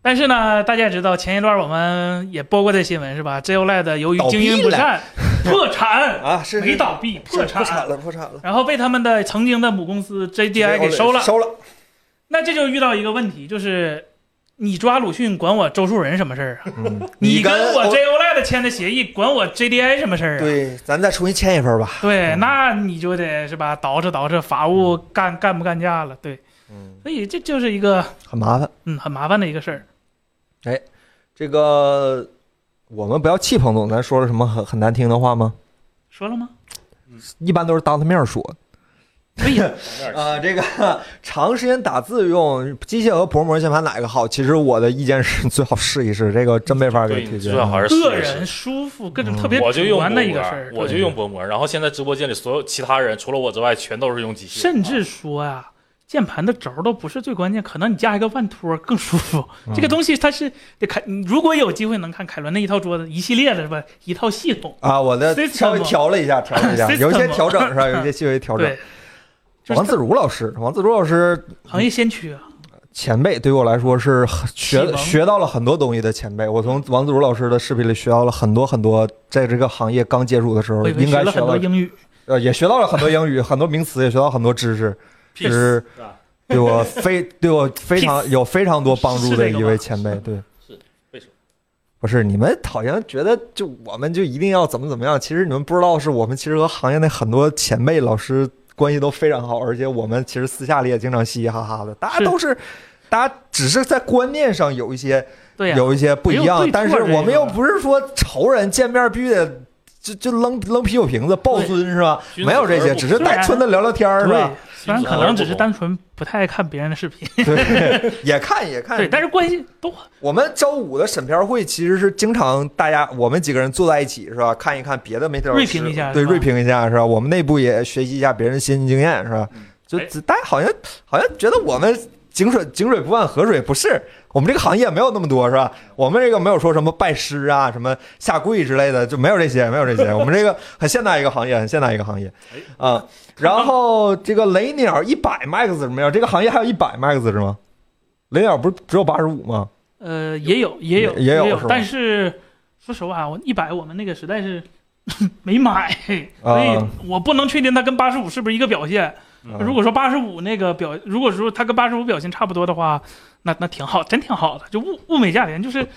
Speaker 3: 但是呢，大家也知道，前一段我们也播过这新闻是吧？JOLED 由于
Speaker 1: 倒闭
Speaker 3: 经营不善，破产
Speaker 1: 啊，是
Speaker 3: 没倒闭，
Speaker 1: 是
Speaker 3: 破产，
Speaker 1: 破产了，破产了。
Speaker 3: 然后被他们的曾经的母公司 JDI 给收了。
Speaker 1: 收了。
Speaker 3: 那这就遇到一个问题，就是你抓鲁迅管我周树人什么事儿啊？
Speaker 1: 嗯，
Speaker 3: 你跟我
Speaker 1: 欧
Speaker 3: JOLED 签的协议管我 JDI 什么事儿啊？
Speaker 1: 对，咱再重新签一份吧。
Speaker 3: 对，
Speaker 1: 嗯
Speaker 3: 那你就得是吧，捯饬捯饬法务干干不干架了？对，
Speaker 1: 嗯，
Speaker 3: 所以这就是一个
Speaker 1: 很麻烦。
Speaker 3: 嗯很麻烦的一个事儿。
Speaker 1: 这个我们不要气彭总，咱说了什么很很难听的话吗？
Speaker 3: 说了吗？
Speaker 1: 一般都是当他面说。
Speaker 3: 可以，
Speaker 1: 呃，这个 长时间打字用机械和薄膜键盘哪个好？其实我的意见是最好试一试，这个真没法给
Speaker 5: 对，
Speaker 1: 推
Speaker 5: 你
Speaker 1: 荐。
Speaker 5: 最好还是试
Speaker 3: 个
Speaker 5: 一
Speaker 3: 人
Speaker 5: 试。
Speaker 3: 舒服，各
Speaker 1: 嗯
Speaker 3: 种特别
Speaker 5: 我就
Speaker 3: 主
Speaker 5: 用薄
Speaker 3: 观
Speaker 5: 膜
Speaker 3: 的一个事儿，，
Speaker 5: 我就用薄膜。然后现在直播间里所有其他人除了我之外，全都是用机械，
Speaker 3: 甚
Speaker 1: 啊
Speaker 3: 至说呀、键盘的轴都不是最关键，可能你加一个腕托更舒服。
Speaker 1: 嗯
Speaker 3: 这个东西它是得看，你如果有机会能看凯伦那一套桌子一系列的是吧，一套系统，
Speaker 1: 啊，我的稍微调了一下，调了一下，
Speaker 3: System
Speaker 1: 有一些调整是吧？有一些细微调整
Speaker 3: 对。，就是
Speaker 1: 王自如老师，王自如老师
Speaker 3: 行业先驱啊，
Speaker 1: 前辈对于我来说是很
Speaker 3: 启
Speaker 1: 学
Speaker 3: 蒙
Speaker 1: 学到了很多东西的前辈。我从王自如老师的视频里学到了很多很多，在这个行业刚接触的时候
Speaker 3: 我以为
Speaker 1: 嗯应
Speaker 3: 学
Speaker 1: 该学
Speaker 3: 了很
Speaker 1: 到
Speaker 3: 多
Speaker 1: 的，
Speaker 3: 英语，
Speaker 1: 呃，也学到了很多英语，很多名词，也学到很多知识，
Speaker 5: Peace，
Speaker 1: 是
Speaker 5: 是吧
Speaker 1: 对我非对我非常
Speaker 3: Peace
Speaker 1: 有非常多帮助
Speaker 3: 是
Speaker 1: 的
Speaker 3: 这个
Speaker 1: 一位
Speaker 3: 吗
Speaker 1: 前辈。对，
Speaker 5: 是为什么
Speaker 1: 不是你们好像觉得就我们就一定要怎么怎么样，其实你们不知道是我们其实和行业内很多前辈老师关系都非常好，而且我们其实私下里也经常嘻嘻哈哈的，大家
Speaker 3: 是
Speaker 1: 都是大家只是在观念上有一些。
Speaker 3: 对呀、
Speaker 1: 有一些不一
Speaker 3: 没有
Speaker 1: 样
Speaker 3: 对，错
Speaker 1: 但是
Speaker 3: 这个
Speaker 1: 我们又不是说仇人见面必须得就就扔扔啤酒瓶子抱尊是吧？
Speaker 5: 君子
Speaker 1: 没有这
Speaker 5: 而
Speaker 1: 些，
Speaker 5: 不
Speaker 1: 只是
Speaker 3: 虽然
Speaker 1: 单纯的聊聊天儿是吧？
Speaker 3: 对，虽然可能只是单纯不太爱看别人的视频，
Speaker 1: 对，也看也看。
Speaker 3: 对，但是关系都
Speaker 1: 我们周五的审片会其实是经常大家我们几个人坐在一起是吧？看一看别的媒体老师
Speaker 3: 锐评一下
Speaker 1: 对，
Speaker 3: 是吧
Speaker 1: 锐评一下是吧？我们内部也学习一下别人新经验是吧
Speaker 5: 嗯？
Speaker 1: 就
Speaker 3: 哎
Speaker 1: 只大家好像好像觉得我们井水井水不犯河水，不是我们这个行业没有那么多是吧？我们这个没有说什么拜师啊、什么下跪之类的，就没有这些，没有这些。我们这个 很现代一个行业，很现代一个行业
Speaker 3: 哎
Speaker 1: 啊。然后这个雷鸟一百 max 什么样？这个行业还有一百 max 是吗？雷鸟不是只有八十五吗？
Speaker 3: 呃也有也有
Speaker 1: 也有
Speaker 3: 有
Speaker 1: 是吧
Speaker 3: 但是说实话，啊我一百我们那个时代是 没买，
Speaker 1: 啊
Speaker 3: 所以我不能确定它跟八十五是不是一个表现。
Speaker 1: 啊
Speaker 3: 如果说八十五那个表，如果说它跟八十五表现差不多的话，那那挺好，真挺好的，就物物美价廉，就是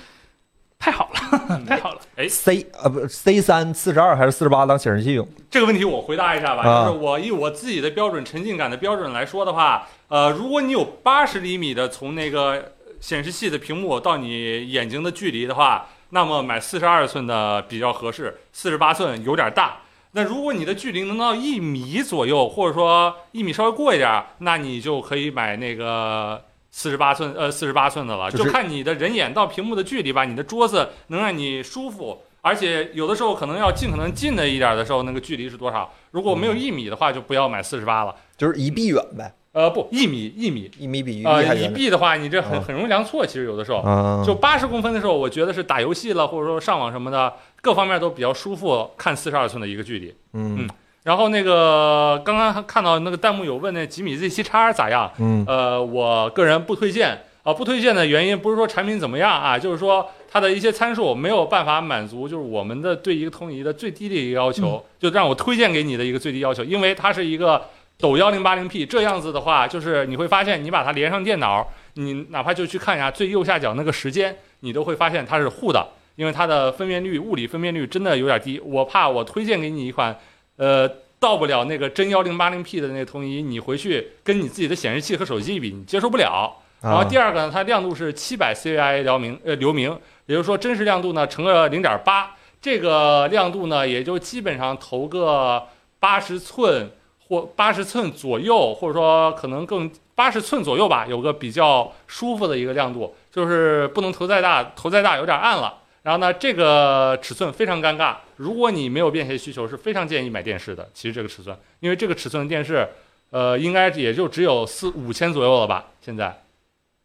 Speaker 3: 太好了，太好了。
Speaker 1: C 呃不 C 三四十二还是四十八当显示器用？
Speaker 4: 这个问题我回答一下吧，
Speaker 1: 啊
Speaker 4: 就是我以我自己的标准沉浸感的标准来说的话，呃，如果你有八十厘米的从那个显示器的屏幕到你眼睛的距离的话，那么买四十二寸的比较合适，四十八寸有点大。那如果你的距离能到一米左右，或者说一米稍微过一点儿，那你就可以买那个四十八寸呃四十八寸的了，
Speaker 1: 就是
Speaker 4: 就看你的人眼到屏幕的距离吧，你的桌子能让你舒服，而且有的时候可能要尽可能近的一点的时候，那个距离是多少？如果没有一米的话，就不要买四十八了。
Speaker 1: 就是一臂远呗，
Speaker 4: 呃，不，一米一米，
Speaker 1: 一米比一臂
Speaker 4: 呃
Speaker 1: 还，
Speaker 4: 一
Speaker 1: 远点。
Speaker 4: 臂的话，你这
Speaker 1: 嗯
Speaker 4: 很很容易量错，其实有的时候。
Speaker 1: 啊，
Speaker 4: 就八十公分的时候，我觉得是打游戏了，或者说上网什么的，各方面都比较舒服，看四十二寸的一个距离。
Speaker 1: 嗯
Speaker 4: 然后那个刚刚看到那个弹幕有问那几米 Z 七叉咋样？
Speaker 1: 嗯
Speaker 4: 呃，我个人不推荐啊、不推荐的原因不是说产品怎么样啊，就是说它的一些参数没有办法满足，就是我们的对一个投影仪的最低的一个要求，就让我推荐给你的一个最低要求，因为它是一个抖幺零八零 P 这样子的话，就是你会发现你把它连上电脑，你哪怕就去看一下最右下角那个时间，你都会发现它是糊的，因为它的分辨率物理分辨率真的有点低，我怕我推荐给你一款，呃。到不了那个真幺零八零 P 的那个投影仪，你回去跟你自己的显示器和手机比，你接受不了。
Speaker 1: 啊
Speaker 4: 然后第二个呢，它亮度是七百 CVI 流明，呃流明，也就是说真实亮度呢乘个零点八，这个亮度呢也就基本上投个八十寸或八十寸左右，或者说可能更八十寸左右吧，有个比较舒服的一个亮度，就是不能投再大，投再大有点暗了。然后呢，这个尺寸非常尴尬，如果你没有便携需求，是非常建议买电视的。其实这个尺寸，因为这个尺寸的电视，呃，应该也就只有四五千左右了吧，现在。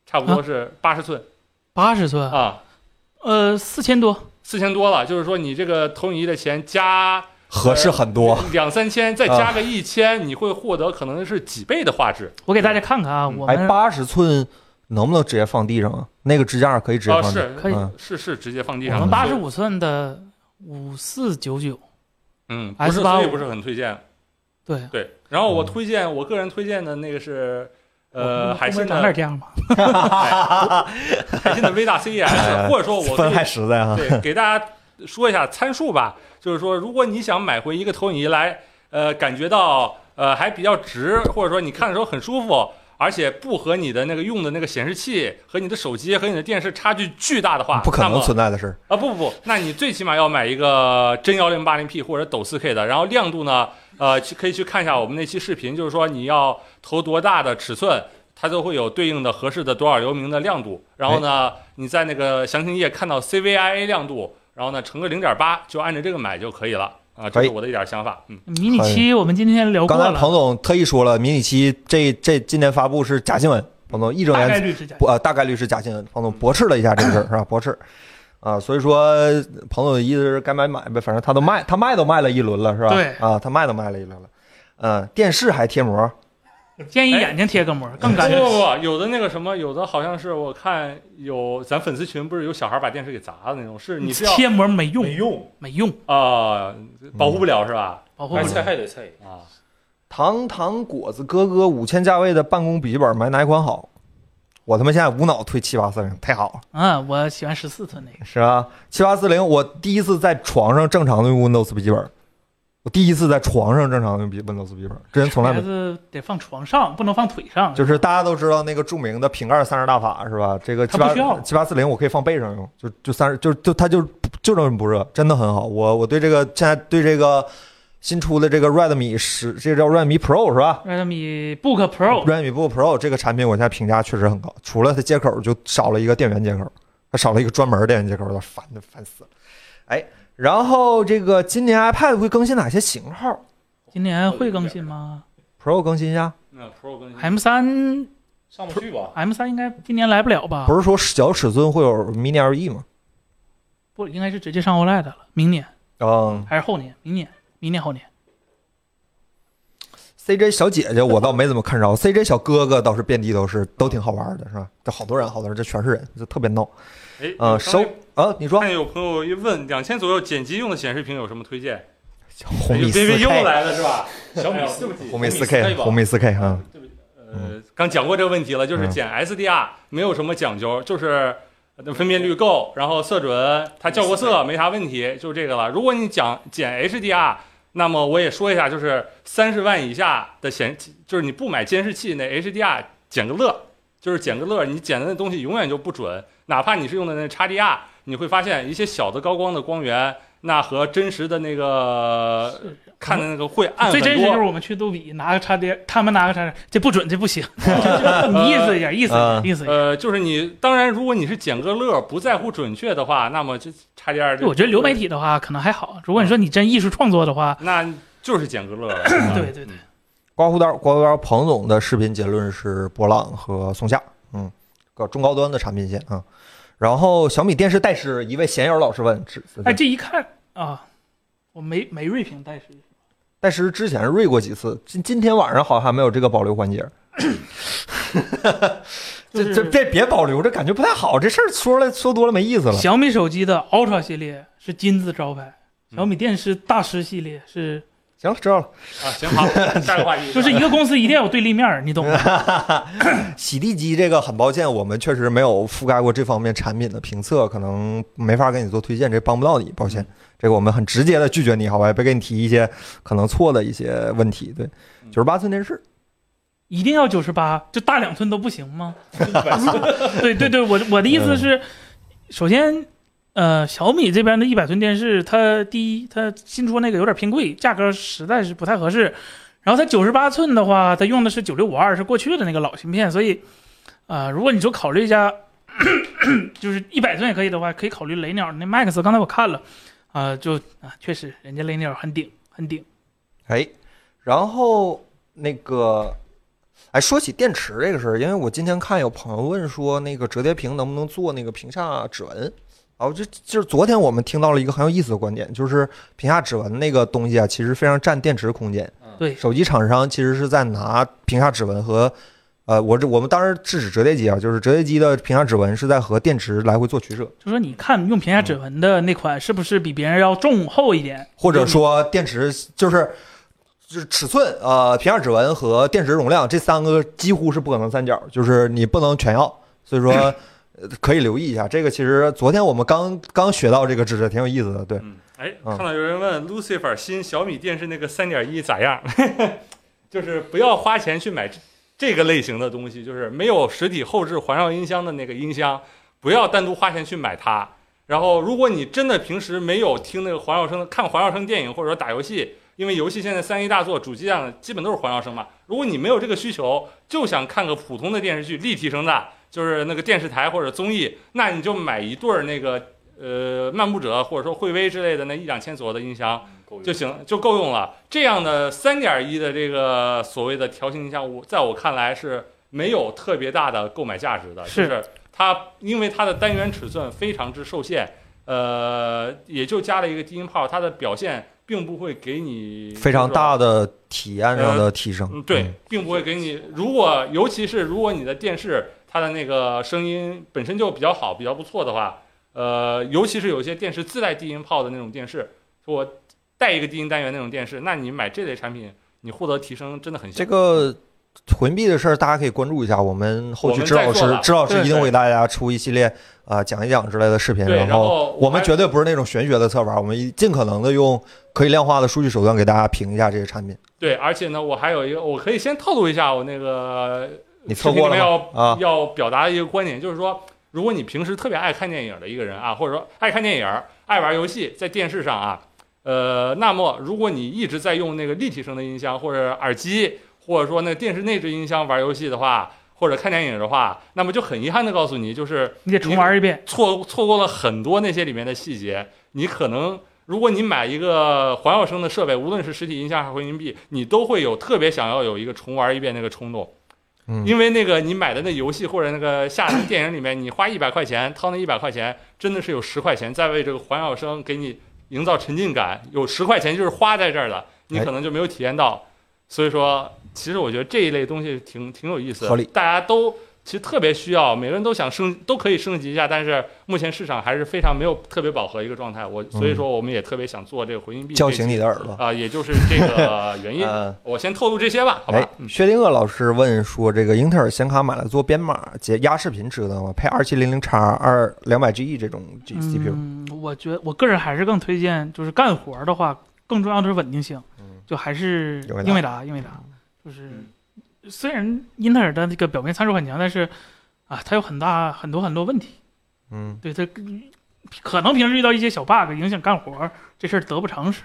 Speaker 4: 差不多是八十寸
Speaker 3: 八十寸，
Speaker 4: 啊，
Speaker 3: 呃，四千多，
Speaker 4: 四千多了。就是说你这个投影仪的钱加
Speaker 1: 合适很多。
Speaker 4: 两三千，再加个一千，你会获得可能是几倍的画质。
Speaker 3: 我给大家看看啊，
Speaker 4: 嗯
Speaker 3: 我
Speaker 1: 哎，
Speaker 3: 们
Speaker 1: 八十寸能不能直接放地上啊？那个支架可以直接
Speaker 4: 啊，
Speaker 1: 放地上。
Speaker 4: 是
Speaker 3: 可以
Speaker 1: 嗯
Speaker 4: 是是直接放地
Speaker 3: 我
Speaker 4: 上的。
Speaker 3: 们八十五寸的五四九九，
Speaker 4: 嗯，不是，
Speaker 3: S85
Speaker 4: 所以不是很推荐。
Speaker 3: 对，
Speaker 4: 对，然后我推荐，我个人推荐的那个是。呃，海信
Speaker 3: 长点
Speaker 4: 的
Speaker 3: 这样吧，
Speaker 4: 海信的 V 大 CES，或者说我
Speaker 1: 分
Speaker 4: 推
Speaker 1: 还实在啊。
Speaker 4: 对，给大家说一下参数吧，就是说，如果你想买回一个投影仪来，呃，感觉到呃还比较值，或者说你看的时候很舒服，而且不和你的那个用的那个显示器和你的手机和你的电视差距巨大的话，
Speaker 1: 不可
Speaker 4: 那
Speaker 1: 能
Speaker 4: 么
Speaker 1: 存在的事儿，
Speaker 4: 啊，不不不，那你最起码要买一个真幺零八零 P 或者抖四 K 的，然后亮度呢，呃，去可以去看一下我们那期视频，就是说你要投多大的尺寸，它都会有对应的合适的多少流明的亮度。然后呢，
Speaker 7: 哎
Speaker 4: 你在那个详情页看到 CVIA 亮度，然后呢乘个零点八，就按照这个买就可以了。
Speaker 7: 哎
Speaker 4: 啊，这
Speaker 1: 可以
Speaker 4: 是我的一点想法。嗯，
Speaker 3: 迷你七我们今天聊过
Speaker 1: 刚才
Speaker 3: 了，
Speaker 1: 彭总特意说了，迷你七这这今年发布是假新闻，彭总义正
Speaker 3: 大
Speaker 1: 言
Speaker 3: 概
Speaker 1: 辞
Speaker 3: 率是假
Speaker 1: 不呃大概率是假新闻，彭总驳斥了一下这个事儿是吧？驳斥啊，所以说彭总的意思是该买买呗，反正他都卖，他卖都卖了一轮了是吧？
Speaker 3: 对
Speaker 1: 啊，他卖都卖了一轮了，嗯，电视还贴膜，
Speaker 3: 建议眼睛贴个膜， 更
Speaker 4: 不
Speaker 3: 感
Speaker 4: 不
Speaker 3: 觉
Speaker 4: 不，有的那个什么，有的好像是我看有咱粉丝群不是有小孩把电视给砸了那种，是你是要
Speaker 3: 贴膜没用
Speaker 5: 没，用，哎
Speaker 3: 没用，
Speaker 1: 嗯
Speaker 4: 啊、保护不了是吧？
Speaker 3: 保护
Speaker 5: 该
Speaker 3: 不
Speaker 5: 哦菜
Speaker 3: 了。
Speaker 5: 还得菜。
Speaker 4: 啊。
Speaker 1: 堂堂果子哥哥五千价位的办公笔记本买哪款好？我他妈现在无脑推七八四零，太好了。
Speaker 3: 嗯，我喜欢十四寸那个，
Speaker 1: 是啊，七八四零，我第一次在床上正常的用 Windows 笔记本，我第一次在床上正常用笔 Windows 笔记本，之前从来
Speaker 3: 孩
Speaker 1: 没。
Speaker 3: 子得放床上，不能放腿上。
Speaker 1: 就是大家都知道那个著名的瓶盖三十大法是吧？这个七
Speaker 3: 它
Speaker 1: 八
Speaker 3: 不需要
Speaker 1: 七八四零我可以放背上用，就就三十就就它就就这么不热，真的很好。我我对这个现在对这个新出的这个 Redmi 十，这个叫 Redmi Pro 是吧？
Speaker 3: Redmi Book Pro，
Speaker 1: Redmi Book Pro 这个产品，我现在评价确实很高，除了它接口就少了一个电源接口，它少了一个专门的电源接口，有点烦的烦死了。哎，然后这个今年 iPad 会更新哪些型号
Speaker 3: 今年会更新吗
Speaker 1: ？Pro 更新一下，
Speaker 4: 那 Pro 更新
Speaker 3: ？M 三
Speaker 5: 上不去吧？
Speaker 3: M 三应该今年来不了吧？
Speaker 1: 不是说小尺寸会有 Mini LED 吗？
Speaker 3: 不，应该是直接上 OLED 了，明年
Speaker 1: 嗯
Speaker 3: 还是后年？明年，明年后年。
Speaker 1: ，CJ 小姐姐我倒没怎么看着，CJ 小哥哥倒是遍地都是，都挺好玩的，是吧？这好多人，好多人，这全是人，这特别闹。
Speaker 4: 哎，
Speaker 1: 呃，
Speaker 4: 稍
Speaker 1: 收
Speaker 4: 微
Speaker 1: 啊，你说
Speaker 4: 看有朋友一问，两千左右剪辑用的显示屏有什么推荐？
Speaker 1: 红米
Speaker 4: 别
Speaker 1: 四
Speaker 4: 别又
Speaker 1: K，
Speaker 4: 来了是 吧？
Speaker 5: 小米
Speaker 4: 哎呦对
Speaker 5: 四
Speaker 4: 不起
Speaker 1: 红米四
Speaker 5: 红米
Speaker 1: K，
Speaker 5: 4K 吧
Speaker 1: 红米四 K 啊，
Speaker 3: 嗯
Speaker 4: 呃，刚讲过这个问题了，就是剪 SDR 没有什么讲究，就是分辨率够，然后色准，它校过
Speaker 3: 嗯
Speaker 4: 色没啥问题，就这个了。如果你讲捡 HDR，那么我也说一下，就是三十万以下的显，就是你不买监视器那 HDR 捡个乐，就是捡个乐，你捡的那东西永远就不准，哪怕你是用的那 XDR，你会发现一些小的高光的光源，那和真实的那个看的那个会暗很
Speaker 3: 最真实就是
Speaker 4: 多。
Speaker 3: 我们去杜比拿个叉 D，他们拿个叉 D，这不准，这不行。你意思一下，意思一下，
Speaker 1: 嗯
Speaker 3: 意思一下。
Speaker 4: 呃，就是你，当然，如果你是捡个乐，不在乎准确的话，那么这 XDR
Speaker 3: 就
Speaker 4: 就
Speaker 3: 我觉得流媒体的话可能还好，如果你说你真艺术创作的话，
Speaker 4: 那就是捡个乐 了。啊
Speaker 3: 对对对，
Speaker 1: 刮胡刀，刮胡刀，彭总的视频结论是博朗和松下，嗯，个中高端的产品线啊。然后小米电视代师，一位闲友老师问，只
Speaker 3: 哎，这一看啊，我没没锐评但是
Speaker 1: 代师之前锐过几次，今今天晚上好像还没有这个保留环节。
Speaker 3: 就
Speaker 1: 这
Speaker 3: 是
Speaker 1: 这这别保留，这感觉不太好，这事儿说了说多了没意思了。
Speaker 3: 小米手机的 Ultra 系列是金字招牌，小米电视大师系列是，
Speaker 1: 行了，知道了。
Speaker 4: 啊，行，好，下 一个话题
Speaker 3: 就是一个公司一定要有对立面儿，你懂吗？
Speaker 1: 洗地机这个很抱歉，我们确实没有覆盖过这方面产品的评测，可能没法给你做推荐，这帮不到你，抱歉。这个我们很直接的拒绝你，好吧？别给你提一些可能错的一些问题。对，九十八寸电视，
Speaker 3: 一定要九十八，就大两寸都不行吗？对对对，我我的意思是，首先，呃，小米这边的一百寸电视，它第一，它新出那个有点偏贵，价格实在是不太合适。然后它九十八寸的话，它用的是九六五二，是过去的那个老芯片，所以，啊、如果你说考虑一下，就是一百寸也可以的话，可以考虑雷鸟那 Max。刚才我看了，啊、就啊，确实人家雷鸟很顶，很顶。
Speaker 1: 哎，然后那个，哎，说起电池这个事儿，因为我今天看有朋友问说，那个折叠屏能不能做那个屏下指纹？啊，我就就是昨天我们听到了一个很有意思的观点，就是屏下指纹那个东西啊，其实非常占电池空间。
Speaker 3: 对，
Speaker 1: 手机厂商其实是在拿屏下指纹和，呃，我这我们当然是指折叠机啊，就是折叠机的屏下指纹是在和电池来回做取舍，
Speaker 3: 就说你看用屏下指纹的那款是不是比别人要重厚一点？
Speaker 1: 或者
Speaker 4: 嗯
Speaker 1: 说电池就是就是尺寸，呃，屏下指纹和电池容量这三个几乎是不可能三角，就是你不能全要，所以 说。呃可以留意一下，这个其实昨天我们刚刚学到这个知识，挺有意思的。对，
Speaker 4: 嗯，哎，
Speaker 1: 嗯
Speaker 4: 看到有人问 Lucifer 新小米电视那个三点一咋样？ 就是不要花钱去买这这个类型的东西，就是没有实体后置环绕音箱的那个音箱，不要单独花钱去买它。然后，如果你真的平时没有听那个环绕声、看环绕声电影或者说打游戏，因为游戏现在三 A 大作，主机上基本都是环绕声嘛。如果你没有这个需求，就想看个普通的电视剧，立体声的，就是那个电视台或者综艺，那你就买一对儿那个呃漫步者或者说惠威之类的那一两千左右的音箱就行，就够用了。这样的三点一的这个所谓的条形音箱，我在我看来是没有特别大的购买价值的，
Speaker 3: 是
Speaker 4: 就是它因为它的单元尺寸非常之受限，呃，也就加了一个低音炮，它的表现并不会给你
Speaker 1: 非常
Speaker 4: 就是
Speaker 1: 大的体验上的提升。
Speaker 4: 嗯，对，并不会给你。如果尤其是如果你的电视它的那个声音本身就比较好、比较不错的话，呃，尤其是有一些电视自带低音炮的那种电视，我带一个低音单元那种电视，那你买这类产品，你获得提升真的很小。
Speaker 1: 这个魂币的事儿，大家可以关注一下。我们后
Speaker 4: 我
Speaker 1: 续
Speaker 4: 们
Speaker 1: 支
Speaker 4: 再
Speaker 1: 老
Speaker 4: 做
Speaker 1: 师
Speaker 4: 吧，
Speaker 1: 支老师
Speaker 4: 对
Speaker 1: 一定
Speaker 4: 对
Speaker 1: 会给大家出一系列啊、呃讲一讲之类的视频。
Speaker 4: 对，然
Speaker 1: 后
Speaker 4: 后
Speaker 1: 我们
Speaker 4: 还
Speaker 1: 绝对不是那种玄学的测法，我们一尽可能的用可以量化的数据手段给大家评一下这个产品。
Speaker 4: 对，而且呢，我还有一个，我可以先透露一下我那个
Speaker 1: 你测过了吗？
Speaker 4: 要、
Speaker 1: 啊
Speaker 4: 要表达的一个观点，就是说，如果你平时特别爱看电影的一个人啊，或者说爱看电影、爱玩游戏，在电视上啊，呃，那么如果你一直在用那个立体声的音箱或者耳机，或者说那个电视内置音箱玩游戏的话，或者看电影的话，那么就很遗憾的告诉你，就是
Speaker 3: 你得重玩一遍。
Speaker 4: 错错过了很多那些里面的细节。你可能如果你买一个环绕声的设备，无论是实体音箱还是回音壁，你都会有特别想要有一个重玩一遍那个冲动。
Speaker 1: 嗯
Speaker 4: 因为那个你买的那游戏或者那个下的电影里面，你花一百块钱掏那一百块钱，真的是有十块钱在为这个环绕声给你营造沉浸感，有十块钱就是花在这儿的，你
Speaker 1: 哎
Speaker 4: 可能就没有体验到。所以说，其实我觉得这一类东西挺挺有意思的，
Speaker 1: 合理
Speaker 4: 大家都其实特别需要，每个人都想升，都可以升级一下，但是目前市场还是非常没有特别饱和一个状态。我所以说我们也特别想做这个回音
Speaker 1: 嗯
Speaker 4: 壁
Speaker 1: 叫醒你的耳朵。
Speaker 4: 啊、也就是 这个原因。
Speaker 1: 呃，
Speaker 4: 我先透露这些吧，好
Speaker 1: 哎
Speaker 4: 吧？嗯，
Speaker 1: 薛定谔老师问说，这个英特尔显卡买来做编码解压视频值得吗？配二七零零叉二两百 GE 这种 G CPU，
Speaker 3: 嗯，我觉我个人还是更推荐，就是干活儿的话，更重要的是稳定性，就还是
Speaker 1: 英伟达
Speaker 3: 英伟达，英伟达，就是虽然英特尔的那个表面参数很强，但是啊，它有很大很多很多问题，
Speaker 1: 嗯，
Speaker 3: 对它可能平时遇到一些小 bug，影响干活儿，这事儿得不偿失。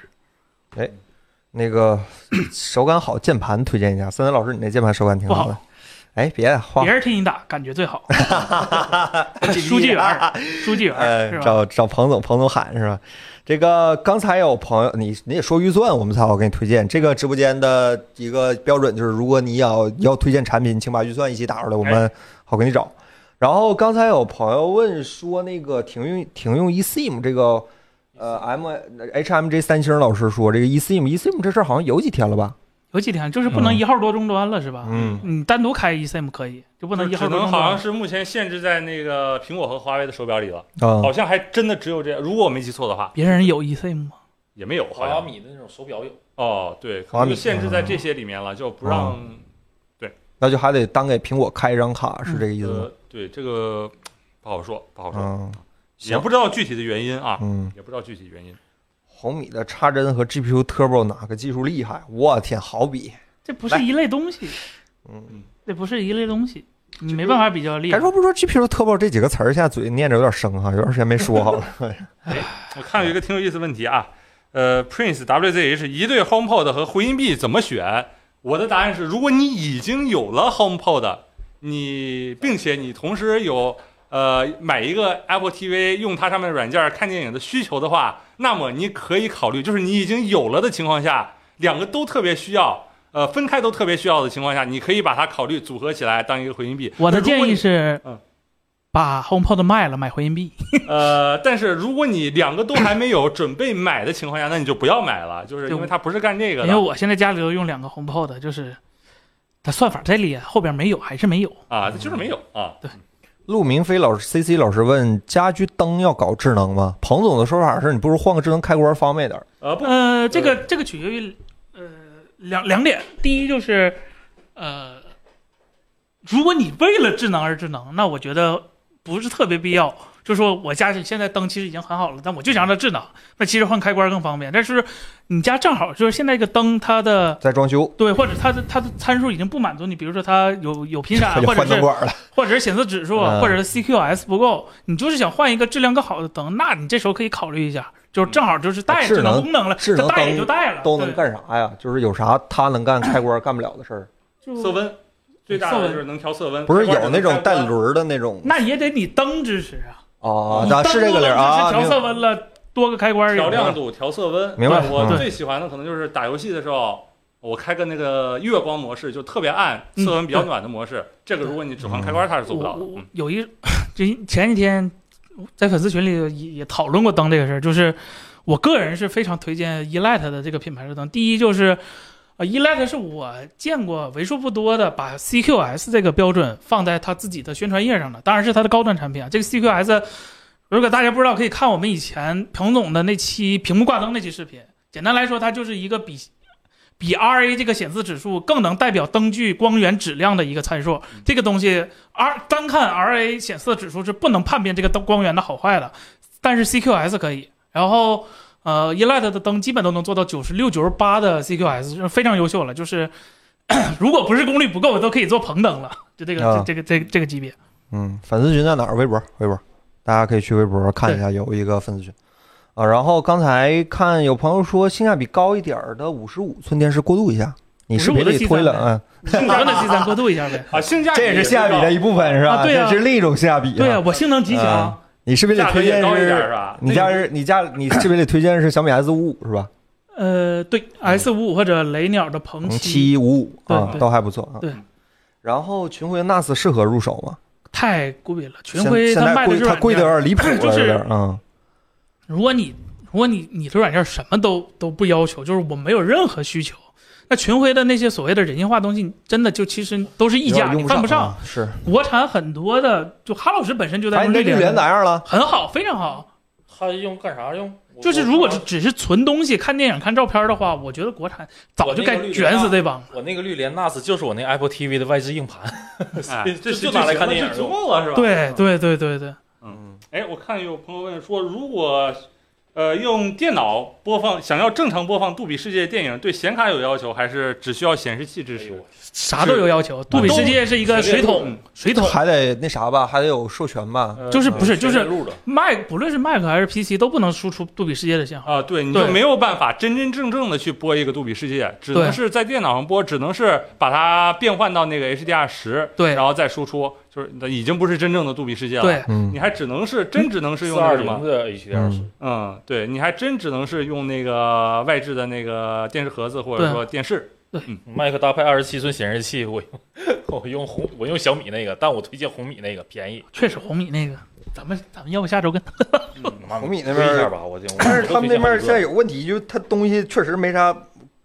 Speaker 1: 那个 手感好键盘推荐一下。森森老师，你那键盘手感挺好
Speaker 3: 不
Speaker 1: 的。哎，别换
Speaker 3: 别人替你打，感觉最好。书记员儿，书记员儿是
Speaker 1: 呃，
Speaker 3: 吧？
Speaker 1: 找找彭总，彭总喊是吧？这个刚才有朋友，你你得说预算，我们才好给你推荐。这个直播间的一个标准就是，如果你要要推荐产品，请把预算一起打出来，我
Speaker 3: 哎
Speaker 1: 们好给你找。然后刚才有朋友问说，那个停用停用 eSIM 这个，呃，M HMJ 三星老师说这个 eSIM eSIM 这事儿好像有几天了吧？
Speaker 3: 有几天就是不能
Speaker 1: 嗯
Speaker 3: 一号多终端了，是吧？
Speaker 1: 嗯，
Speaker 3: 你单独开 eSIM 可以，就不能一号
Speaker 4: 只
Speaker 3: 多
Speaker 4: 能
Speaker 3: 终
Speaker 4: 好
Speaker 3: 端
Speaker 4: 像。是目前限制在那个苹果和华为的手表里了，
Speaker 1: 啊、
Speaker 4: 好像还真的只有这样。如果我没记错的话，
Speaker 3: 别人有 eSIM 吗？
Speaker 4: 也没有好
Speaker 5: 华
Speaker 4: 像。
Speaker 5: 米的那种手表有，
Speaker 4: 哦，对，可
Speaker 1: 华嗯
Speaker 4: 能
Speaker 1: 米
Speaker 4: 就限制在这些里面了，就不让。
Speaker 1: 那就还得单给苹果开一张卡，是这个意思
Speaker 3: 嗯
Speaker 1: 吗？
Speaker 4: 呃，对，这个不好说，不好说，
Speaker 1: 嗯，
Speaker 4: 也不知道具体的原因啊，
Speaker 1: 嗯。
Speaker 4: 也不知道具体原因。
Speaker 1: 红米的插针和 GPU Turbo 哪个技术厉害？我天，好比，
Speaker 3: 这不是一类东西，
Speaker 1: 嗯，
Speaker 3: 这不是一类东西，你没办法比较厉害
Speaker 1: 该。说不说，GPU Turbo 这几个词儿现在嘴念着有点生哈，有段时间没说好了。
Speaker 4: 我看有一个挺有意思的问题啊，呃，Prince WZH 一对 HomePod 和回音壁怎么选？我的答案是，如果你已经有了 HomePod，你并且你同时有呃买一个 Apple TV 用它上面的软件看电影的需求的话，那么你可以考虑，就是你已经有了的情况下，两个都特别需要。呃，分开都特别需要的情况下，你可以把它考虑组合起来当一个回音壁。
Speaker 3: 我的
Speaker 4: 那如果
Speaker 3: 建
Speaker 4: 你
Speaker 3: 议是
Speaker 4: 嗯，
Speaker 3: 把 HomePod 卖了，买回音壁。
Speaker 4: 呃，但是如果你两个都还没有准备买的情况下，那你就不要买了，就是
Speaker 3: 对
Speaker 4: 因为它不是干这个
Speaker 3: 因为
Speaker 4: 的
Speaker 3: 我现在家里头用两个 HomePod，就是它算法再厉害，后边没有还是没有。
Speaker 4: 啊，就是没有啊。
Speaker 1: 陆明飞老师、C C 老师问：家居灯要搞智能吗？彭总的说法是你不如换个智能开关方便点儿。
Speaker 4: 呃，不，
Speaker 3: 呃，这个这个取决于呃两两点，第一就是呃，如果你为了智能而智能，那我觉得不是特别必要。就说我家里现在灯其实已经很好了，但我就想让它智能，那其实换开关更方便。但是你家正好就是现在这个灯它的。
Speaker 1: 在装修，
Speaker 3: 对，或者它的它的参数已经不满足你，比如说它有有频闪，啊
Speaker 1: 就
Speaker 3: 或者
Speaker 1: 换灯
Speaker 3: 是
Speaker 1: 管了。
Speaker 3: 或者是显色指数，啊
Speaker 1: 嗯
Speaker 3: 或者是 CQS 不够，你就是想换一个质量更好的灯，那你这时候可以考虑一下，就是正好就是带
Speaker 1: 啊智
Speaker 3: 智
Speaker 1: 能
Speaker 3: 能功能了，
Speaker 1: 智能
Speaker 3: 这带也
Speaker 1: 灯
Speaker 3: 就带了，
Speaker 1: 都能
Speaker 3: 对
Speaker 1: 干啥呀？就是有啥他能干，开关干不了的事儿。
Speaker 3: 就
Speaker 4: 色温最大
Speaker 3: 色
Speaker 4: 的
Speaker 3: 温
Speaker 4: 就是能调色温，
Speaker 1: 不是
Speaker 4: 开关
Speaker 1: 有那种
Speaker 4: 能开
Speaker 1: 带
Speaker 4: 关
Speaker 1: 轮儿的那种
Speaker 3: 那也得你灯支持啊，
Speaker 1: 啊？
Speaker 3: 你
Speaker 1: 那
Speaker 3: 灯
Speaker 1: 是这个理儿啊
Speaker 3: 不能支持调色温了，多个开关儿有
Speaker 4: 调亮度、调色温。
Speaker 1: 明白
Speaker 4: 对我
Speaker 1: 嗯
Speaker 4: 最喜欢的可能就是打游戏的时候，我开个那个月光模式，就特别暗，
Speaker 3: 嗯
Speaker 4: 色温比较暖的模式。这个如果你只换开关，它是做不到的
Speaker 3: 我。我
Speaker 4: 嗯
Speaker 3: 有一就前几天在粉丝群里也也讨论过灯这个事儿，就是我个人是非常推荐 Elite 的这个品牌的灯。第一就是呃，Elite 是我见过为数不多的把 CQS 这个标准放在它自己的宣传页上的，当然是它的高端产品啊。这个 CQS，如果大家不知道，可以看我们以前彭总的那期屏幕挂灯那期视频。简单来说，它就是一个比比 RA 这个显示指数更能代表灯具光源质量的一个参数。这个东西 R 单看 RA 显色指数是不能判别这个灯光源的好坏的，但是 CQS 可以。然后呃，Elite 的灯基本都能做到九十六、九十八的 CQS，就是非常优秀了。就是 咳如果不是功率不够，都可以做棚灯了。就这个、
Speaker 1: 啊
Speaker 3: 这这个这个这个级别。
Speaker 1: 嗯，粉丝群在哪儿？微博，微博，大家可以去微博看一下，有一个粉丝群啊。然后刚才看有朋友说性价比高一点儿的五十五寸电视过渡一下，你视频里推了，嗯，
Speaker 3: 性能的计算过渡一下呗。
Speaker 4: 啊，性价比
Speaker 1: 这也是性价比的一部分是吧？
Speaker 3: 啊对啊
Speaker 1: 这是另一种性价比、
Speaker 3: 对啊，，我性能极强
Speaker 1: 啊，你视频里
Speaker 4: 价格
Speaker 1: 推
Speaker 4: 也
Speaker 1: 荐
Speaker 4: 高一点
Speaker 1: 是
Speaker 3: 啊
Speaker 4: 是？吧？
Speaker 1: 你家是你家你视频里推荐是小米 S 五五是吧？
Speaker 3: 呃，对 S 五五或者雷鸟的
Speaker 1: 嗯
Speaker 3: 鹏七
Speaker 1: 七五五啊
Speaker 3: 对，对
Speaker 1: 都还不错啊。
Speaker 3: 对。
Speaker 1: 然后群晖 NAS 适合入手吗？
Speaker 3: 太贵了，群
Speaker 1: 现
Speaker 3: 晖
Speaker 1: 现
Speaker 3: 它
Speaker 1: 在
Speaker 3: 卖的
Speaker 1: 贵
Speaker 3: 是
Speaker 1: 它
Speaker 3: 软
Speaker 1: 贵的
Speaker 3: 件
Speaker 1: 有点离谱了，
Speaker 3: 就是
Speaker 1: 有点嗯
Speaker 3: 如果你如果你你的软件什么都都不要求，就是我没有任何需求，那群晖的那些所谓的人性化东西，真的就其实都是溢价，
Speaker 1: 用
Speaker 3: 你看不上。
Speaker 1: 啊，是。
Speaker 3: 国产很多的，就哈老师本身就在
Speaker 1: 哎，
Speaker 3: 用
Speaker 1: 你这绿
Speaker 3: 联
Speaker 1: 联咋样了？
Speaker 3: 很好，非常好。
Speaker 5: 他用干啥用？我
Speaker 3: 就是如果只
Speaker 5: 我
Speaker 3: 只是存东西、看电影、看照片的话，我觉得国产早就该卷死这帮。
Speaker 5: 我那个绿联 NAS 就是我那 Apple TV 的外置硬盘，
Speaker 4: 哎
Speaker 5: 就
Speaker 4: 这
Speaker 5: 就拿来看电影
Speaker 4: 这足
Speaker 5: 用。
Speaker 4: 够了是吧？
Speaker 3: 对对对对对，
Speaker 6: 嗯，
Speaker 4: 哎，我看有朋友问说，如果呃用电脑播放，想要正常播放杜比世界电影，对显卡有要求，还是只需要显示器支
Speaker 5: 哎呦
Speaker 4: 持
Speaker 5: 我？
Speaker 3: 啥都有要求。杜比世界是一个水桶，水桶
Speaker 1: 还得那啥吧，还得有授权吧。
Speaker 4: 呃
Speaker 3: 就是不是 就是
Speaker 5: 全链路的，
Speaker 3: Mac 不论是 Mac 还是 PC 都不能输出杜比世界的信号。
Speaker 4: 啊，对，你就
Speaker 3: 对
Speaker 4: 没有办法真真正正的去播一个杜比世界，只
Speaker 3: 对
Speaker 4: 能是在电脑上播，只能是把它变换到那个 HDR 十，
Speaker 3: 对
Speaker 4: 然后再输出，就是已经不是真正的杜比世界了。，
Speaker 3: 对，
Speaker 1: 嗯
Speaker 4: 你还只能是真只能是用
Speaker 5: 四
Speaker 4: 那
Speaker 5: 二
Speaker 4: 个什
Speaker 5: 零
Speaker 4: 么，
Speaker 5: 的 HDR 是
Speaker 1: 嗯
Speaker 4: 嗯，对，你还真只能是用那个外置的那个电视盒子或者
Speaker 3: 对
Speaker 4: 说电视。
Speaker 5: Mac 搭配二十七寸显示器，我用我用红我用小米那个，但我推荐红米那个便宜。
Speaker 3: 确实红米那个，咱们咱们要不下周跟
Speaker 5: 红
Speaker 7: 嗯米那
Speaker 5: 嗯推
Speaker 7: 边
Speaker 5: 一
Speaker 7: 儿
Speaker 5: 下吧，我就
Speaker 7: 但是他们那边儿现在
Speaker 5: 有
Speaker 7: 有问题，就是他东西确实没啥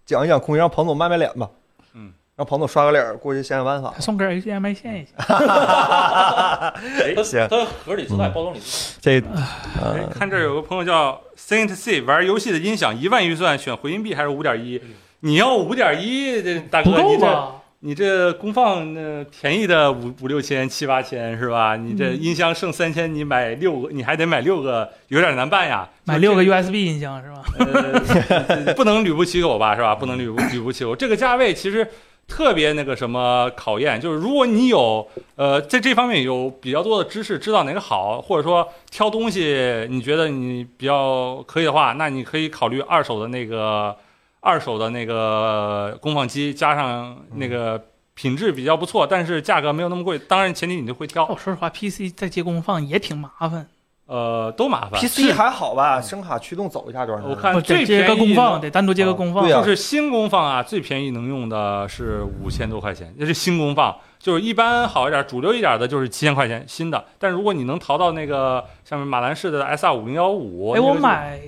Speaker 7: 讲一讲空间，让彭总卖卖脸吧。
Speaker 4: 嗯，
Speaker 7: 让彭总刷个脸儿过去想想办法
Speaker 3: 他。送根 HDMI 线也行。
Speaker 1: 哎
Speaker 7: 行
Speaker 5: 它盒里自
Speaker 1: 嗯
Speaker 5: 带，包装里自带。
Speaker 7: 这
Speaker 4: 哎，看这儿有个朋友叫 Saint C，玩游戏的音响一万预算选回音壁还是五点一？你要五点一，这大哥
Speaker 3: 嗯不够啊
Speaker 4: 你
Speaker 3: 吧？
Speaker 4: 这你这功放那便宜的五五六千七八千是吧？你
Speaker 3: 嗯
Speaker 4: 这音箱剩三千，你买六个，你还得买六个，有点难办呀。
Speaker 3: 买六个 USB 音箱是吧？
Speaker 4: 呃，不能屡不其口吧，是吧？不能屡不屡不其口。这个价位其实特别那个什么考验，就是如果你有呃在这方面有比较多的知识，知道哪个好，或者说挑东西你觉得你比较可以的话，那你可以考虑二手的那个二手的那个功放机，加上那个品质比较不错，但是价格没有那么贵。当然前提你就会挑
Speaker 3: 我，哦说实话，PC 在接功放也挺麻烦。
Speaker 4: 呃，都麻烦。
Speaker 7: PC 还好吧，声卡驱动走一下多少？
Speaker 4: 我看
Speaker 3: 不
Speaker 4: 最
Speaker 3: 得接
Speaker 4: 便
Speaker 3: 个
Speaker 4: 宜
Speaker 3: 功
Speaker 4: 的
Speaker 3: 放，得单独接个功放。
Speaker 7: 哦对呀
Speaker 4: 就是新功放啊，最便宜能用的是五千多块钱，那是新功放。就是一般好一点、主流一点的，就是七千块钱新的。但如果你能淘到那个像马兰士的 S R 五零幺五，
Speaker 3: 哎，我
Speaker 4: 那个就
Speaker 3: 买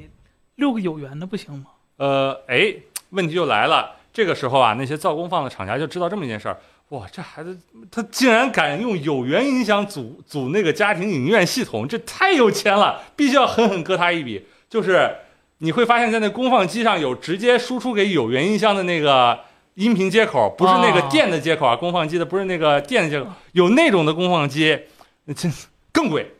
Speaker 3: 六个有源的不行吗？
Speaker 4: 呃，哎，问题就来了，这个时候啊，那些造功放的厂家就知道这么一件事儿，哇，这孩子他竟然敢用有源音响组组那个家庭影院系统，这太有钱了，必须要狠狠割他一笔。就是你会发现在那功放机上有直接输出给有源音箱的那个。音频接口不是那个
Speaker 3: 啊
Speaker 4: 电的接口啊，功放机的不是那个电的接口，有那种的功放机，这更贵，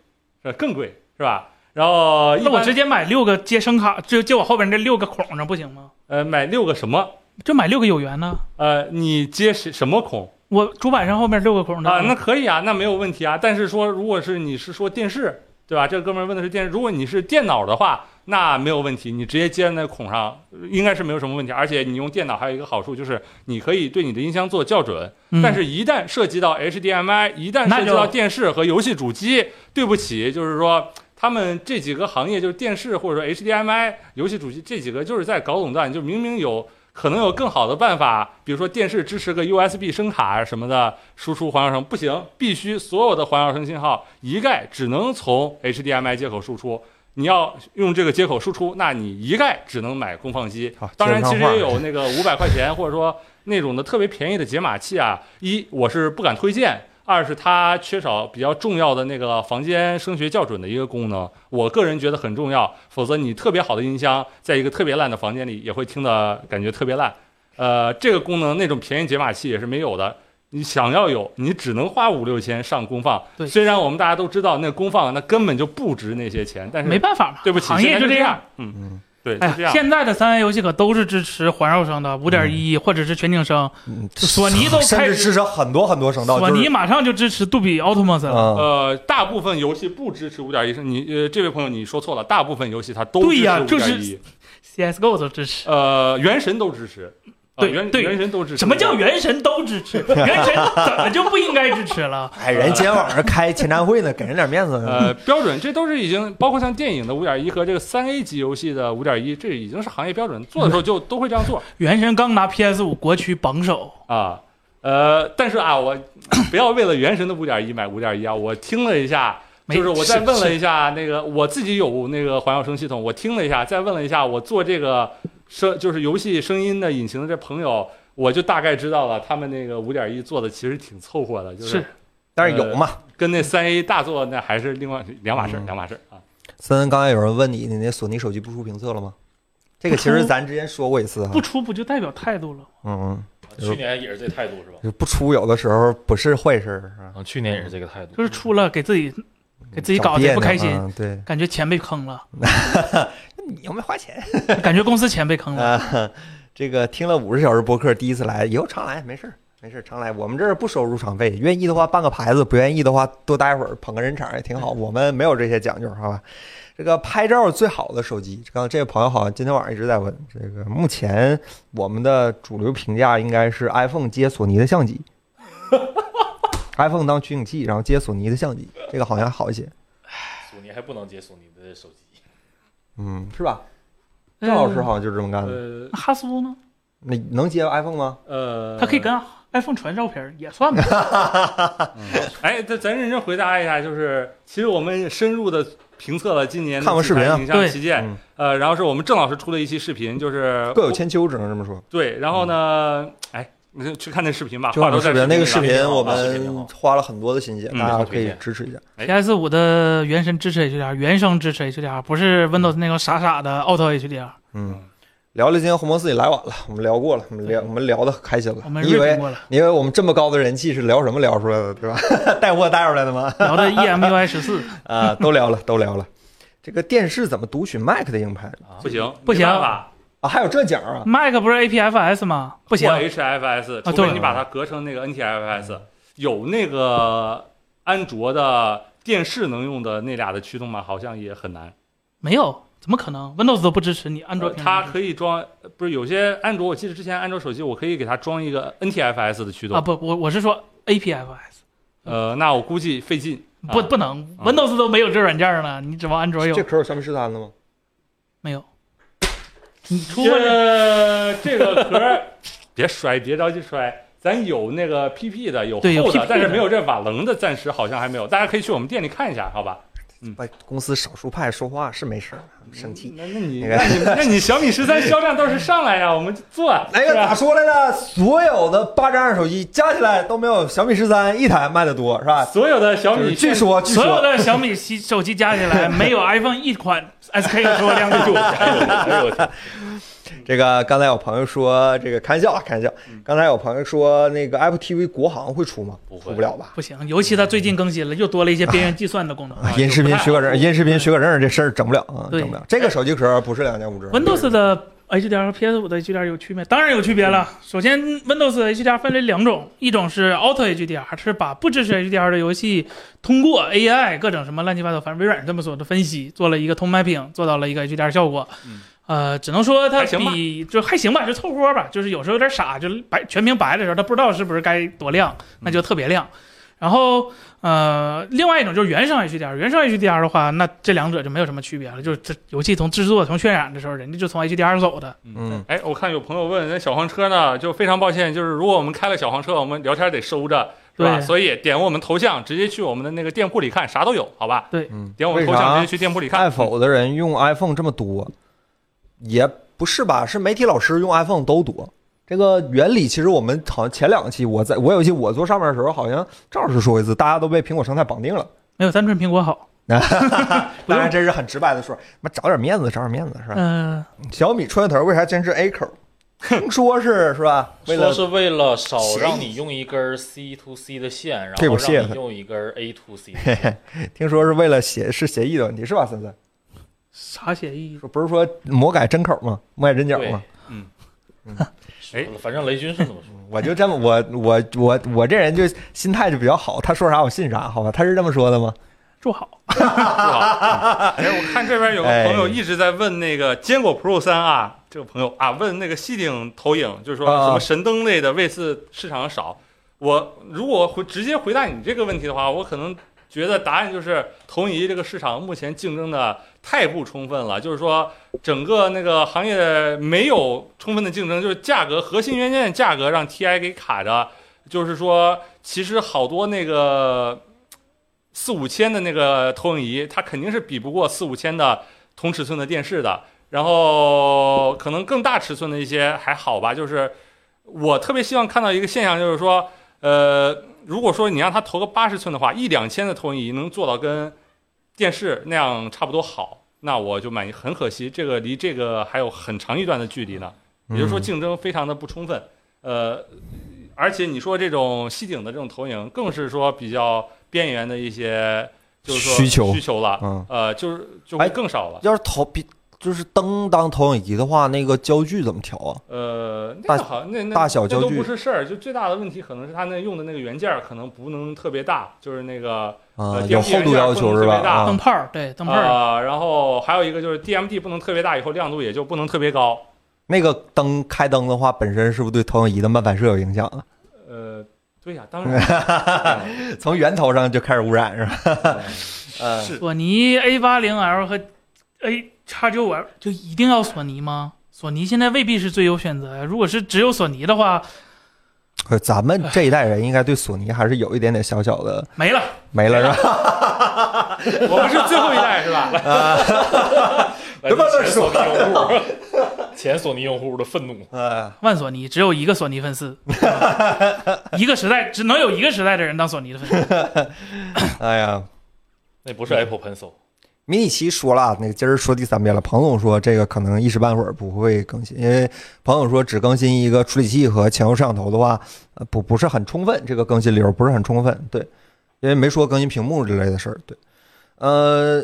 Speaker 4: 是吧？更贵是吧？然后一
Speaker 3: 那我
Speaker 4: 般
Speaker 3: 直接买六个接声卡，就就我后边这六个孔上不行吗？
Speaker 4: 呃买六个什么
Speaker 3: 就买六个有源呢？
Speaker 4: 呃，你接什什么孔
Speaker 3: 我主板上后面六个孔呢？
Speaker 4: 啊？那可以啊，那没有问题啊。但是说，如果是你是说电视，对吧？这个哥们儿问的是电视。如果你是电脑的话，那没有问题，你直接接那孔上，应该是没有什么问题。而且你用电脑还有一个好处就是，你可以对你的音箱做校准。
Speaker 3: 嗯
Speaker 4: 但是，一旦涉及到 HDMI，一旦
Speaker 3: 那
Speaker 4: 涉及
Speaker 3: 就
Speaker 4: 到电视和游戏主机，对不起，就是说。他们这几个行业就是电视或者说 HDMI、游戏主机这几个，就是在搞垄断。就明明有可能有更好的办法，比如说电视支持个 USB 声卡什么的输出环绕声，不行，必须所有的环绕声信号一概只能从 HDMI 接口输出。你要用这个接口输出，那你一概只能买功放机
Speaker 1: 好。
Speaker 4: 当然，
Speaker 1: 接着
Speaker 4: 其实
Speaker 1: 上话
Speaker 4: 也有那个五百块钱或者说那种的特别便宜的解码器啊，一我是不敢推荐。二是它缺少比较重要的那个房间声学校准的一个功能，我个人觉得很重要，否则你特别好的音箱，在一个特别烂的房间里也会听的感觉特别烂。呃，这个功能那种便宜解码器也是没有的。你想要有，你只能花五六千上功放。
Speaker 3: 对
Speaker 4: 虽然我们大家都知道那功放那根本就不值那些钱，但是
Speaker 3: 没办法嘛，
Speaker 4: 对不起，
Speaker 3: 行
Speaker 4: 现
Speaker 3: 业
Speaker 4: 在
Speaker 3: 就
Speaker 4: 就
Speaker 3: 这
Speaker 4: 样
Speaker 3: 样。。
Speaker 4: 嗯，
Speaker 7: 嗯，
Speaker 4: 对，
Speaker 3: 哎
Speaker 4: 就这样。
Speaker 3: 现在的三 A 游戏可都是支持环绕声的，五点一或者是全景声，
Speaker 7: 嗯
Speaker 3: 索尼都
Speaker 7: 甚
Speaker 3: 开
Speaker 7: 至
Speaker 3: 始，
Speaker 7: 支持很多很多声道。
Speaker 3: 索
Speaker 7: 就
Speaker 3: 尼
Speaker 7: 是
Speaker 3: 马上就支持杜比 Atmos 了。
Speaker 7: 啊，
Speaker 4: 呃，大部分游戏不支持五点一声，你呃，这位朋友你说错了，大部分游戏它都支
Speaker 3: 对
Speaker 4: 持
Speaker 3: 呀
Speaker 4: 五
Speaker 3: 就
Speaker 4: 点一
Speaker 3: 是，CSGO 都支持。
Speaker 4: 呃，原神都支持，呃
Speaker 3: 对
Speaker 4: 原
Speaker 3: 对
Speaker 4: 原神都支持。
Speaker 3: 什么叫原神都支持？原神怎么就不应该支持了？
Speaker 7: 哎，人今天晚上开前瞻会呢，给人点面子。
Speaker 4: 呃，标准这都是已经包括像电影的五点一和这个三 A 级游戏的五点一，这已经是行业标准，做的时候就都会这样做
Speaker 3: 原神刚拿 PS 5国区榜首，
Speaker 4: 啊。呃，但是啊，我不要为了原神的五点一买五点一啊，我听了一下。
Speaker 3: 没
Speaker 4: 就是我再问了
Speaker 3: 是
Speaker 4: 一下那个，我自己有那个环绕声系统，我听了一下，再问了一下我做这个声就是游戏声音的引擎的这朋友，我就大概知道了，他们那个五点一做的其实挺凑合的，就是是
Speaker 1: 但是有嘛？
Speaker 4: 跟那三 A 大作那还是另外两码事儿，
Speaker 1: 嗯
Speaker 4: 两码事儿啊。
Speaker 1: 森森，刚才有人问你，你那索尼手机不出评测了吗？这个其实咱之前说过一次哈
Speaker 3: 不，出不就代表态度了吗？
Speaker 1: 嗯，
Speaker 5: 去年也是这态度是吧？
Speaker 1: 嗯不出有的时候不是坏事儿，啊
Speaker 5: 啊，去年也是这个态度，
Speaker 3: 就是出了给自己给自己
Speaker 1: 嗯找
Speaker 3: 搞
Speaker 1: 别
Speaker 3: 得
Speaker 1: 扭
Speaker 3: 不开心，
Speaker 1: 嗯对，
Speaker 3: 感觉钱被坑了，
Speaker 1: 你又没花钱。
Speaker 3: 感觉公司钱被坑了。 呃
Speaker 1: 啊，这个听了五十小时播客，第一次来，以后常来，没事儿，没事儿，常来。我们这儿不收入场费，愿意的话办个牌子，不愿意的话多待会儿捧个人场也挺
Speaker 3: 嗯
Speaker 1: 好。我们没有这些讲究，好吧？这个拍照最好的手机，刚刚这位朋友好像今天晚上一直在问，这个目前我们的主流评价应该是 iPhone 接索尼的相机，iPhone 当取景器，然后接索尼的相机，这个好像还好一些，
Speaker 5: 索尼还不能接索尼的手机，
Speaker 1: 嗯，是吧？
Speaker 3: 嗯
Speaker 1: 郑老师好像就是这么干的。
Speaker 4: 呃
Speaker 3: 那哈苏呢？
Speaker 1: 那能接 iPhone 吗？
Speaker 4: 呃，
Speaker 3: 他可以跟 iPhone 传照片儿，也算吧。
Speaker 4: 哎，咱咱认真回答一下，就是其实我们深入的评测了今年的
Speaker 1: 看过视频啊
Speaker 4: 自产影像
Speaker 3: 对
Speaker 4: 旗舰
Speaker 1: 嗯，
Speaker 4: 呃，然后是我们郑老师出了一期视频，就是
Speaker 1: 各有千嗯秋，只能这么说。
Speaker 4: 对，然后呢，哎，你就去看那视频吧，
Speaker 1: 就
Speaker 4: 话
Speaker 1: 那
Speaker 4: 啊都
Speaker 1: 个
Speaker 4: 在
Speaker 1: 视频，那个视
Speaker 4: 视里了
Speaker 1: 频我
Speaker 4: 啊视频
Speaker 1: 们
Speaker 4: 好
Speaker 1: 花了很多的心血，
Speaker 4: 嗯
Speaker 1: 大家
Speaker 4: 没
Speaker 1: 可以
Speaker 4: 错推荐
Speaker 1: 支持一下。
Speaker 4: 哎
Speaker 3: PS 五的原神支持 HDR，原生支持 HDR，不是 Windows 那种傻傻的 Auto HDR。
Speaker 1: 嗯，聊聊今天红魔寺也来晚了，我们聊过了，我们
Speaker 4: 嗯
Speaker 1: 聊我们聊的开心了
Speaker 3: 我。们
Speaker 1: 你以
Speaker 3: 锐评
Speaker 1: 为
Speaker 3: 过了，
Speaker 1: 你以为我们这么高的人气是聊什么聊出来的， 对吧？带货带出来的吗？
Speaker 3: 聊的 E EMUI 十四，
Speaker 1: 啊，都聊了，都聊了。这个电视怎么读取 Mac 的硬盘
Speaker 4: 啊不行
Speaker 3: 不行
Speaker 4: 没办法
Speaker 1: 啊？还有这奖啊？
Speaker 3: Mac 不是 APFS 吗？不
Speaker 4: 不
Speaker 3: 行，啊
Speaker 4: HFS，除非
Speaker 3: 对
Speaker 4: 你把它隔成那个
Speaker 1: 嗯
Speaker 4: NTFS，有那个安卓的电视能用的那俩的驱动吗？好像也很难。
Speaker 3: 没有，怎么可能？Windows 都不支持你，安卓
Speaker 4: 呃
Speaker 3: 平
Speaker 4: 它
Speaker 3: 板
Speaker 4: 可以装，不是有些安卓，我记得之前安卓手机我可以给它装一个 NTFS 的驱动
Speaker 3: 啊，不，我我是说 APFS，
Speaker 4: 呃，那我估计费劲。啊
Speaker 3: 不不能
Speaker 4: 啊
Speaker 3: ，Windows 都没有这软件了，你指望安卓有
Speaker 1: 这壳有三分之三的吗？
Speaker 3: 没有？你出过这
Speaker 4: 这这个壳儿，别摔，别着急摔。咱有那个 PP 的，有
Speaker 3: 对有
Speaker 4: 厚
Speaker 3: PP
Speaker 4: 的，但是
Speaker 3: 的
Speaker 4: 没有这瓦楞的，暂时好像还没有。大家可以去我们店里看一下，好吧？
Speaker 1: 哎，公司少数派说话是没事儿，生气。
Speaker 4: 那那你
Speaker 1: 那个
Speaker 4: 那你那你小米十三销量倒是上来呀，我们就做。啊
Speaker 1: 那
Speaker 4: 是
Speaker 1: 个
Speaker 3: 啊
Speaker 4: 吧
Speaker 1: 咋说来着？所有的八加二手机加起来都没有小米十三一台卖的多，是吧？
Speaker 4: 所有的小米
Speaker 1: 据
Speaker 4: 现
Speaker 1: 说，据
Speaker 3: 所有
Speaker 1: 说，
Speaker 3: 的小米系手机加起来，没有 iPhone 一款 SKU 出过量的多。
Speaker 5: 哎呦我天，
Speaker 1: 这个刚才有朋友说，这个开玩笑啊，开玩笑。
Speaker 3: 嗯
Speaker 1: 刚才有朋友说，那个 Apple TV 国行会出吗？
Speaker 5: 不会
Speaker 1: 出不了吧？
Speaker 3: 不行，尤其它最近更新了，又多了一些边缘计算的功能。
Speaker 1: 啊，音视频许可证，音视频许可证这事儿整不了啊，
Speaker 3: 对
Speaker 1: 整不了。这个手机壳不是两点五折
Speaker 3: Windows 的 HDR 和 PS 5的 HDR 有区别？当然有区别了。
Speaker 4: 嗯
Speaker 3: 首先，Windows 的 HDR 分为两种，一种是 Auto HDR，是把不支持 HDR 的游戏通过 AI 各种什么乱七八糟，反正微软是这么做的分析，做了一个通 mapping，做到了一个 HDR 效果。
Speaker 4: 嗯
Speaker 3: 呃，只能说它
Speaker 4: 还行吧
Speaker 3: 比就还行吧，就凑合吧。就是有时候有点傻，就是白全屏白的时候，它不知道是不是该多亮，那就特别亮。
Speaker 4: 嗯
Speaker 3: 然后呃，另外一种就是原生 HDR，原生 HDR 的话，那这两者就没有什么区别了，就是这游戏从制作、从渲染的时候，人家就从 HDR 走的。
Speaker 1: 嗯，
Speaker 4: 哎，我看有朋友问，那小黄车呢？就非常抱歉，就是如果我们开了小黄车，我们聊天得收着，是吧？
Speaker 3: 对
Speaker 4: 所以点我们头像，直接去我们的那个店铺里看，啥都有，好吧？
Speaker 1: 嗯，
Speaker 4: 点我们
Speaker 1: 为
Speaker 4: 头像，直
Speaker 1: 啥
Speaker 4: 接去店铺里看。
Speaker 1: ？Apple 的人用 iPhone 这么多，也不是吧？是媒体老师用 iPhone 都多。这个原理其实我们好像前两期我在我有一期我做上面的时候，好像赵老师说过一次，大家都被苹果生态绑定了。
Speaker 3: 没有单纯苹果好，
Speaker 1: 当然这是很直白的说，妈找点面子，找点面子是吧？
Speaker 3: 嗯、
Speaker 1: 小米穿头为啥坚持 A 口？听 说是是吧？为
Speaker 5: 说
Speaker 1: 了
Speaker 5: 是为了少
Speaker 1: 协议
Speaker 5: 让你用一根 C to C 的线，然
Speaker 1: 这
Speaker 5: 后
Speaker 1: 我谢哎
Speaker 5: 让
Speaker 1: 了
Speaker 5: 你用一根 A to C 的线。
Speaker 1: 听说是为了协是协议的问题是吧？森森
Speaker 3: 啥协议？
Speaker 1: 说不是说魔改真口吗？魔改真角吗？
Speaker 4: 哎
Speaker 5: 反正雷军是怎 么说？
Speaker 1: 我就这么我我我我这人就心态就比较好，他说啥我信啥，好吧？他是这么说的吗？
Speaker 3: 祝好，
Speaker 4: 哎，我看这边有个朋
Speaker 1: 哎
Speaker 4: 友一直在问那个坚果 Pro 三啊，这个朋友啊问那个吸顶投影，就是说
Speaker 1: 啊
Speaker 4: 什么神灯类的为次市场少。我如果回直接回答你这个问题的话，我可能觉得答案就是投影仪这个市场目前竞争的太不充分了，就是说整个那个行业没有充分的竞争，就是价格核心元件价格让 TI 给卡着，就是说其实好多那个四五千的那个投影仪，它肯定是比不过四五千的同尺寸的电视的。然后可能更大尺寸的一些还好吧，就是我特别希望看到一个现象，就是说，呃，如果说你让它投个八十寸的话，一两千的投影仪能做到跟电视那样差不多好，那我就满意。很可惜，这个离这个还有很长一段的距离呢。也
Speaker 1: 嗯
Speaker 4: 就是说，竞争非常的不充分。呃，而且你说这种吸景的这种投影，更是说比较边缘的一些，就是说
Speaker 8: 需求
Speaker 4: 需求了。
Speaker 1: 嗯，
Speaker 4: 呃，就是就
Speaker 1: 哎
Speaker 4: 会更少了。
Speaker 1: 要是投比就是灯当投影仪的话，那个焦距怎么调啊？
Speaker 4: 呃，那
Speaker 1: 大
Speaker 4: 个好，那那
Speaker 1: 大小
Speaker 4: 那
Speaker 1: 焦
Speaker 4: 都
Speaker 1: 距
Speaker 4: 不是事儿，就最大的问题可能是它那用的那个元件儿可能不能特别大，就是那个
Speaker 1: 啊，
Speaker 4: 呃
Speaker 1: 有厚度要求是吧？
Speaker 3: 灯
Speaker 1: 啊，
Speaker 3: 泡儿，对灯泡儿，
Speaker 4: 啊、然后还有一个就是 DMD 不能特别大，以后亮度也就不能特别高。
Speaker 1: 那个灯开灯的话，本身是不是对投影仪的漫反射有影响啊？
Speaker 4: 呃，对呀、当 然
Speaker 1: 从源头上就开始污染是吧？呃，
Speaker 3: 索尼 A 八零 L 和 A 叉九五 L 就一定要索尼吗？索尼现在未必是最优选择呀。如果是只有索尼的话，
Speaker 1: 呃咱们这一代人应该对索尼还是有一点点小小的
Speaker 3: 没了。
Speaker 1: 没了 是吧？
Speaker 4: 我们是最后一代是吧？
Speaker 5: 来自哎前索 尼用户，前索尼用户的愤怒。
Speaker 1: 呃，
Speaker 3: 万索尼只有一个索尼粉丝，一个时代只能有一个时代的人当索尼的粉丝。
Speaker 1: 哎呀，
Speaker 5: 那不是
Speaker 1: 嗯
Speaker 5: Apple Pencil，
Speaker 1: 迷你奇说了，那今儿说第三遍了。彭总说这个可能一时半会儿不会更新，因为彭总说只更新一个处理器和前后摄像头的话，呃，不不是很充分，这个更新流不是很充分。对，因为没说更新屏幕之类的事儿。对，呃，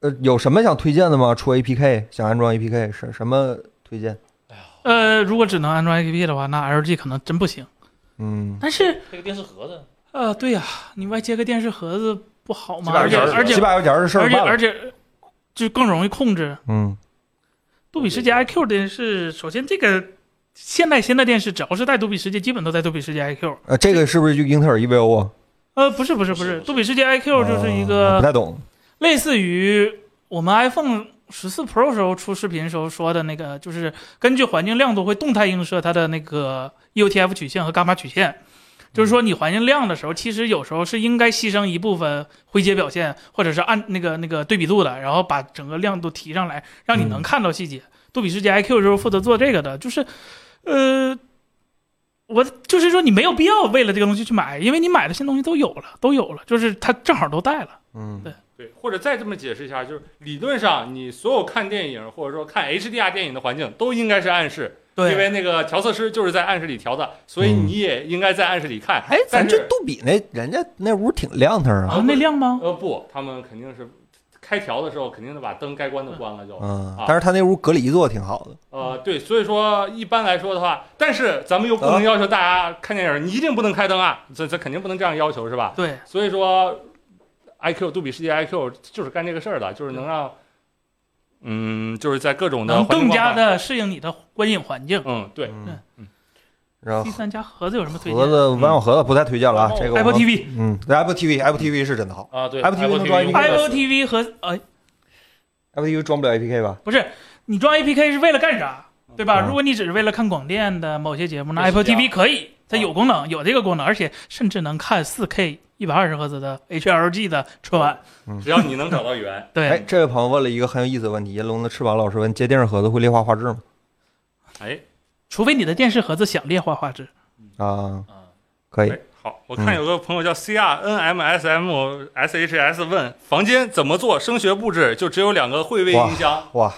Speaker 1: 呃，有什么想推荐的吗？出 APK 想安装 APK 是什么推荐？
Speaker 3: 呃，如果只能安装 APP 的话，那 LG 可能真不行。
Speaker 1: 嗯，
Speaker 3: 但是，
Speaker 5: 配个电视盒子，
Speaker 3: 呃，对呀、你外接个电视盒子不好吗？
Speaker 1: 几百块
Speaker 3: 而且
Speaker 1: 钱儿
Speaker 3: 而且
Speaker 1: 几百块钱儿的事儿
Speaker 3: 而且
Speaker 1: 办了
Speaker 3: 而且就更容易控制。
Speaker 1: 嗯，
Speaker 3: 杜比世界 IQ 电视，首先这个现在新的电视只要是带杜比世界，基本都带杜比世界 IQ。
Speaker 1: 呃，这个是不是就英特尔 EVO 啊？
Speaker 3: 呃，不是不是不是，杜哦比世界 IQ 就是一
Speaker 1: 啊我不
Speaker 3: 个
Speaker 1: 太懂。
Speaker 3: 类似于我们 iPhone 十四 Pro 时候出视频时候说的那个，就是根据环境亮度会动态映射它的那个 E EOTF 曲线和伽马曲线。就是说，你环境亮的时候，其实有时候是应该牺牲一部分灰阶表现，或者是按那个那个对比度的，然后把整个亮度提上来，让你能看到细节。杜比世界 IQ 就是负责做这个的，就是，呃，我就是说你没有必要为了这个东西去买，因为你买的新东西都有了，都有了，就是它正好都带了。
Speaker 1: 嗯
Speaker 4: 对，或者再这么解释一下，就是理论上你所有看电影或者说看 HDR 电影的环境都应该是暗示，因为那个调色师就是在暗示里调的，所以
Speaker 1: 嗯
Speaker 4: 你也应该在暗示里看。
Speaker 1: 哎，咱
Speaker 4: 但
Speaker 1: 这
Speaker 4: 是
Speaker 1: 杜比那人家那屋挺亮堂啊。
Speaker 3: 啊，那亮吗？
Speaker 4: 呃，不，他们肯定是开调的时候肯定得把灯该关的关了就。
Speaker 1: 嗯
Speaker 4: 啊，
Speaker 1: 但是他那屋隔离做得挺好的。
Speaker 4: 呃，对，所以说一般来说的话，但是咱们又不能要求大家看电影，你一定不能开灯啊，这这肯定不能这样要求是吧？
Speaker 3: 对，
Speaker 4: 所以说，IQ 杜比世界 IQ 就是干这个事儿的，就是能让，嗯，就是在各种的
Speaker 3: 能
Speaker 4: 环境
Speaker 3: 更加
Speaker 4: 光环，
Speaker 3: 的适应你的观影环境。
Speaker 4: 嗯，对，
Speaker 1: 嗯
Speaker 4: 嗯，
Speaker 1: 然后
Speaker 3: 第三家盒子有什么推
Speaker 1: 盒
Speaker 3: 荐
Speaker 1: 子
Speaker 3: 啊
Speaker 1: 玩小盒子不太推荐了啊，这个我们
Speaker 3: ？Apple TV、
Speaker 1: 嗯，Apple TV Apple TV 是真的好
Speaker 5: 啊，对
Speaker 1: Apple TV 能装
Speaker 5: TV
Speaker 1: APK
Speaker 5: 用户
Speaker 3: Apple
Speaker 5: 的
Speaker 3: TV 和呃，
Speaker 1: ，Apple TV 装不了 APK 吧？
Speaker 3: 不是你装 APK 是为了干啥？对吧？
Speaker 1: 嗯
Speaker 3: 如果你只是为了看广电的某些节目，那
Speaker 5: 电视
Speaker 3: Apple
Speaker 5: 家
Speaker 3: TV 可以，
Speaker 1: 嗯
Speaker 3: 它有功能，有这个功能，而且甚至能看 4K 一百二十赫兹的 HLG 的春晚。，
Speaker 4: 只要你能找到源
Speaker 3: 对，
Speaker 1: 哎，这位朋友问了一个很有意思的问题，银龙的翅膀老师问：接电视盒子会劣化画质吗？
Speaker 4: 哎，
Speaker 3: 除非你的电视盒子想劣化画质，嗯
Speaker 1: 啊
Speaker 5: 啊，
Speaker 1: 可以
Speaker 4: 哎，，好，
Speaker 1: 嗯
Speaker 4: 我看有个朋友叫 C R N M S M S H S 问，房间怎么做声学布置，就只有两个惠味音箱，
Speaker 1: 哇，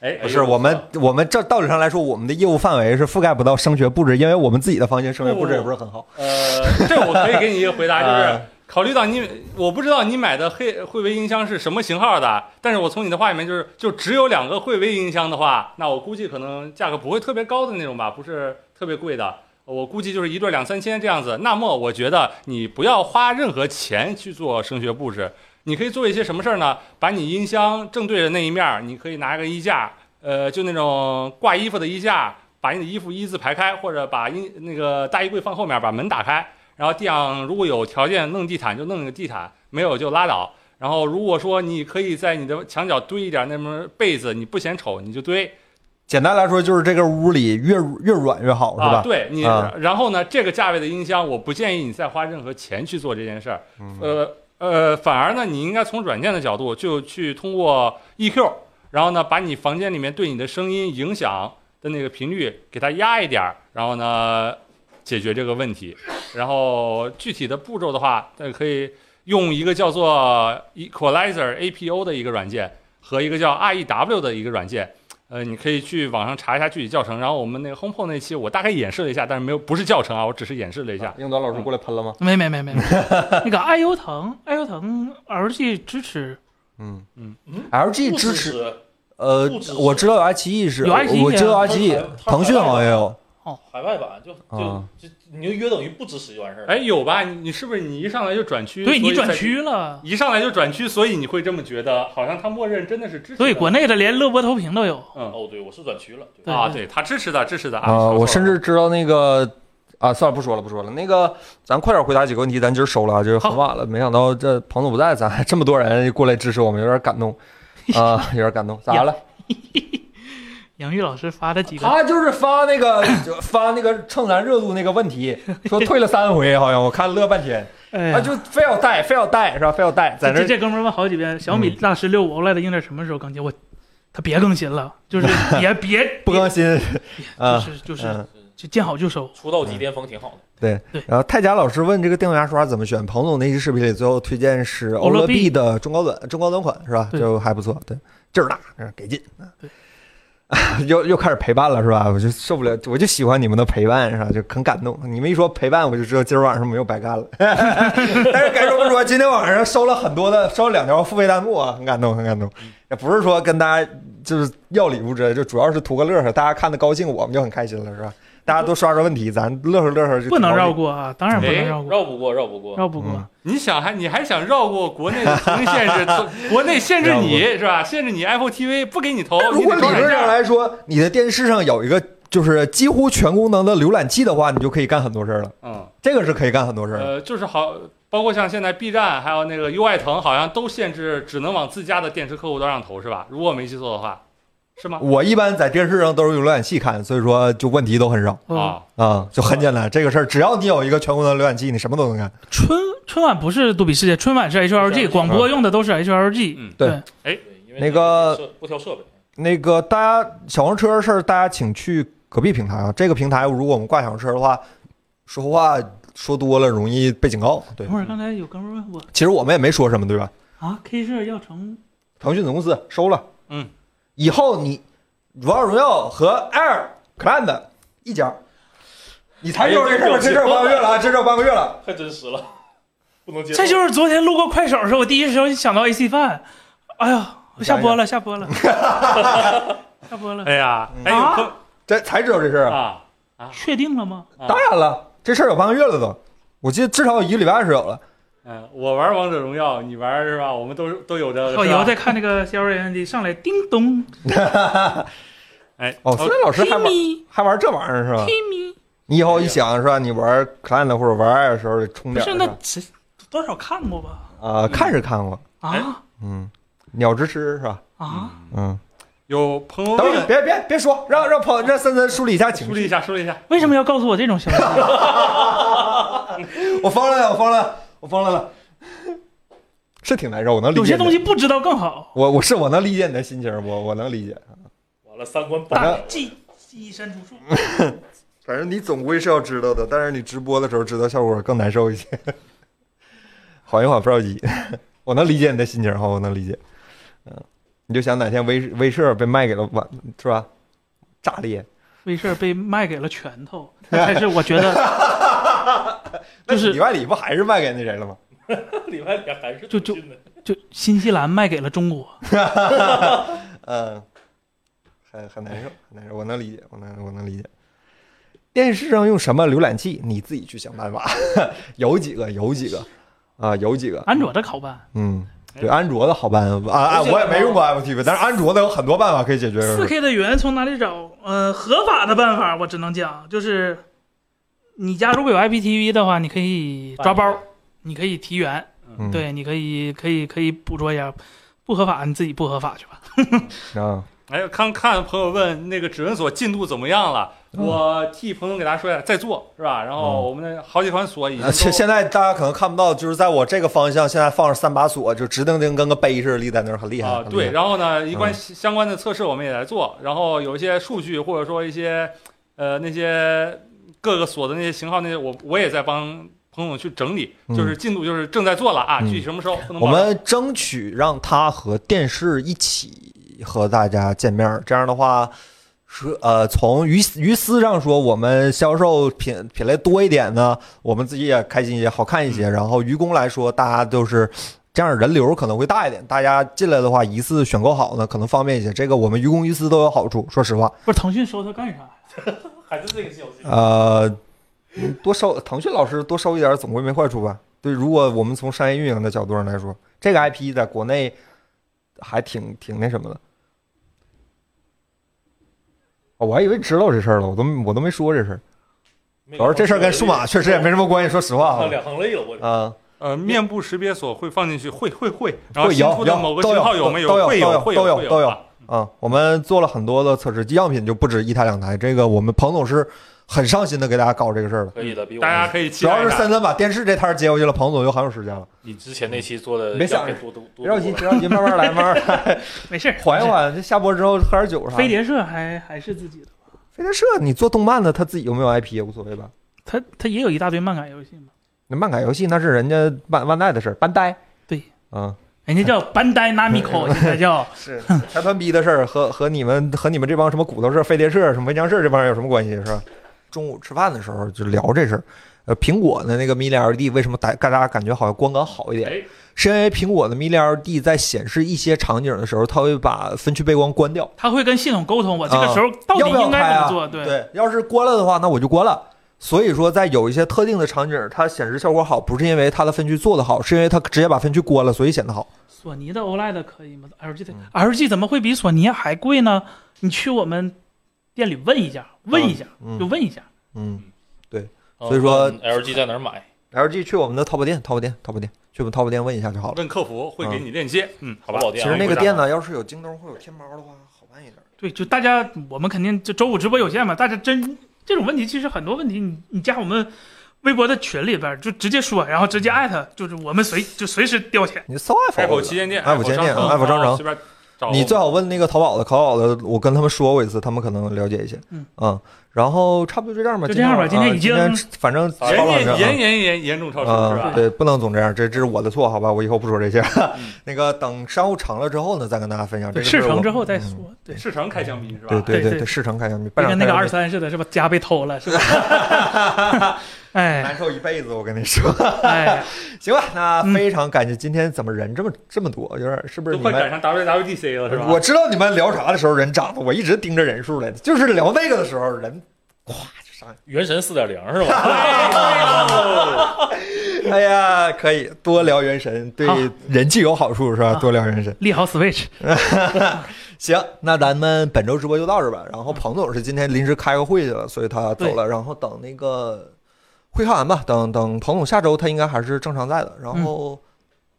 Speaker 4: 哎，
Speaker 1: 不是我们我们这道理上来说，我们的业务范围是覆盖不到声学布置，因为我们自己的房间声学布置也不是很
Speaker 3: 哦
Speaker 1: 好。
Speaker 4: 呃，这我可以给你一个回答，就是
Speaker 1: 啊
Speaker 4: 考虑到你，我不知道你买的黑惠威音箱是什么型号的，但是我从你的话里面就是，就只有两个惠威音箱的话，那我估计可能价格不会特别高的那种吧，不是特别贵的。我估计就是一对两三千这样子。那么我觉得你不要花任何钱去做声学布置，你可以做一些什么事儿呢？把你音箱正对着那一面儿，你可以拿个衣架，呃，就那种挂衣服的衣架，把你的衣服一字排开，或者把衣那个大衣柜放后面，把门打开，然后地上如果有条件弄地毯就弄个地毯，没有就拉倒。然后如果说你可以在你的墙角堆一点那么被子，你不嫌丑你就堆
Speaker 1: 简单来说，就是这个屋里越越软越好，是
Speaker 4: 啊，
Speaker 1: 吧？
Speaker 4: 对你。
Speaker 1: 啊
Speaker 4: 然后呢，这个价位的音箱，我不建议你再花任何钱去做这件事儿。
Speaker 1: 嗯
Speaker 4: 呃呃，反而呢，你应该从软件的角 E 度就去通过 EQ，然后呢，把你房间里面对你的声音影响的那个频率给它压一点儿，然后呢解决这个问题。然后具体的步骤的话，呃，可以用一个叫做 Equalizer APO 的一个软件和一个叫 IEW 的一个软件。呃，你可以去网上查一下具体教程。然后我们那个 HomePod 那期我大概演示了一下，但是没有不是教程啊，我只是演示了一下。
Speaker 1: 英短老师过来喷了吗？
Speaker 3: 没没 没没，没那个爱优腾，爱优腾 LG 支持，
Speaker 1: 嗯
Speaker 9: ，LG
Speaker 5: 不
Speaker 9: 支持，
Speaker 5: 持，
Speaker 9: 呃
Speaker 5: 不支，持
Speaker 9: 我知道有爱奇艺是，
Speaker 3: 有爱奇艺啊
Speaker 9: 我知道有爱奇艺
Speaker 5: 它是海，
Speaker 9: 腾讯好像也有，
Speaker 5: 海外版就就
Speaker 1: 啊
Speaker 5: 就你就约等于不支持就完事儿了。
Speaker 4: 哎，有吧？你你是不是你一上来就转区？
Speaker 3: 对
Speaker 4: 所
Speaker 3: 你
Speaker 4: 以
Speaker 3: 转
Speaker 4: 才
Speaker 3: 区了，
Speaker 4: 一上来就转区，所以你会这么觉得，好像他默认真的是支持的。
Speaker 3: 所以国内的连乐播投屏都有。
Speaker 5: 哦，对，我是转区了。对
Speaker 3: 对
Speaker 4: 啊，对他支持的，支持的啊
Speaker 1: 啊，
Speaker 4: 说错
Speaker 1: 我甚
Speaker 4: 了
Speaker 1: 至知道那个啊，算了，不说了，不说了。那个，咱快点回答几个问题，咱今儿收了啊，就是很晚了。没想到这彭总不在，咱还这么多人过来支持我们，有点感动啊，有点感动。咋 了？
Speaker 3: 杨玉老师发的几个，
Speaker 1: 他就是发那个就发那个蹭咱热度那个问题，说退了三回，好像我看乐半天，
Speaker 3: 哎呀
Speaker 1: 啊，就非要带，非要带是吧？非要带，在那
Speaker 3: 这这
Speaker 1: 儿嗯
Speaker 3: 这哥们儿问好几遍，小米大师六五 OLED 硬件什么时候更新？我他别更新 了，就是别别
Speaker 1: 不更新
Speaker 3: 就
Speaker 1: 啊。
Speaker 3: 是就是
Speaker 1: 嗯，
Speaker 3: 就见好就收。
Speaker 5: 出道即巅峰挺好的。
Speaker 1: 然后泰迦老师问这个电动牙刷怎么选，彭总那期视频里最后推荐是欧
Speaker 3: 欧乐
Speaker 1: 乐 B
Speaker 3: 必
Speaker 1: 的中高端中高端款是吧？
Speaker 3: 对
Speaker 1: 就还不错，对，劲儿大，嗯给劲。
Speaker 3: 对
Speaker 1: 又又开始陪伴了是吧？我就受不了，我就喜欢你们的陪伴是吧？就很感动。你们一说陪伴，我就知道今儿晚上没有白干了。 但是该说不说，今天晚上收了很多的，收了两条付费弹幕啊，很感动，很感动。也不是说跟大家就是要礼物之类，就主要是图个乐呵，大家看的高兴，我们就很开心了，是吧？大家多刷刷问题，咱乐呵乐呵就挺
Speaker 3: 不能
Speaker 1: 高兴
Speaker 3: 绕过啊，当然不
Speaker 5: 哎
Speaker 3: 能绕过，
Speaker 5: 绕不过，绕不过。
Speaker 3: 绕不过
Speaker 1: 嗯。
Speaker 4: 你想还你还想绕过国内的腾讯限制， 从国内限制你是吧？限制你 Apple TV 不给你投，
Speaker 1: 如果理
Speaker 4: 你得装
Speaker 1: 论
Speaker 4: 软
Speaker 1: 上
Speaker 4: 件
Speaker 1: 来说，你的电视上有一个就是几乎全功能的浏览器的话，你就可以干很多事儿了。
Speaker 4: 嗯
Speaker 1: 这个是可以干很多事儿的。
Speaker 4: 呃，就是好，包括像现在 B 站还有那个优爱腾，好像都限制只能往自家的电视客户端上投是吧？如果我没记错的话，是吗？
Speaker 1: 我一般在电视上都是用浏览器看，所以说就问题都很少
Speaker 3: 嗯，
Speaker 4: 啊，
Speaker 1: 啊、就很简单。这个事儿，只要你有一个全功能浏览器，你什么都能干。
Speaker 3: 春春晚不是杜比世界，春晚是 HLG，
Speaker 5: 是
Speaker 3: 广播用的都是 HLG。
Speaker 4: 嗯，
Speaker 5: 对，因为
Speaker 1: 那个
Speaker 5: 设不挑设备，
Speaker 1: 那个大家小黄车的事儿，大家请去隔壁平台啊。这个平台如果我们挂小黄车的话，说话说多了容易被警告。对
Speaker 3: 等，会儿刚才有哥们儿问我
Speaker 1: 其实我们也没说什么，对吧？
Speaker 3: 啊，K 社要成
Speaker 1: 腾讯子公司收了，
Speaker 4: 嗯，
Speaker 1: 以后你王者荣耀和 Air Clan 一家，你才知道这事儿，这事儿半个月了啊，这事儿半个月了。
Speaker 5: 太真实了，不能接受。
Speaker 3: 这就是昨天路过快手的时候，我第一时间想到 AC 饭，哎呀，我下播了，下播了， 下播了，
Speaker 4: 哎呀，哎
Speaker 3: 啊
Speaker 4: 有
Speaker 1: 这才知道这事儿
Speaker 4: 坑
Speaker 1: 啊！
Speaker 4: 啊，
Speaker 3: 确定了吗？
Speaker 4: 啊
Speaker 1: 当然了，这事儿有半个月了都，我记得至少有一个礼拜是有了。
Speaker 4: 嗯，我玩王者荣耀，你玩是吧？我们都都有这个。
Speaker 3: 哦，以
Speaker 4: 是吧
Speaker 3: 后再看那个 C L A N D 上来，叮咚
Speaker 4: 哎，
Speaker 1: 哦，孙老师还玩
Speaker 3: ，Kimi
Speaker 1: 还玩这玩意儿是吧？
Speaker 3: Kimi，
Speaker 1: 你以后一想是吧？你玩 Clan 或者玩 Air 的时候得充
Speaker 3: 不
Speaker 1: 点
Speaker 3: 是嗯
Speaker 1: 儿
Speaker 3: 那
Speaker 1: 吧
Speaker 3: 谁多少看过吧？
Speaker 1: 啊，看是看过，
Speaker 3: 啊
Speaker 1: 嗯，鸟之诗是吧？
Speaker 3: 啊，
Speaker 1: 嗯，
Speaker 4: 有朋友
Speaker 1: 等会
Speaker 4: 问
Speaker 1: 儿别别别说，让让朋让森森梳理一下情
Speaker 4: 梳
Speaker 1: 绪。
Speaker 4: 理一下，梳理一下。
Speaker 3: 为什么要告诉我这种消息？
Speaker 1: 我疯了，我疯了，我疯了了，是挺难受，我能理解。
Speaker 3: 有些东西，不知道更好。
Speaker 1: 我我是我能理解你的心情，我我能理解。
Speaker 5: 完了，三观
Speaker 1: 反
Speaker 5: 崩
Speaker 1: 正
Speaker 5: 了
Speaker 3: 大。记记忆删除术，
Speaker 1: 反正你总归是要知道的，但是你直播的时候知道效果更难受一些。 缓一缓，不着急， 我能理解你的心情哈，我能理解。嗯，你就想哪天威威社被卖给了晚，是吧？炸裂，
Speaker 3: 没事儿被卖给了拳头，那才是我 觉得就
Speaker 1: 那
Speaker 3: 是
Speaker 1: 里外里不还是卖给那人了吗？
Speaker 5: 礼拜 里还是
Speaker 3: 就就
Speaker 5: 腾讯的
Speaker 3: 就新西兰卖给了中国。
Speaker 1: 嗯，很很难受，很难受，我能理解，我能我能理解。电视上用什么浏览器，你自己去想办法。 有几个，有几个，啊，有几个。
Speaker 3: 安卓的好办，
Speaker 1: 嗯，对，安卓的好办啊啊，我也没用过 FTP，但是安卓的有很多办法可以解决。
Speaker 3: 4 K 的源从哪里找？呃，合法的办法我只能讲，就是你家如果有 IPTV 的话，你可以抓包，你可以提源，
Speaker 1: 嗯，
Speaker 3: 对，你可以可以可以捕捉一下。不合法，你自己不合法去吧。
Speaker 1: 啊，
Speaker 4: 哎，刚看朋友问那个指纹锁进度怎么样了？
Speaker 1: 嗯
Speaker 4: 我替彭总给大家说一下，在做是吧？然后我们的好几款锁已经
Speaker 1: 啊现
Speaker 4: 都
Speaker 1: 现在大家可能看不到，就是在我这个方向，现在放着三把锁，就直钉钉跟个碑似的立在那儿，很厉害
Speaker 4: 啊，
Speaker 1: 很厉害
Speaker 4: 对，然后呢，一关
Speaker 1: 嗯
Speaker 4: 相关的测试我们也在做，然后有一些数据或者说一些呃那些各个锁的那些型号那些，我我也在帮彭总去整理，
Speaker 1: 嗯
Speaker 4: 就是进度就是正在做了啊，
Speaker 1: 嗯
Speaker 4: 具体什么时候不能
Speaker 1: 我
Speaker 4: 报
Speaker 1: 们争取让它和电视一起和大家见面儿，这样的话。是呃，从于于私上说，我们销售品品类多一点呢，我们自己也开心一些，好看一
Speaker 4: 嗯
Speaker 1: 些。然后于公来说，大家就是这样人流可能会大一点，大家进来的话一次选购好呢，可能方便一些。这个我们于公于私都有好处，说实话。
Speaker 3: 不是腾讯收它干啥呀？
Speaker 5: 还是这个消息。
Speaker 1: 呃，多收腾讯老师多收一点，总归没坏处吧？对，如果我们从商业运营的角度上来说，这个 IP 在国内还挺挺那什么的。哦我还以为知道这事儿了，我都我都没说这事儿。主要是这事儿跟数码确实也没什么关系，说实话啊。
Speaker 5: 两行泪了，我
Speaker 1: 啊，
Speaker 4: 呃面部识别锁会放进去，会会会，然后
Speaker 1: 会
Speaker 4: 新
Speaker 1: 有
Speaker 4: 出的
Speaker 1: 有
Speaker 4: 某个
Speaker 1: 都
Speaker 4: 型号
Speaker 1: 有
Speaker 4: 没有？
Speaker 1: 都
Speaker 4: 会
Speaker 1: 有
Speaker 4: 会
Speaker 1: 都
Speaker 4: 有会
Speaker 1: 有都有
Speaker 4: 啊
Speaker 1: 啊，我们做了很多的测试，样品就不止一台两台。这个我们彭总是很上心的给大家搞这个事儿的。
Speaker 5: 可以的，比我
Speaker 4: 大
Speaker 5: 们
Speaker 4: 家可以期
Speaker 1: 主
Speaker 4: 待
Speaker 1: 要
Speaker 4: 一
Speaker 1: 是
Speaker 4: 下
Speaker 1: 森。森把电视这摊儿接过去了，彭总又很有时间了。
Speaker 5: 比之前那期做的
Speaker 1: 别想
Speaker 5: 要多多多
Speaker 1: 别着急，别着急，慢慢来，慢慢来。
Speaker 3: 没事儿，
Speaker 1: 缓一缓，这下播之后喝点酒啥的。
Speaker 3: 飞碟社还还是自己的，
Speaker 1: 飞碟社，你做动漫的，他自己有没有 IP 也无所谓吧？
Speaker 3: 它它也有一大堆漫改游戏嘛，
Speaker 1: 那漫改游戏那是人家万万代的事儿，班代。
Speaker 3: 对，
Speaker 1: 嗯，
Speaker 3: 人 家叫 Bandai Namco，现在 叫
Speaker 1: 是财团逼的事儿，和和你们和你们这帮什么骨头社、飞碟社、什么围墙社这帮人有什么关系是吧？中午吃饭的时候就聊这事儿。呃，苹果的那个 Mini LED 为什么大大家感觉好像光感好一点？
Speaker 4: 哎，
Speaker 1: 是因为苹果的 Mini LED 在显示一些场景的时候，它会把分区背光关掉。
Speaker 3: 他会跟系统沟通，我这个时候到底
Speaker 1: 啊要不要
Speaker 3: 应
Speaker 1: 开
Speaker 3: 该怎
Speaker 1: 啊
Speaker 3: 么做？对，
Speaker 1: 对，要是关了的话，那我就关了。所以说，在有一些特定的场景，它显示效果好，不是因为它的分区做得好，是因为它直接把分区关了，所以显得好。
Speaker 3: 索尼的 OLED 可以吗？LG
Speaker 1: 嗯
Speaker 3: 的 LG 怎么会比索尼还贵呢？你去我们店里问一下，问一下，就
Speaker 1: 嗯
Speaker 3: 问一下。
Speaker 1: 嗯
Speaker 5: 嗯
Speaker 1: 所以说
Speaker 5: 嗯 LG 在哪儿买？
Speaker 1: ，LG 去我们的淘宝店，淘宝店，淘宝店，去我们淘宝店问一下就好了。
Speaker 4: 问客服会给你链接，嗯，好吧
Speaker 5: 淘。宝
Speaker 1: 其
Speaker 5: 店啊
Speaker 1: 实那个店
Speaker 5: 会
Speaker 1: 呢，要是有京东或有天猫的话，好办一点。
Speaker 3: 对，就大家我们肯定就周五直播有限嘛，大家真这种问题其实很多问题，你你加我们微博的群里边儿就直接说，然后直接艾特，就是我们随就随时调遣。
Speaker 1: 你搜
Speaker 4: Apple
Speaker 1: Apple，
Speaker 4: 旗舰店，
Speaker 1: 爱普旗舰店
Speaker 4: 商城
Speaker 1: 爱普商城
Speaker 4: 然后随便找
Speaker 1: 你最好问那个淘宝的，淘宝的，我跟他们说过一次，他们可能了解一些。
Speaker 3: 嗯
Speaker 1: 然后差不多就这样吧，
Speaker 3: 就这样吧
Speaker 1: 今
Speaker 3: 今
Speaker 1: 天
Speaker 3: 天
Speaker 1: 啊
Speaker 3: 已经
Speaker 1: 今天反正
Speaker 4: 严
Speaker 1: 超了
Speaker 4: 严严严严严重超
Speaker 1: 啊
Speaker 4: 时，是吧？
Speaker 1: 对，不能总这样，这这是我的错，好吧，我以后不说这些。
Speaker 4: 嗯
Speaker 1: 那个等商务成了之后呢，再跟大家分享。这个
Speaker 3: 对，
Speaker 1: 是
Speaker 3: 事成之
Speaker 1: 后，
Speaker 3: 后再说。对，
Speaker 4: 市场开香槟是吧？
Speaker 1: 对
Speaker 3: 对
Speaker 1: 对
Speaker 3: 对
Speaker 1: 市场开疆，你
Speaker 3: 就跟那个
Speaker 1: 办
Speaker 3: 二
Speaker 1: 场
Speaker 3: 三似的，是吧？家被偷了，是吧？哎
Speaker 1: 难受一辈子，我跟你说。
Speaker 3: 哎，
Speaker 1: 行吧，那
Speaker 3: 嗯
Speaker 1: 非常感谢今天怎么人这么这么多，有点是不是
Speaker 4: 都
Speaker 1: 你
Speaker 4: 快赶
Speaker 1: 们？
Speaker 4: 上 WWDC 了是吧？
Speaker 1: 我知道你们聊啥的时候人涨的，我一直盯着人数来的，就是聊那个的时候人。咵就上
Speaker 5: 原神四点零是 吧？
Speaker 1: 去了。哎呀，可以多聊原神，对
Speaker 3: 好
Speaker 1: 人气有好处是吧？
Speaker 3: 好
Speaker 1: 多聊原神。
Speaker 3: 利好 Switch，
Speaker 1: 行，那咱们本周直播就到这儿吧。然后彭总是今天临时开个会去了，所以他走了。然后等那个会看完吧，等等彭总下周他应该还是正常在的。
Speaker 3: 嗯
Speaker 1: 然后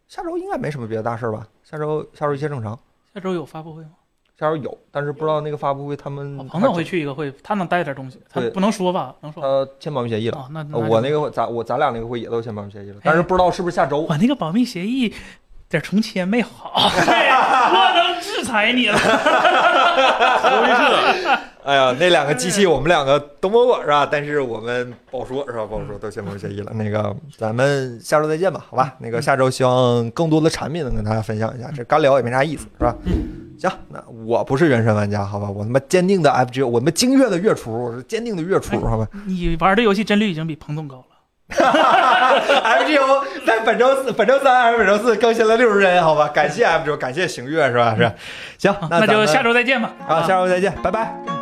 Speaker 1: 下周应该没什么别的大事儿吧？下周下周一切正常，
Speaker 3: 下周有发布会吗？
Speaker 1: 下周有，但是不知道那个发布会他们
Speaker 3: 哦彭总会去一个会，他能带点东西，
Speaker 1: 嗯
Speaker 3: 他
Speaker 1: 对
Speaker 3: 不能说吧？能说？
Speaker 1: 他签保密协议了。
Speaker 3: 哦，那哎
Speaker 1: 呃我那
Speaker 3: 个
Speaker 1: 个会咱我咱俩那个会也都签保密协议了，但是不知道是不是下周。
Speaker 3: 我那个保密协议点重签没好，对我能制裁你了。
Speaker 1: 哎呀，那两个机器我们两个都摸过是吧？但是我们不好说是吧？不好说，都先不协议了。那个，咱们下周再见吧，好
Speaker 3: 嗯
Speaker 1: 吧？那个下周希望更多的产品能跟大家分享一下，这干聊也没啥意思是吧？
Speaker 3: 嗯
Speaker 1: 行，那我不是原神玩家，好吧？我他妈坚定的 FG，我他妈精越的月厨，我是坚定的月厨，
Speaker 3: 哎
Speaker 1: 好吧
Speaker 3: 你玩的游戏帧率已经比彭总高了。
Speaker 1: ？FGO 在本周四、本周三还是本周四更新了六十帧，好吧？感谢 FGO，感谢行月是吧？是，行，
Speaker 3: 啊
Speaker 1: 那
Speaker 3: 那
Speaker 1: 咱
Speaker 3: 就
Speaker 1: 们
Speaker 3: 下周再见吧。
Speaker 1: 啊，下周再见，拜拜。
Speaker 3: 拜拜。